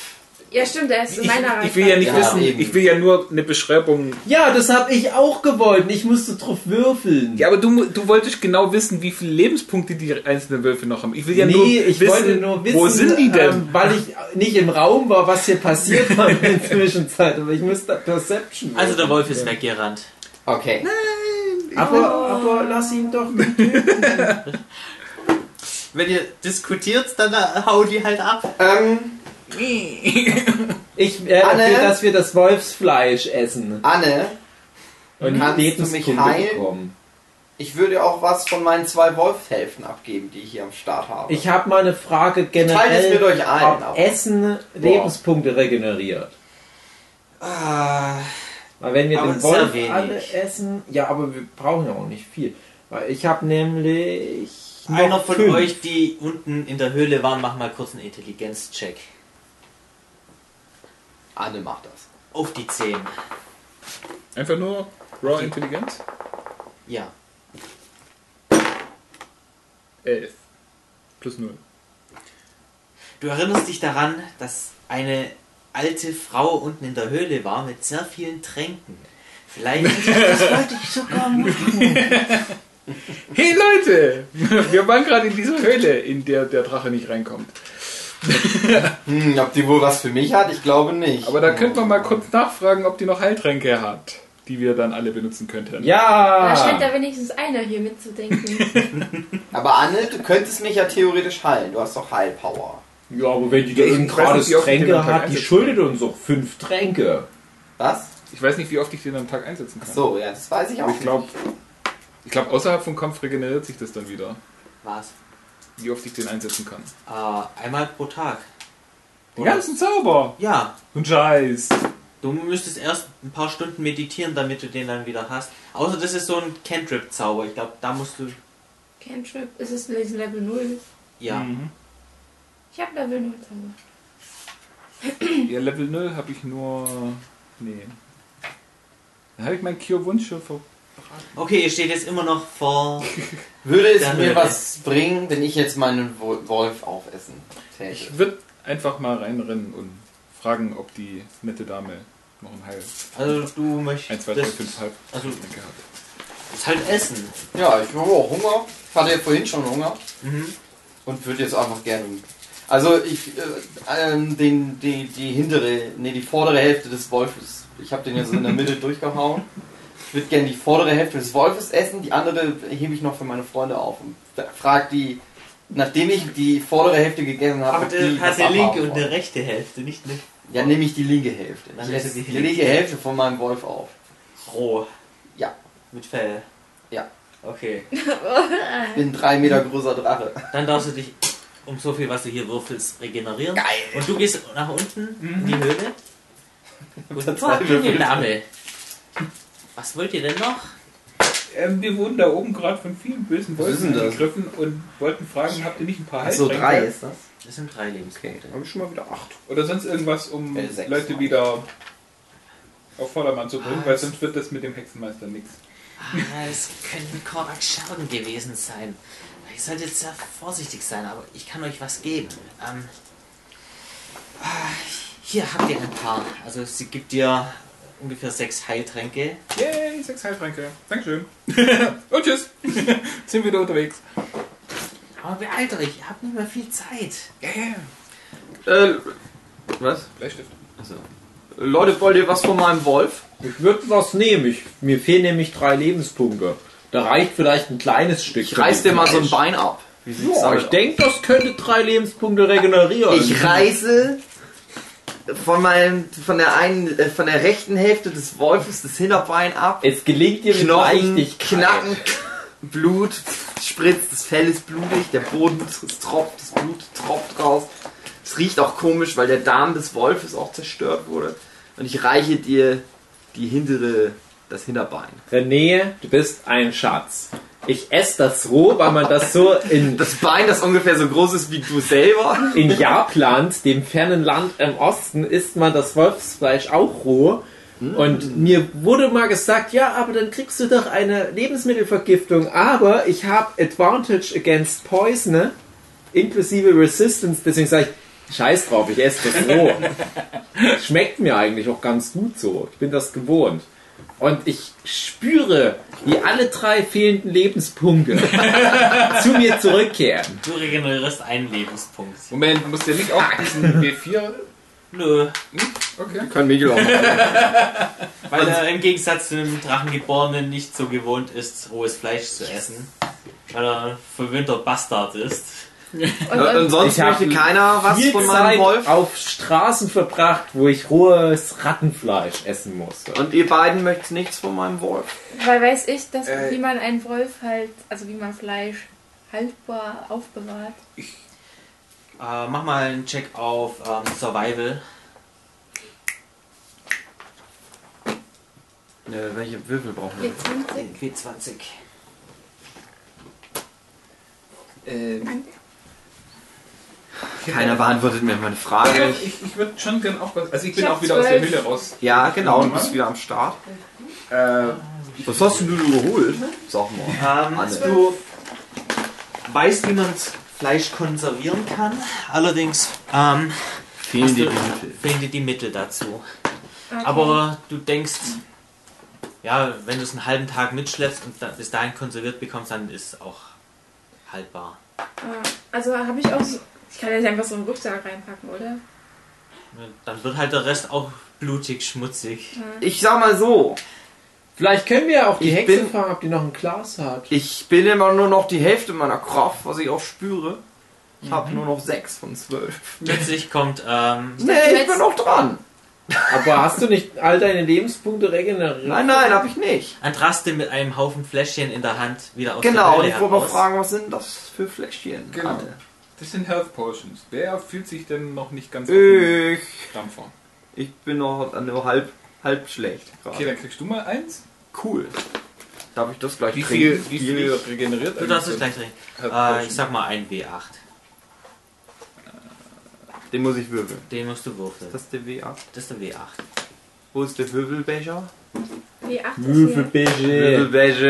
Speaker 8: Ja, stimmt, der ist in
Speaker 3: Ich,
Speaker 8: meiner Reichweite.
Speaker 3: ich will ja nicht
Speaker 7: Ja,
Speaker 3: wissen,
Speaker 7: eben.
Speaker 3: ich will ja nur eine Beschreibung.
Speaker 2: Ja, das habe ich auch gewollt. Ich musste drauf würfeln.
Speaker 3: Ja, aber du, mu- du wolltest genau wissen, wie viele Lebenspunkte die einzelnen Wölfe noch haben. Ich will ja nur,
Speaker 2: nee, ich
Speaker 3: wissen,
Speaker 2: wollte nur wissen,
Speaker 3: wo sind die denn?
Speaker 2: Ähm, weil ich nicht im Raum war, was hier passiert war in der Zwischenzeit. Aber ich musste Perception
Speaker 4: Also der
Speaker 2: würfeln.
Speaker 4: Wolf ist weggerannt.
Speaker 7: Okay.
Speaker 4: Ne?
Speaker 2: aber, aber lass ihn doch nicht
Speaker 4: Wenn ihr diskutiert, dann äh, hau die halt ab.
Speaker 7: Ähm,
Speaker 2: Ich äh,
Speaker 7: Anne?
Speaker 2: dafür, dass wir das Wolfsfleisch essen
Speaker 7: Anne,
Speaker 2: und
Speaker 7: Kannst du mich
Speaker 2: Lebenspunkte
Speaker 7: heilen?
Speaker 2: bekommen.
Speaker 7: ich würde auch was von meinen zwei Wolfhälften abgeben, die ich hier am Start habe.
Speaker 2: Ich habe mal eine Frage
Speaker 7: teile es
Speaker 2: generell,
Speaker 7: mit euch ein,
Speaker 2: ob
Speaker 7: aber-
Speaker 2: Essen Lebenspunkte regeneriert.
Speaker 7: Ah,
Speaker 2: Weil wenn wir
Speaker 4: Aber
Speaker 2: den
Speaker 4: sehr
Speaker 2: Wolf
Speaker 4: wenig.
Speaker 2: alle essen, ja, aber wir brauchen ja auch nicht viel. Weil ich habe nämlich noch
Speaker 4: Einer von
Speaker 2: fünf.
Speaker 4: euch, die unten in der Höhle waren, macht mal kurz einen Intelligenzcheck.
Speaker 7: Anne macht das.
Speaker 4: Auf die 10.
Speaker 3: Einfach nur Raw Intelligenz?
Speaker 4: Ja.
Speaker 3: 11. Plus 0.
Speaker 4: Du erinnerst dich daran, dass eine alte Frau unten in der Höhle war mit sehr vielen Tränken. Vielleicht. das wollte ich sogar machen.
Speaker 3: Hey Leute! Wir waren gerade in dieser Höhle, in der der Drache nicht reinkommt.
Speaker 7: Hm, ob die wohl was für mich hat? Ich glaube nicht.
Speaker 3: Aber da könnte man mal kurz nachfragen, ob die noch Heiltränke hat, die wir dann alle benutzen könnten. Ah.
Speaker 8: Da scheint da
Speaker 2: Ja!
Speaker 8: wenigstens einer hier mitzudenken.
Speaker 7: Aber Anne, du könntest mich ja theoretisch heilen. Du hast doch Heilpower.
Speaker 2: Ja, aber wenn die da
Speaker 3: Ich
Speaker 2: eben
Speaker 3: weiß
Speaker 2: gerade
Speaker 3: nicht, wie oft die den
Speaker 2: Tränke
Speaker 3: am Tag
Speaker 2: hat, die
Speaker 3: einsetzen.
Speaker 2: schuldet uns auch fünf Tränke.
Speaker 7: Was?
Speaker 3: Ich weiß nicht, wie oft ich den am Tag einsetzen kann.
Speaker 7: So, ja, das weiß ich auch.
Speaker 3: Aber ich glaube, ich glaub, außerhalb vom Kampf regeneriert sich das dann wieder,
Speaker 4: Was?
Speaker 3: wie oft ich den einsetzen kann.
Speaker 4: Äh, einmal pro Tag.
Speaker 3: Den ganzen Zauber!
Speaker 4: Ja.
Speaker 3: Und Scheiß!
Speaker 4: Du müsstest erst ein paar Stunden meditieren, damit du den dann wieder hast. Außer das ist so ein Cantrip-Zauber. Ich glaube, da musst du.
Speaker 8: Cantrip, ist es Level 0?
Speaker 1: Hm.
Speaker 3: Mhm.
Speaker 4: Ja.
Speaker 8: Ich hab Level 0 Zauber.
Speaker 3: Ja, Level 0 habe ich nur. Nee. Dann habe ich meinen Cure-Wunsch schon ver.
Speaker 4: Okay, ihr steht jetzt immer noch vor.
Speaker 1: Würde es
Speaker 4: Dann
Speaker 1: mir
Speaker 4: würde
Speaker 1: was bringen, wenn ich jetzt meinen Wo- Wolf aufessen täte?
Speaker 3: Ich würde einfach mal reinrennen und fragen, ob die nette Dame noch ein Heil.
Speaker 4: Also du möchtest.
Speaker 3: 1, 2, 3, 5, halb.
Speaker 4: Also
Speaker 3: gehabt.
Speaker 4: ist halt Essen.
Speaker 1: Ja, ich habe auch Hunger. Ich hatte ja vorhin schon Hunger.
Speaker 4: Mhm.
Speaker 1: Und würde jetzt einfach gerne. Also ich äh, ähm, den, die, die hintere, nee, die vordere Hälfte des Wolfes. Ich habe den ja so in der Mitte durchgehauen. Ich würde gerne die vordere Hälfte des Wolfes essen, die andere hebe ich noch für meine Freunde auf und frag die, nachdem ich die vordere Hälfte gegessen habe,
Speaker 4: Aber
Speaker 1: ob
Speaker 4: du
Speaker 1: die was
Speaker 4: hast eine linke
Speaker 1: abhaben
Speaker 4: und eine
Speaker 1: wollen.
Speaker 4: rechte Hälfte, nicht eine
Speaker 1: Ja, nehme ich die linke Hälfte.
Speaker 4: Dann
Speaker 1: Ich
Speaker 4: lässt
Speaker 1: esse
Speaker 4: du
Speaker 1: die
Speaker 4: die
Speaker 1: linke Hälfte von meinem Wolf auf.
Speaker 4: roh.
Speaker 1: Ja.
Speaker 4: Mit Fell.
Speaker 1: Ja.
Speaker 4: Okay.
Speaker 1: Ich bin ein drei Meter großer Drache.
Speaker 4: Dann darfst du dich um so viel, was du hier würfelst, regenerieren. Geil. Mhm. Und du gehst nach unten in die Höhle. Guten Tag, junge Dame. Was wollt ihr denn noch?
Speaker 3: Ähm, wir wurden da oben gerade von vielen bösen
Speaker 1: Was ist
Speaker 3: Wolken
Speaker 1: denn das?
Speaker 3: gegriffen und wollten fragen, habt ihr nicht ein paar
Speaker 1: Ach so
Speaker 3: Heiltränke?
Speaker 1: drei ist das?
Speaker 4: Es sind drei Lebenspunkte.
Speaker 1: Habe ich schon mal wieder acht.
Speaker 3: Oder sonst irgendwas, um
Speaker 1: Äh, sechs.
Speaker 3: Leute wieder auf Vordermann zu bringen, weil sonst wird das mit dem Hexenmeister nichts.
Speaker 4: Ah, es könnten Koraks Schergen gewesen sein. Ihr solltet sehr vorsichtig sein, aber ich kann euch was geben. Ähm, ah, hier habt ihr ein paar. Also sie gibt dir ungefähr sechs Heiltränke.
Speaker 3: Yay, sechs Heiltränke. Dankeschön. und tschüss. Sind wieder unterwegs.
Speaker 4: Aber beeilt euch, ihr habt nicht mehr viel Zeit.
Speaker 3: Ja, ja, ja.
Speaker 11: Äh, was?
Speaker 3: Bleistift.
Speaker 11: Leute, wollt ihr was von meinem Wolf?
Speaker 2: Ich würde was nehmen. Ich, mir fehlen nämlich drei Lebenspunkte. Da reicht vielleicht ein kleines Stück.
Speaker 11: Ich reiß dir mal so ein Bein ab. Wie sieht's
Speaker 2: Ja,
Speaker 11: damit
Speaker 2: ich denke, das könnte drei Lebenspunkte regenerieren.
Speaker 1: Ich reiße von meinem, von der einen, äh, von der rechten Hälfte des Wolfes das Hinterbein ab.
Speaker 2: es gelingt dir mit
Speaker 1: Knochen,
Speaker 2: Leichtigkeit.
Speaker 1: Knacken, Blut spritzt, das Fell ist blutig, der Boden es tropft, das Blut tropft raus. Es riecht auch komisch, weil der Darm des Wolfes auch zerstört wurde. Und ich reiche dir die hintere, das Hinterbein.
Speaker 2: René, du bist ein Schatz. Ich esse das roh, weil man das so in,
Speaker 1: Das Bein, das ungefähr so groß ist wie du selber.
Speaker 2: in Japland, dem fernen Land im Osten, isst man das Wolfsfleisch auch roh. Und mir wurde mal gesagt, ja, aber dann kriegst du doch eine Lebensmittelvergiftung. Aber ich habe Advantage against Poison, inklusive Resistance. Deswegen sage ich, scheiß drauf, ich esse das roh. Schmeckt mir eigentlich auch ganz gut so. Ich bin das gewohnt. Und ich spüre, wie alle drei fehlenden Lebenspunkte zu mir zurückkehren.
Speaker 4: Du regenerierst einen Lebenspunkt.
Speaker 3: Moment, muss der nicht auch diesen W4?
Speaker 4: Nö.
Speaker 3: Okay.
Speaker 1: Kann Miguel auch machen.
Speaker 4: Weil er im Gegensatz zu einem Drachengeborenen nicht so gewohnt ist, rohes Fleisch zu essen. Weil er ein verwöhnter Bastard ist.
Speaker 1: Und sonst
Speaker 2: Ich hab
Speaker 1: Äh, möchte keiner was
Speaker 2: viel
Speaker 1: von meinem
Speaker 2: Zeit
Speaker 1: Wolf.
Speaker 2: auf Straßen verbracht, wo ich rohes Rattenfleisch essen musste.
Speaker 1: Und ihr beiden möchtet nichts von meinem Wolf.
Speaker 5: Weil weiß ich, dass,
Speaker 3: Äh.
Speaker 5: wie man einen Wolf halt, also wie man Fleisch haltbar aufbewahrt.
Speaker 4: Äh, mach mal einen Check auf ähm, Survival.
Speaker 1: Äh, welche Würfel brauchen wir?
Speaker 4: W20.
Speaker 5: 24.
Speaker 3: Ähm,
Speaker 1: Keiner beantwortet mir meine Frage.
Speaker 3: ich ich würde schon gern auch was. Also ich bin
Speaker 5: Ich hab
Speaker 3: auch wieder aus der
Speaker 5: zwölf.
Speaker 3: Höhle raus.
Speaker 1: Ja, genau, du bist wieder am Start.
Speaker 3: Äh,
Speaker 1: Was hast denn du geholt? Sag mal.
Speaker 4: Ähm,
Speaker 1: Anne.
Speaker 4: du weißt, wie man Fleisch konservieren kann. Allerdings ähm,
Speaker 1: Fehlen
Speaker 4: Hast
Speaker 1: dir
Speaker 4: du-
Speaker 1: die Mittel.
Speaker 4: fehlen dir die Mittel dazu. Aber du denkst, ja, wenn du es einen halben Tag mitschleppst und dann bis dahin konserviert bekommst, dann ist es auch haltbar.
Speaker 5: Ah, Also habe ich auch so. Ich kann ja nicht einfach so einen Rucksack reinpacken, oder?
Speaker 4: Dann wird halt der Rest auch blutig, schmutzig.
Speaker 1: Ich sag mal so,
Speaker 2: Vielleicht können wir ja auch die
Speaker 1: Ich
Speaker 2: Hexe
Speaker 1: bin-
Speaker 2: fragen, ob die noch ein Glas hat.
Speaker 1: ich bin immer nur noch die Hälfte meiner Kraft, was ich auch spüre. Ich
Speaker 2: Mhm.
Speaker 1: habe nur noch 6 von 12.
Speaker 4: Plötzlich kommt, ähm,
Speaker 1: Nee, ich
Speaker 5: jetzt-
Speaker 1: bin noch dran.
Speaker 2: Aber hast du nicht all deine Lebenspunkte regeneriert?
Speaker 1: Nein, nein, habe ich nicht.
Speaker 4: Andraste mit einem Haufen Fläschchen in der Hand wieder aus der
Speaker 1: Genau, und
Speaker 4: Höhle
Speaker 1: ich wollte mal
Speaker 4: heraus.
Speaker 1: fragen, was sind das für Fläschchen?
Speaker 3: Genau.
Speaker 1: Anne?
Speaker 3: das sind Health Potions. Wer fühlt sich denn noch nicht ganz auf
Speaker 1: Äh, Ich,
Speaker 3: dem Dampfer?
Speaker 1: ich bin noch nur halb, halb schlecht. gerade.
Speaker 3: Okay, dann kriegst du mal eins.
Speaker 1: Cool. Darf ich das gleich
Speaker 3: Wie
Speaker 1: trinken?
Speaker 3: viel, wie viel regeneriert Also
Speaker 4: Du darfst
Speaker 3: eigentlich
Speaker 4: Äh, es gleich trinken.
Speaker 3: Health
Speaker 4: Äh,
Speaker 3: Potion?
Speaker 4: ich sag mal ein W8.
Speaker 7: Den muss ich würfeln.
Speaker 4: Den musst du würfeln.
Speaker 7: Das ist der W8.
Speaker 4: Das ist der W8.
Speaker 7: Wo ist der Würfelbecher?
Speaker 8: W8 ist hier.
Speaker 2: Würfelbäsche.
Speaker 7: Würfelbecher.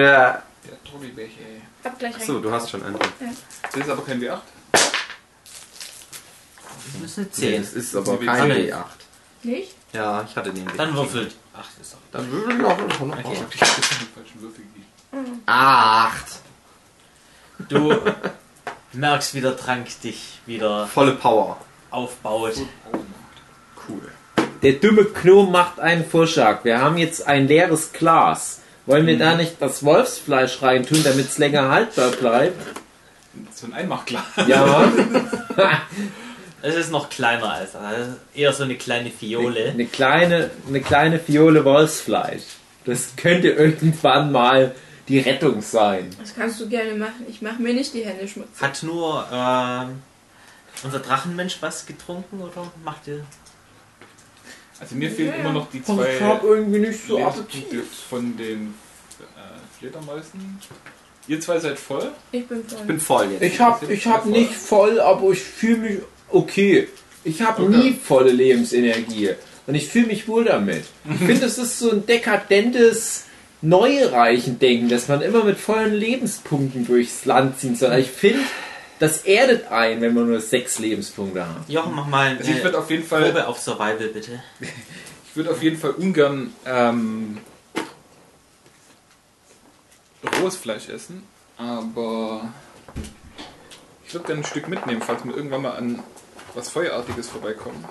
Speaker 3: Der Trolleybech, ey.
Speaker 8: Abgleich rein.
Speaker 7: Achso, du hast schon einen.
Speaker 3: Das ist aber kein W8.
Speaker 4: Das ist eine 10.
Speaker 7: Nee, das ist aber
Speaker 3: Die
Speaker 7: kein
Speaker 4: Würfel.
Speaker 7: W8.
Speaker 8: Nicht?
Speaker 7: Ja, ich hatte den W8.
Speaker 4: Dann würfelt. Ach, das ist doch.
Speaker 7: Dann würfel noch. noch
Speaker 3: Ich
Speaker 7: okay.
Speaker 3: hab dich den falschen Würfel gegeben.
Speaker 7: Acht.
Speaker 4: Du merkst, wie der Trank dich wieder
Speaker 7: Volle Power.
Speaker 4: aufbaut.
Speaker 3: Also,
Speaker 7: Cool.
Speaker 2: Der dumme Gnome macht einen Vorschlag. Wir haben jetzt ein leeres Glas. Wollen
Speaker 1: Mhm.
Speaker 2: wir da nicht das Wolfsfleisch reintun, damit es länger haltbar bleibt?
Speaker 3: So ein Einmachglas.
Speaker 2: Ja,
Speaker 4: Es ist noch kleiner als also eher so eine kleine Fiole.
Speaker 2: eine kleine, eine kleine Fiole Wolfsfleisch. Das könnte irgendwann mal die Rettung sein.
Speaker 8: Das kannst du gerne machen. Ich mache mir nicht die Hände schmutzig.
Speaker 4: Hat nur ähm, unser Drachenmensch was getrunken oder macht ihr?
Speaker 3: Also mir fehlen immer noch die
Speaker 2: Oh,
Speaker 3: zwei
Speaker 2: hab irgendwie nicht
Speaker 3: Lebenspunkte von den äh, Fledermäusen. Ihr zwei seid voll.
Speaker 8: Ich bin voll.
Speaker 7: Ich bin voll jetzt.
Speaker 2: Ich hab, ich hab nicht voll, aber ich fühle mich okay. Ich habe nie volle Lebensenergie und ich fühle mich wohl damit. Ich finde, es ist so ein dekadentes neureichen Denken, dass man immer mit vollen Lebenspunkten durchs Land ziehen soll. Ich finde, das erdet ein, wenn man nur sechs Lebenspunkte hat.
Speaker 4: Jochen, mach mal eine
Speaker 3: Also ich würde auf jeden Fall
Speaker 4: Probe auf Survival bitte.
Speaker 3: Ich würde auf jeden Fall ungern ähm, rohes Fleisch essen, aber ich würde gerne ein Stück mitnehmen, falls mir irgendwann mal an was Feuerartiges vorbeikommt.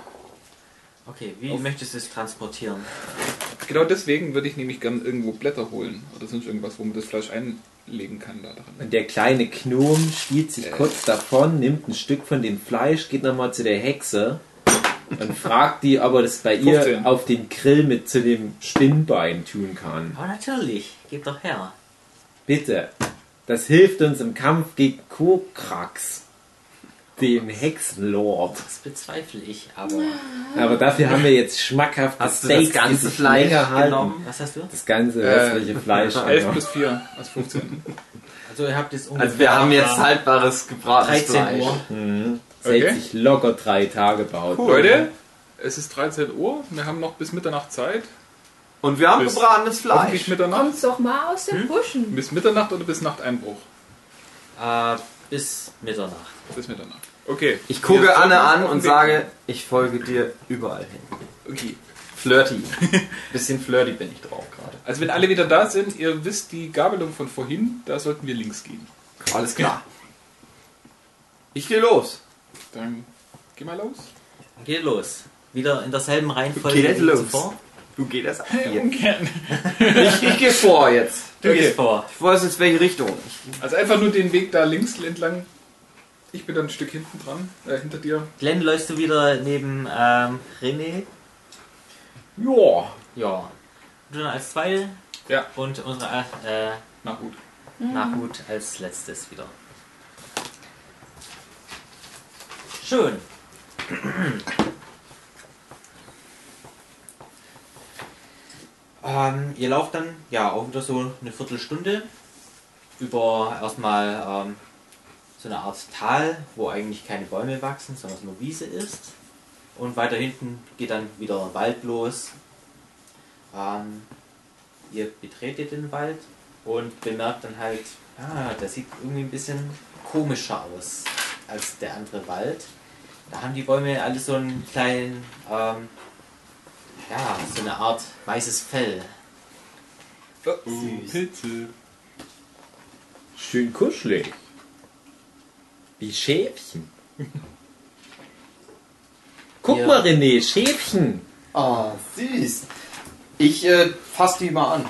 Speaker 4: Okay, wie möchtest du es transportieren?
Speaker 3: Genau deswegen würde ich nämlich gern irgendwo Blätter holen oder sonst irgendwas, wo man das Fleisch einlegen kann da drin.
Speaker 2: Und der kleine Gnom stiehlt
Speaker 7: Äh.
Speaker 2: sich kurz davon, nimmt ein Stück von dem Fleisch, geht nochmal zu der Hexe und fragt die, ob er das bei ihr
Speaker 3: 15.
Speaker 2: auf den Grill mit zu dem Spinnbein tun kann.
Speaker 4: Aber natürlich, gib doch her.
Speaker 2: Bitte. Das hilft uns im Kampf gegen Kokrax, den Hexenlord.
Speaker 4: Das bezweifle ich, aber.
Speaker 2: Aber dafür haben wir jetzt schmackhaft
Speaker 7: Hast du das ganze Fleisch genommen? Äh,
Speaker 4: Was hast du?
Speaker 2: Das ganze restliche Fleisch.
Speaker 3: 11
Speaker 2: genommen.
Speaker 3: plus 4, also 15.
Speaker 4: Also ihr habt jetzt ungefähr
Speaker 7: Also wir haben jetzt
Speaker 4: äh,
Speaker 7: haltbares gebratenes
Speaker 4: 13
Speaker 7: Fleisch.
Speaker 4: Uhr.
Speaker 2: Das hält sich locker drei Tage baut.
Speaker 3: Leute, es ist 13 Uhr, wir haben noch bis Mitternacht Zeit.
Speaker 7: Und wir haben
Speaker 3: Bis-
Speaker 7: gebratenes
Speaker 3: Hoffentlich
Speaker 7: Fleisch.
Speaker 3: Mitternacht.
Speaker 8: Kommst doch mal aus
Speaker 7: Hm?
Speaker 8: den Buschen.
Speaker 3: Bis Mitternacht oder bis Nachteinbruch?
Speaker 4: Äh, bis Mitternacht.
Speaker 3: Bis Mitternacht. Okay.
Speaker 7: Ich gucke
Speaker 3: Wir
Speaker 7: Anne
Speaker 3: sollten
Speaker 7: an
Speaker 3: auf
Speaker 7: und
Speaker 3: den Weg
Speaker 7: sage, ich folge dir überall hin.
Speaker 3: Okay.
Speaker 7: Flirty. Bisschen flirty bin ich drauf gerade.
Speaker 3: Also wenn alle wieder da sind, ihr wisst die Gabelung von vorhin, da sollten wir links gehen.
Speaker 7: Alles klar. Ich gehe los.
Speaker 3: Dann geh mal los.
Speaker 4: Geht los. Wieder in derselben Reihenfolge
Speaker 7: Geht
Speaker 4: wie
Speaker 7: los.
Speaker 4: zuvor.
Speaker 7: Du geh das ab hier.
Speaker 3: Ungern.
Speaker 7: Ich, ich gehe vor jetzt.
Speaker 4: Du gehst vor.
Speaker 7: Ich weiß jetzt welche Richtung.
Speaker 3: Also einfach nur den Weg da links entlang. Ich bin dann ein Stück hinten dran, äh, hinter dir.
Speaker 4: Glenn läufst du wieder neben ähm, René.
Speaker 2: Ja.
Speaker 4: Ja. Du dann als Zweite.
Speaker 3: Ja.
Speaker 4: Und unsere äh,
Speaker 3: Na gut.
Speaker 4: Mhm. Nachhut als letztes wieder. Schön. ähm, ihr lauft dann ja auch wieder so eine Viertelstunde über erstmal ähm, so eine Art Tal, wo eigentlich keine Bäume wachsen, sondern es nur Wiese ist. Und weiter hinten geht dann wieder Wald los. Ähm, ihr betretet den Wald und bemerkt dann halt, ah, das sieht irgendwie ein bisschen komischer aus als der andere Wald. Da haben die Bäume alle so einen kleinen, ähm, ja, so eine Art weißes Fell.
Speaker 3: Süß. Pilze.
Speaker 2: Schön kuschelig. Wie Schäfchen. Guck
Speaker 4: Ja.
Speaker 2: mal, René, Schäfchen.
Speaker 7: Ah, süß. Ich äh, fasse die mal an.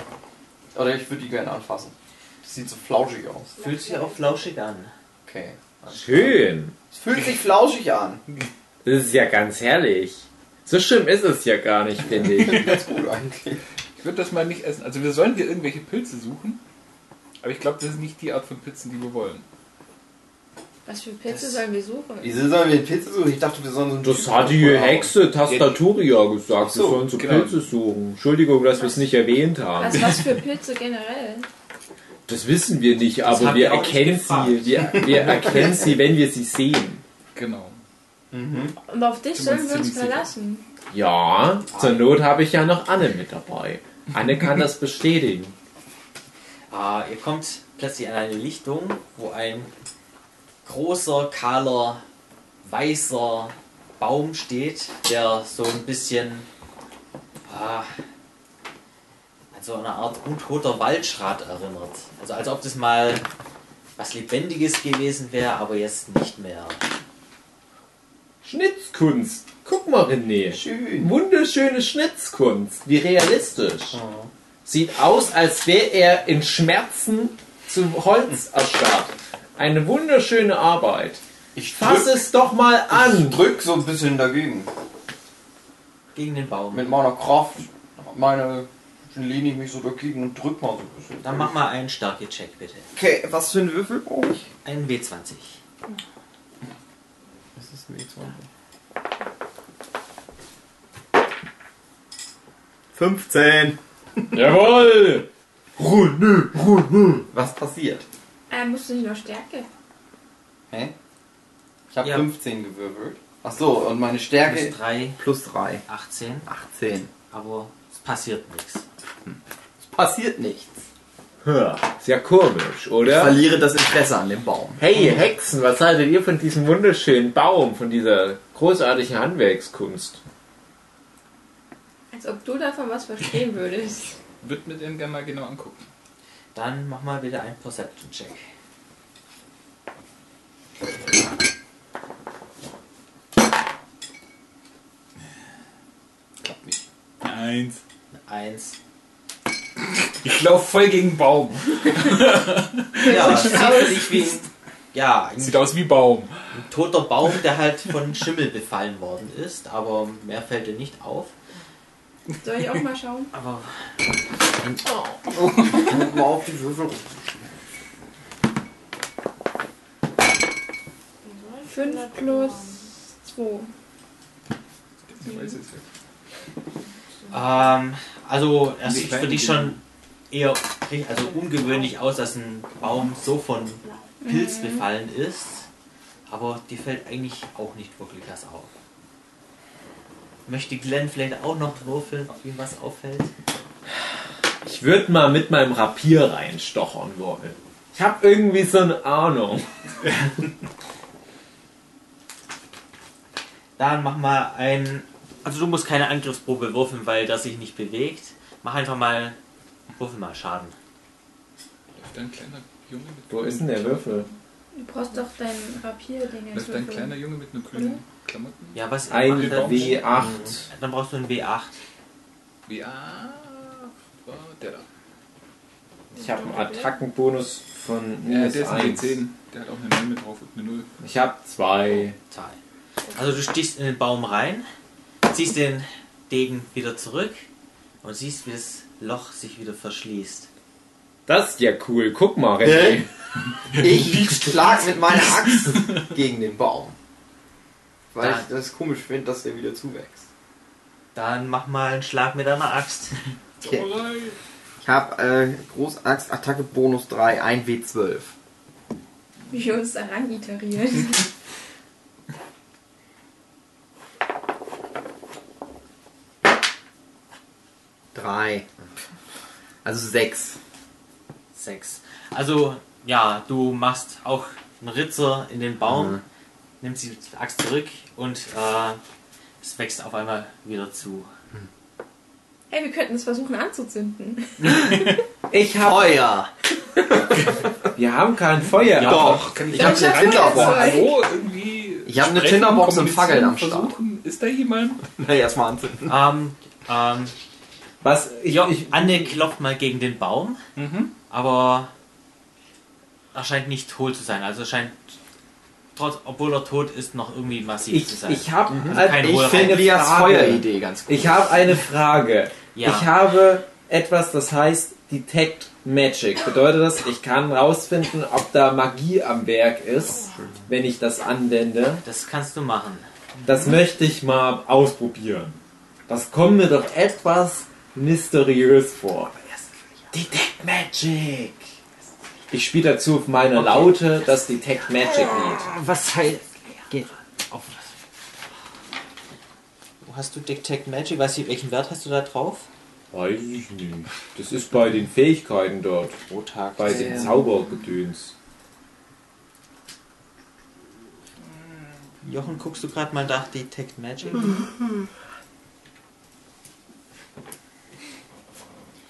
Speaker 7: Oder ich würde die gerne anfassen. Das sieht so flauschig aus.
Speaker 4: Fühlt sich auch flauschig an.
Speaker 7: Okay.
Speaker 2: Schön.
Speaker 7: Es fühlt sich flauschig an.
Speaker 2: Das ist ja ganz herrlich. So schlimm ist es ja gar nicht, finde ich.
Speaker 7: Ganz gut eigentlich.
Speaker 3: Ich würde das mal nicht essen. Also wir sollen dir irgendwelche Pilze suchen. Aber ich glaube, das ist nicht die Art von Pilzen, die wir wollen.
Speaker 8: Was für Pilze sollen wir suchen?
Speaker 7: Wieso sollen wir den Pilze suchen? Ich dachte, wir sollen so einen
Speaker 2: Das hat die Hexe Tastaturia gesagt.
Speaker 7: so,
Speaker 2: wir sollen so
Speaker 3: genau.
Speaker 2: Pilze suchen. Entschuldigung, dass wir es nicht erwähnt haben.
Speaker 5: Also
Speaker 8: Was, was für Pilze generell?
Speaker 2: Das wissen wir nicht,
Speaker 4: haben
Speaker 2: aber wir
Speaker 4: wir auch nicht
Speaker 2: erkennen
Speaker 4: gefragt.
Speaker 2: sie. Wir, wir erkennen sie, wenn wir sie sehen.
Speaker 3: Genau.
Speaker 5: Und auf dich sollen wir uns verlassen.
Speaker 2: Ja, zur Not habe ich ja noch Anne mit dabei. Anne kann das bestätigen.
Speaker 4: Äh, ihr kommt plötzlich an eine Lichtung, wo ein großer, kahler, weißer Baum steht, der so ein bisschen äh, an so eine Art untoter Waldschrat erinnert. Also als ob das mal was Lebendiges gewesen wäre, aber jetzt nicht mehr.
Speaker 2: Schnitzkunst. Guck mal, René. Schön. Wunderschöne Schnitzkunst. Wie realistisch. Sieht aus, als wäre er in Schmerzen zu Holz erstarrt. Eine wunderschöne Arbeit.
Speaker 1: Ich
Speaker 2: Fass
Speaker 1: drück,
Speaker 2: es doch mal an.
Speaker 1: ich drück so ein bisschen dagegen.
Speaker 4: Gegen den Baum.
Speaker 1: Mit meiner Kraft, meine, lehne ich mich so dagegen und drück mal so ein bisschen.
Speaker 4: Dann mach mal einen Stärke-Check, bitte.
Speaker 1: Okay, was für einen Würfel brauche ich?
Speaker 4: Einen W20.
Speaker 1: Das ist ein E20. 15.
Speaker 2: Jawohl.
Speaker 1: Was passiert?
Speaker 5: Äh, musst du nicht noch Stärke?
Speaker 1: Hä? Ich habe
Speaker 4: Ja.
Speaker 1: 15 gewürfelt. Ach so, und meine Stärke
Speaker 4: Plus 3,
Speaker 1: plus 3.
Speaker 4: 18.
Speaker 1: 18.
Speaker 4: Aber es passiert nichts.
Speaker 1: Es passiert nichts.
Speaker 2: Hm, Ist ja komisch,
Speaker 1: Ich
Speaker 2: oder?
Speaker 1: verliere das Interesse an dem Baum.
Speaker 2: Hey, ihr Hexen, was haltet ihr von diesem wunderschönen Baum, von dieser großartigen Handwerkskunst?
Speaker 5: Als ob du davon was verstehen würdest.
Speaker 3: Wird mir den gerne mal genau angucken.
Speaker 4: Dann mach mal wieder einen Perception-Check.
Speaker 3: Klappt nicht. Eins.
Speaker 4: Eins.
Speaker 3: Ich laufe voll gegen den Baum.
Speaker 4: Ja, es sieht für dich wie ein, ja, ein
Speaker 3: Sieht aus wie Baum.
Speaker 4: toter Baum, der halt von Schimmel befallen worden ist, aber mehr fällt dir nicht auf.
Speaker 5: Soll ich auch mal schauen?
Speaker 4: Aber
Speaker 1: Guck mal auf die Würfel.
Speaker 5: Fünf plus zwei.
Speaker 4: ähm, also es
Speaker 3: Nee,
Speaker 4: sieht für dich schon eher also ungewöhnlich aus, dass ein Baum so von Pilz befallen ist, aber dir fällt eigentlich auch nicht wirklich was auf. Möchte Glenn vielleicht auch noch würfeln, ob ihm was auffällt?
Speaker 2: Ich würde mal mit meinem Rapier reinstochern wollen. Ich habe irgendwie so eine Ahnung.
Speaker 4: Dann mach mal ein. Also du musst keine Angriffsprobe würfeln, weil das sich nicht bewegt. Mach einfach mal. Würfel mal Schaden.
Speaker 3: Läuft ein kleiner Junge mit
Speaker 2: Wo ist denn der Würfel?
Speaker 5: Du brauchst doch dein Rapier-Ding jetzt
Speaker 3: Läuft ein kleiner
Speaker 5: würfeln.
Speaker 3: Junge mit einer grünen Klamotten?
Speaker 4: Ja, was?
Speaker 2: Ein
Speaker 4: macht das?
Speaker 2: W8.
Speaker 4: Dann brauchst du einen W8.
Speaker 3: Ja, war ah, oh, der da.
Speaker 2: Mhm. Ich habe einen Attackenbonus von
Speaker 3: Ja,
Speaker 2: minus
Speaker 3: der ist ein
Speaker 2: 1.
Speaker 3: D10. Der hat auch eine 9 mit drauf und eine 0.
Speaker 2: Ich habe zwei.
Speaker 4: Zahl. Also du stichst in den Baum rein, ziehst den Degen wieder zurück und siehst, wie das Loch sich wieder verschließt.
Speaker 2: Das ist ja cool. Guck mal, René.
Speaker 1: Ich schlag mit meiner Axt gegen den Baum. Weil
Speaker 4: Da.
Speaker 1: ich das komisch finde, dass der wieder zuwächst.
Speaker 4: Dann mach mal einen Schlag mit deiner Axt.
Speaker 1: Okay. Ich habe äh, Großaxt, Attacke Bonus 3, 1 W12.
Speaker 5: Wie wir uns da rein iterieren.
Speaker 1: Drei. Also sechs.
Speaker 4: Sechs. Also, ja, du machst auch einen Ritzer in den Baum,
Speaker 12: Mhm.
Speaker 4: nimmst die Axt zurück und äh, es wächst auf einmal wieder zu.
Speaker 5: Hey, wir könnten es versuchen anzuzünden.
Speaker 2: Ich habe.
Speaker 1: Feuer!
Speaker 2: Wir haben kein Feuer.
Speaker 4: Ja,
Speaker 1: Doch!
Speaker 3: Kann
Speaker 1: Ich habe
Speaker 5: Ich hab
Speaker 1: eine Tinderbox.
Speaker 5: Feuerzeug.
Speaker 3: Hallo, irgendwie.
Speaker 1: Ich hab eine
Speaker 3: sprechen,
Speaker 1: Tinderbox und
Speaker 3: kommunizieren,
Speaker 1: Fackeln am
Speaker 3: versuchen. Ist da jemand?
Speaker 1: Na, erstmal anzünden.
Speaker 4: Ähm, ähm,
Speaker 2: Was? Ich,
Speaker 4: Jo,
Speaker 2: ich,
Speaker 4: Anne klopft mal gegen den Baum, aber er scheint nicht tot zu sein. Also er scheint, trotz, obwohl er tot ist, noch irgendwie massiv zu
Speaker 2: ich,
Speaker 4: sein.
Speaker 2: ich habe.
Speaker 4: kein
Speaker 1: Ich
Speaker 4: Wohlrein.
Speaker 1: finde Lias
Speaker 2: Frage.
Speaker 1: Feueridee ganz gut.
Speaker 2: Ich habe eine Frage.
Speaker 4: Ja.
Speaker 2: Ich habe etwas, das heißt Detect Magic. Bedeutet das, ich kann rausfinden, ob da Magie am Werk ist, wenn ich das anwende.
Speaker 4: das kannst du machen.
Speaker 2: Das möchte ich mal ausprobieren. Das kommt mir doch etwas mysteriös vor. Detect Magic. Ich spiele dazu auf meiner Laute das Detect Magic Lied.
Speaker 1: Was heißt?
Speaker 4: Auf
Speaker 12: Hast du Detect Magic? Weißt du, welchen Wert hast du da drauf?
Speaker 2: Weiß ich nicht. Das ist bei den Fähigkeiten dort.
Speaker 12: Pro Tag.
Speaker 2: Bei den Zaubergedöns.
Speaker 12: Jochen, guckst du gerade mal nach Detect Magic?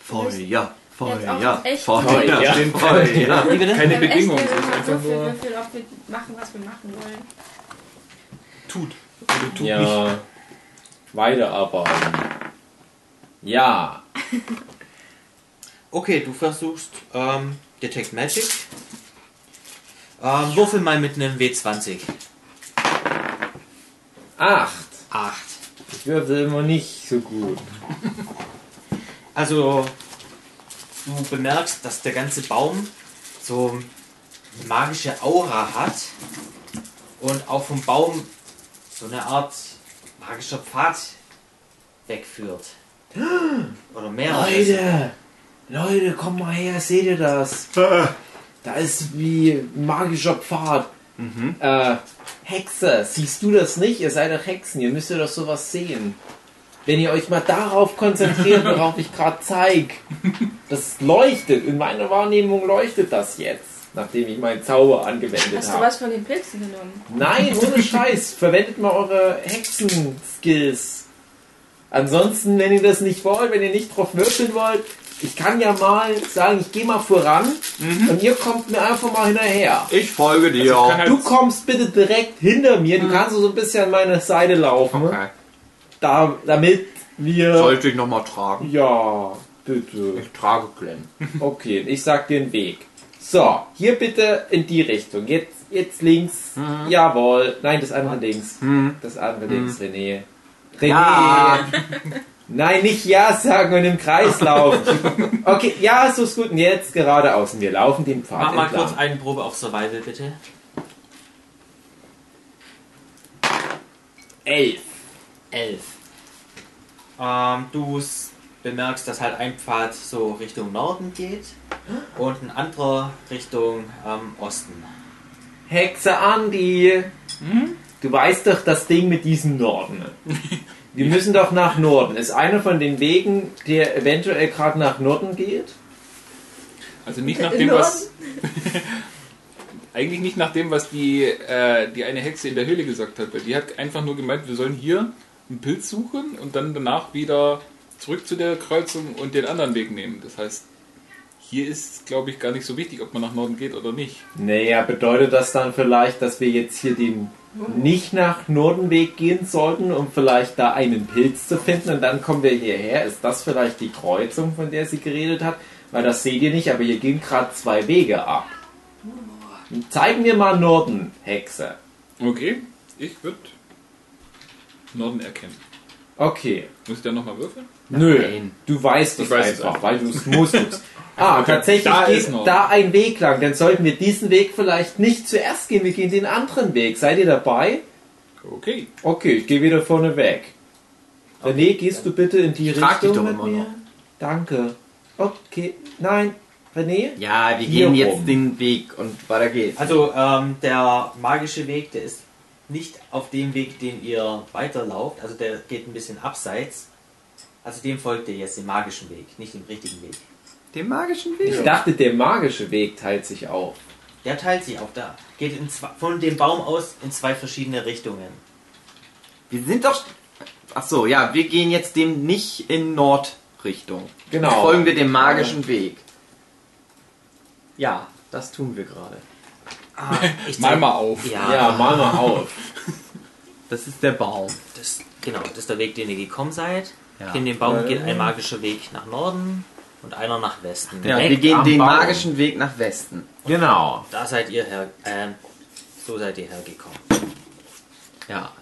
Speaker 7: Feuer,
Speaker 8: Jetzt auch ja,
Speaker 7: Feuer,
Speaker 8: echt
Speaker 7: Feuer,
Speaker 8: Feuer,
Speaker 7: Feuer.
Speaker 12: Wie bitte?
Speaker 8: Wir
Speaker 3: Keine
Speaker 8: haben echt nur
Speaker 3: Bedingungen, das ist
Speaker 8: mal
Speaker 3: einfach
Speaker 8: Würfel,
Speaker 3: nur
Speaker 8: Würfel, ob wir machen, was wir machen wollen.
Speaker 3: tut. Oder tut nicht.
Speaker 2: Ja. Weiterarbeiten. Ja.
Speaker 12: Okay, du versuchst ähm, Detect Magic. Ähm, würfel mal mit einem W20.
Speaker 2: Acht.
Speaker 12: Acht.
Speaker 2: Ich würfel immer nicht so gut.
Speaker 12: Also, du bemerkst, dass der ganze Baum so eine magische Aura hat und auch vom Baum so eine Art magischer Pfad wegführt. Oder mehrere.
Speaker 2: Leute! Leute, kommt mal her, seht ihr das? Da ist wie ein magischer Pfad. Äh, Hexer, siehst du das nicht? Ihr seid doch Hexen, ihr müsst ja doch sowas sehen. Wenn ihr euch mal darauf konzentriert, worauf ich gerade zeig, das leuchtet. In meiner Wahrnehmung leuchtet das jetzt, nachdem ich meinen Zauber angewendet
Speaker 8: Hast du
Speaker 2: habe.
Speaker 8: was von den Pilzen genommen?
Speaker 2: Nein, ohne Scheiß, verwendet mal eure Hexen-Skills. Ansonsten, wenn ihr das nicht wollt, wenn ihr nicht drauf würfeln wollt, ich kann ja mal sagen, ich gehe mal voran und ihr kommt mir einfach mal hinterher.
Speaker 7: Ich folge dir.
Speaker 3: Also ich kann halt-
Speaker 2: Du kommst bitte direkt hinter mir, du kannst so ein bisschen an meine Seite laufen,
Speaker 7: okay.
Speaker 2: da, damit wir...
Speaker 7: Sollte ich nochmal tragen?
Speaker 2: ja, bitte.
Speaker 7: Ich trage Glenn.
Speaker 2: Okay, ich sag dir den Weg. So, hier bitte in die Richtung. Jetzt, jetzt links.
Speaker 7: Mhm.
Speaker 2: Jawohl. Nein, das andere links. Das andere links, René. René.
Speaker 7: Ja.
Speaker 2: Nein, nicht Ja sagen und im Kreis laufen. Okay, ja, so ist gut. Und jetzt geradeaus. Und wir laufen den Pfad
Speaker 4: Mach mal
Speaker 2: entlang.
Speaker 4: kurz eine Probe auf Survival, bitte.
Speaker 2: Elf.
Speaker 4: Elf. Ähm, du s- bemerkst, dass halt ein Pfad so Richtung Norden geht und ein anderer Richtung ähm, Osten.
Speaker 2: Hexe Andi. Du weißt doch das Ding mit diesem Norden. Wir müssen doch nach Norden. Ist einer von den Wegen, der eventuell gerade nach Norden geht?
Speaker 3: Also nicht nach dem, was. Eigentlich nicht nach dem, was die, äh, die eine Hexe in der Höhle gesagt hat, weil die hat einfach nur gemeint, wir sollen hier einen Pilz suchen und dann danach wieder zurück zu der Kreuzung und den anderen Weg nehmen. Das heißt, hier ist, glaube ich, gar nicht so wichtig, ob man nach Norden geht oder nicht.
Speaker 2: Naja, bedeutet das dann vielleicht, dass wir jetzt hier den nicht nach Nordenweg gehen sollten, um vielleicht da einen Pilz zu finden und dann kommen wir hierher? Ist das vielleicht die Kreuzung, von der sie geredet hat? Weil das seht ihr nicht, aber hier gehen gerade zwei Wege ab. Zeigen wir mal Norden, Hexe.
Speaker 3: Okay, ich würde Norden erkennen.
Speaker 2: Okay.
Speaker 3: Muss ich dann nochmal würfeln?
Speaker 2: Nö, du weißt es
Speaker 3: weiß es
Speaker 2: einfach,
Speaker 3: einfach.
Speaker 2: weil du es musstest. ah, tatsächlich
Speaker 3: Da ist
Speaker 2: geht
Speaker 3: noch.
Speaker 2: da ein Weg lang. Dann sollten wir diesen Weg vielleicht nicht zuerst gehen, wir gehen den anderen Weg. Seid ihr dabei?
Speaker 3: Okay.
Speaker 2: Okay, ich gehe wieder vorne weg. René, gehst du bitte in die
Speaker 7: trag dich
Speaker 2: Richtung
Speaker 7: doch
Speaker 2: mit
Speaker 7: immer
Speaker 2: mir?
Speaker 7: noch.
Speaker 2: Danke. Okay, nein, René?
Speaker 7: Ja,
Speaker 2: Hier
Speaker 7: wir gehen
Speaker 2: rum.
Speaker 7: jetzt den Weg und weiter geht's.
Speaker 4: Also ähm, der magische Weg, der ist nicht auf dem Weg, den ihr weiterlauft. Also der geht ein bisschen abseits. Also dem folgt ihr jetzt den magischen Weg, nicht dem richtigen Weg.
Speaker 7: Den magischen
Speaker 2: Ich dachte, der magische Weg teilt sich auf.
Speaker 4: Der teilt sich auch da. Geht in zwei, von dem Baum aus in zwei verschiedene Richtungen.
Speaker 7: Wir sind doch. Ach so, ja, wir gehen jetzt dem nicht in Nordrichtung.
Speaker 2: Genau.
Speaker 7: Folgen wir dem magischen Weg. Ja, das tun wir gerade.
Speaker 4: Ah, ich
Speaker 3: Mal mal auf.
Speaker 4: Ja,
Speaker 2: Ja, mal mal auf.
Speaker 7: Das ist der Baum.
Speaker 4: Das, genau, das ist der Weg, den ihr gekommen seid.
Speaker 7: Ja.
Speaker 4: Neben dem Baum geht ein magischer Weg nach Norden und einer nach Westen.
Speaker 7: Ja, wir
Speaker 2: Direkt
Speaker 7: gehen
Speaker 2: am
Speaker 7: den
Speaker 2: Baum.
Speaker 7: magischen Weg nach Westen.
Speaker 2: Genau.
Speaker 4: Da seid ihr her, ähm, so seid ihr hergekommen.
Speaker 7: Ja.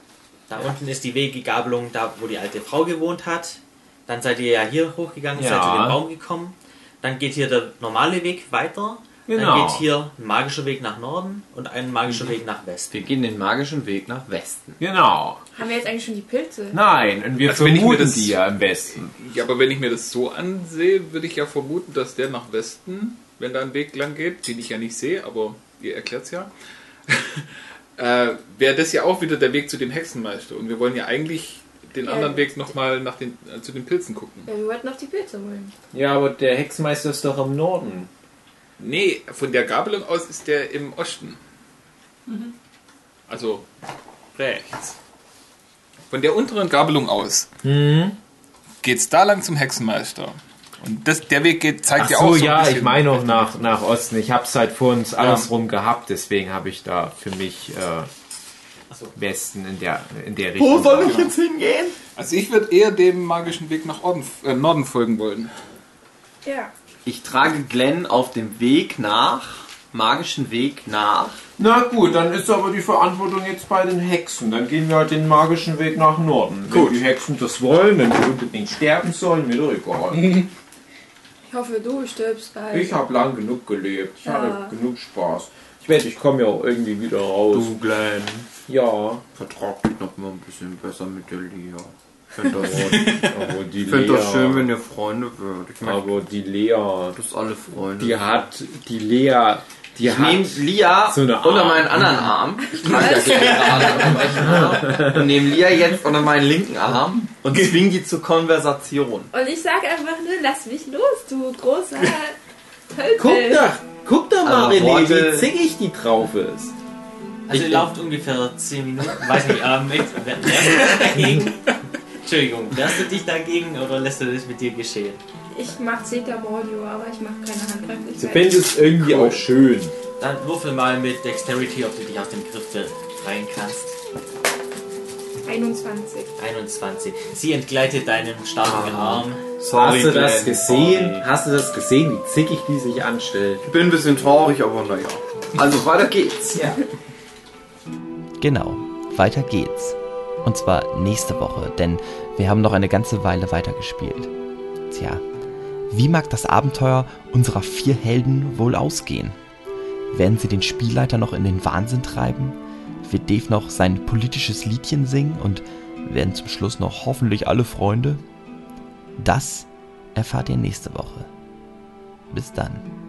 Speaker 4: Da unten ist die Wegegabelung, da wo die alte Frau gewohnt hat. Dann seid ihr ja hier hochgegangen,
Speaker 2: Ja.
Speaker 4: seid zu dem Baum gekommen. Dann geht hier der normale Weg weiter.
Speaker 2: Genau.
Speaker 4: Dann geht hier ein magischer Weg nach Norden und ein magischer Weg nach Westen.
Speaker 7: Wir gehen den magischen Weg nach Westen.
Speaker 2: Genau.
Speaker 8: Haben wir jetzt eigentlich schon die Pilze?
Speaker 2: Nein, und wir
Speaker 3: Also wenn ich mir das-
Speaker 2: ja am besten.
Speaker 3: Ja, aber wenn ich mir das so ansehe, würde ich ja vermuten, dass der nach Westen, wenn da ein Weg lang geht, den ich ja nicht sehe, aber ihr erklärt's ja, äh, wäre das ja auch wieder der Weg zu dem Hexenmeister. Und wir wollen ja eigentlich den
Speaker 5: Ja.
Speaker 3: anderen Weg nochmal äh, zu den Pilzen gucken.
Speaker 5: Ja, wir wollten noch die Pilze holen.
Speaker 2: Ja, aber der Hexenmeister ist doch im Norden.
Speaker 3: Nee, von der Gabelung aus ist der im Osten. Also rechts. Von der unteren Gabelung aus
Speaker 2: Mhm.
Speaker 3: geht's da lang zum Hexenmeister. Und das, der Weg geht, zeigt
Speaker 2: Ach
Speaker 3: ja
Speaker 2: so,
Speaker 3: auch so ein
Speaker 2: ja,
Speaker 3: bisschen.
Speaker 2: ich meine auch nach, nach Osten. Ich habe es halt vor uns andersrum gehabt, deswegen habe ich da für mich äh, Westen in der, in der Richtung.
Speaker 1: ich jetzt hingehen?
Speaker 3: Also ich würde eher dem magischen Weg nach Orden, äh, Norden folgen wollen.
Speaker 5: Ja.
Speaker 1: Ich trage Glenn auf dem Weg nach, magischen Weg nach.
Speaker 13: Na gut, dann ist aber die Verantwortung jetzt bei den Hexen. Dann gehen wir halt den magischen Weg nach Norden.
Speaker 1: Gut.
Speaker 13: Wenn die Hexen das wollen, wenn die unbedingt sterben sollen, mir doch egal.
Speaker 5: Ich hoffe, du stirbst bald.
Speaker 13: Ich habe lang genug gelebt. Ich
Speaker 5: Ja.
Speaker 13: hatte genug Spaß. Ich wette, ich komme ja auch irgendwie wieder raus.
Speaker 1: Glenn,
Speaker 13: Ja.
Speaker 1: vertrag dich noch mal ein bisschen besser mit der Lea. Ich finde das,
Speaker 2: Aber die
Speaker 1: ich find das
Speaker 2: Lea-
Speaker 1: schön, wenn ihr Freunde würdet. Ich meine,
Speaker 2: Aber die Lea,
Speaker 1: das alle Freunde.
Speaker 2: die hat, die Lea, die
Speaker 1: ich
Speaker 2: hat...
Speaker 1: nehme Lia
Speaker 2: so eine
Speaker 1: unter
Speaker 2: Arm.
Speaker 1: meinen anderen Arm. Ich trage ja Glenn gerade unter meinen rechten Arm. Und nehme Lia jetzt unter meinen linken Arm und zwinge die zur Konversation.
Speaker 14: Und ich sage einfach nur, lass mich los, du großer Tölpel.
Speaker 2: Guck doch, guck doch mal,
Speaker 1: Aber
Speaker 2: René,
Speaker 1: Worte-
Speaker 2: wie zickig die drauf ist.
Speaker 4: Also ihr lauft ungefähr 10 Minuten. Weiß nicht, ähm, ich- wer- wehrst du dich dagegen? Entschuldigung, wehrst du dich dagegen oder lässt du das mit dir geschehen?
Speaker 5: Ich mach Zeta Mordio, aber ich mach keine
Speaker 2: Du
Speaker 5: Handgreiflichkeit.
Speaker 2: findest es irgendwie auch schön.
Speaker 4: Dann würfel mal mit Dexterity, ob du dich aus dem Griff befreien kannst.
Speaker 5: 21.
Speaker 4: 21. Sie entgleitet deinem starken
Speaker 7: Ah.
Speaker 4: Arm.
Speaker 2: Hast du das gesehen? Hast du das gesehen, wie zickig die sich anstellt?
Speaker 1: Ich bin ein bisschen traurig, aber naja. Also weiter geht's.
Speaker 7: Genau, weiter geht's. Und zwar nächste Woche, denn wir haben noch eine ganze Weile weitergespielt. Tja, wie mag das Abenteuer unserer vier Helden wohl ausgehen? Werden sie den Spielleiter noch in den Wahnsinn treiben? Wird Dave noch sein politisches Liedchen singen und werden zum Schluss noch hoffentlich alle Freunde? Das erfahrt ihr nächste Woche. Bis dann.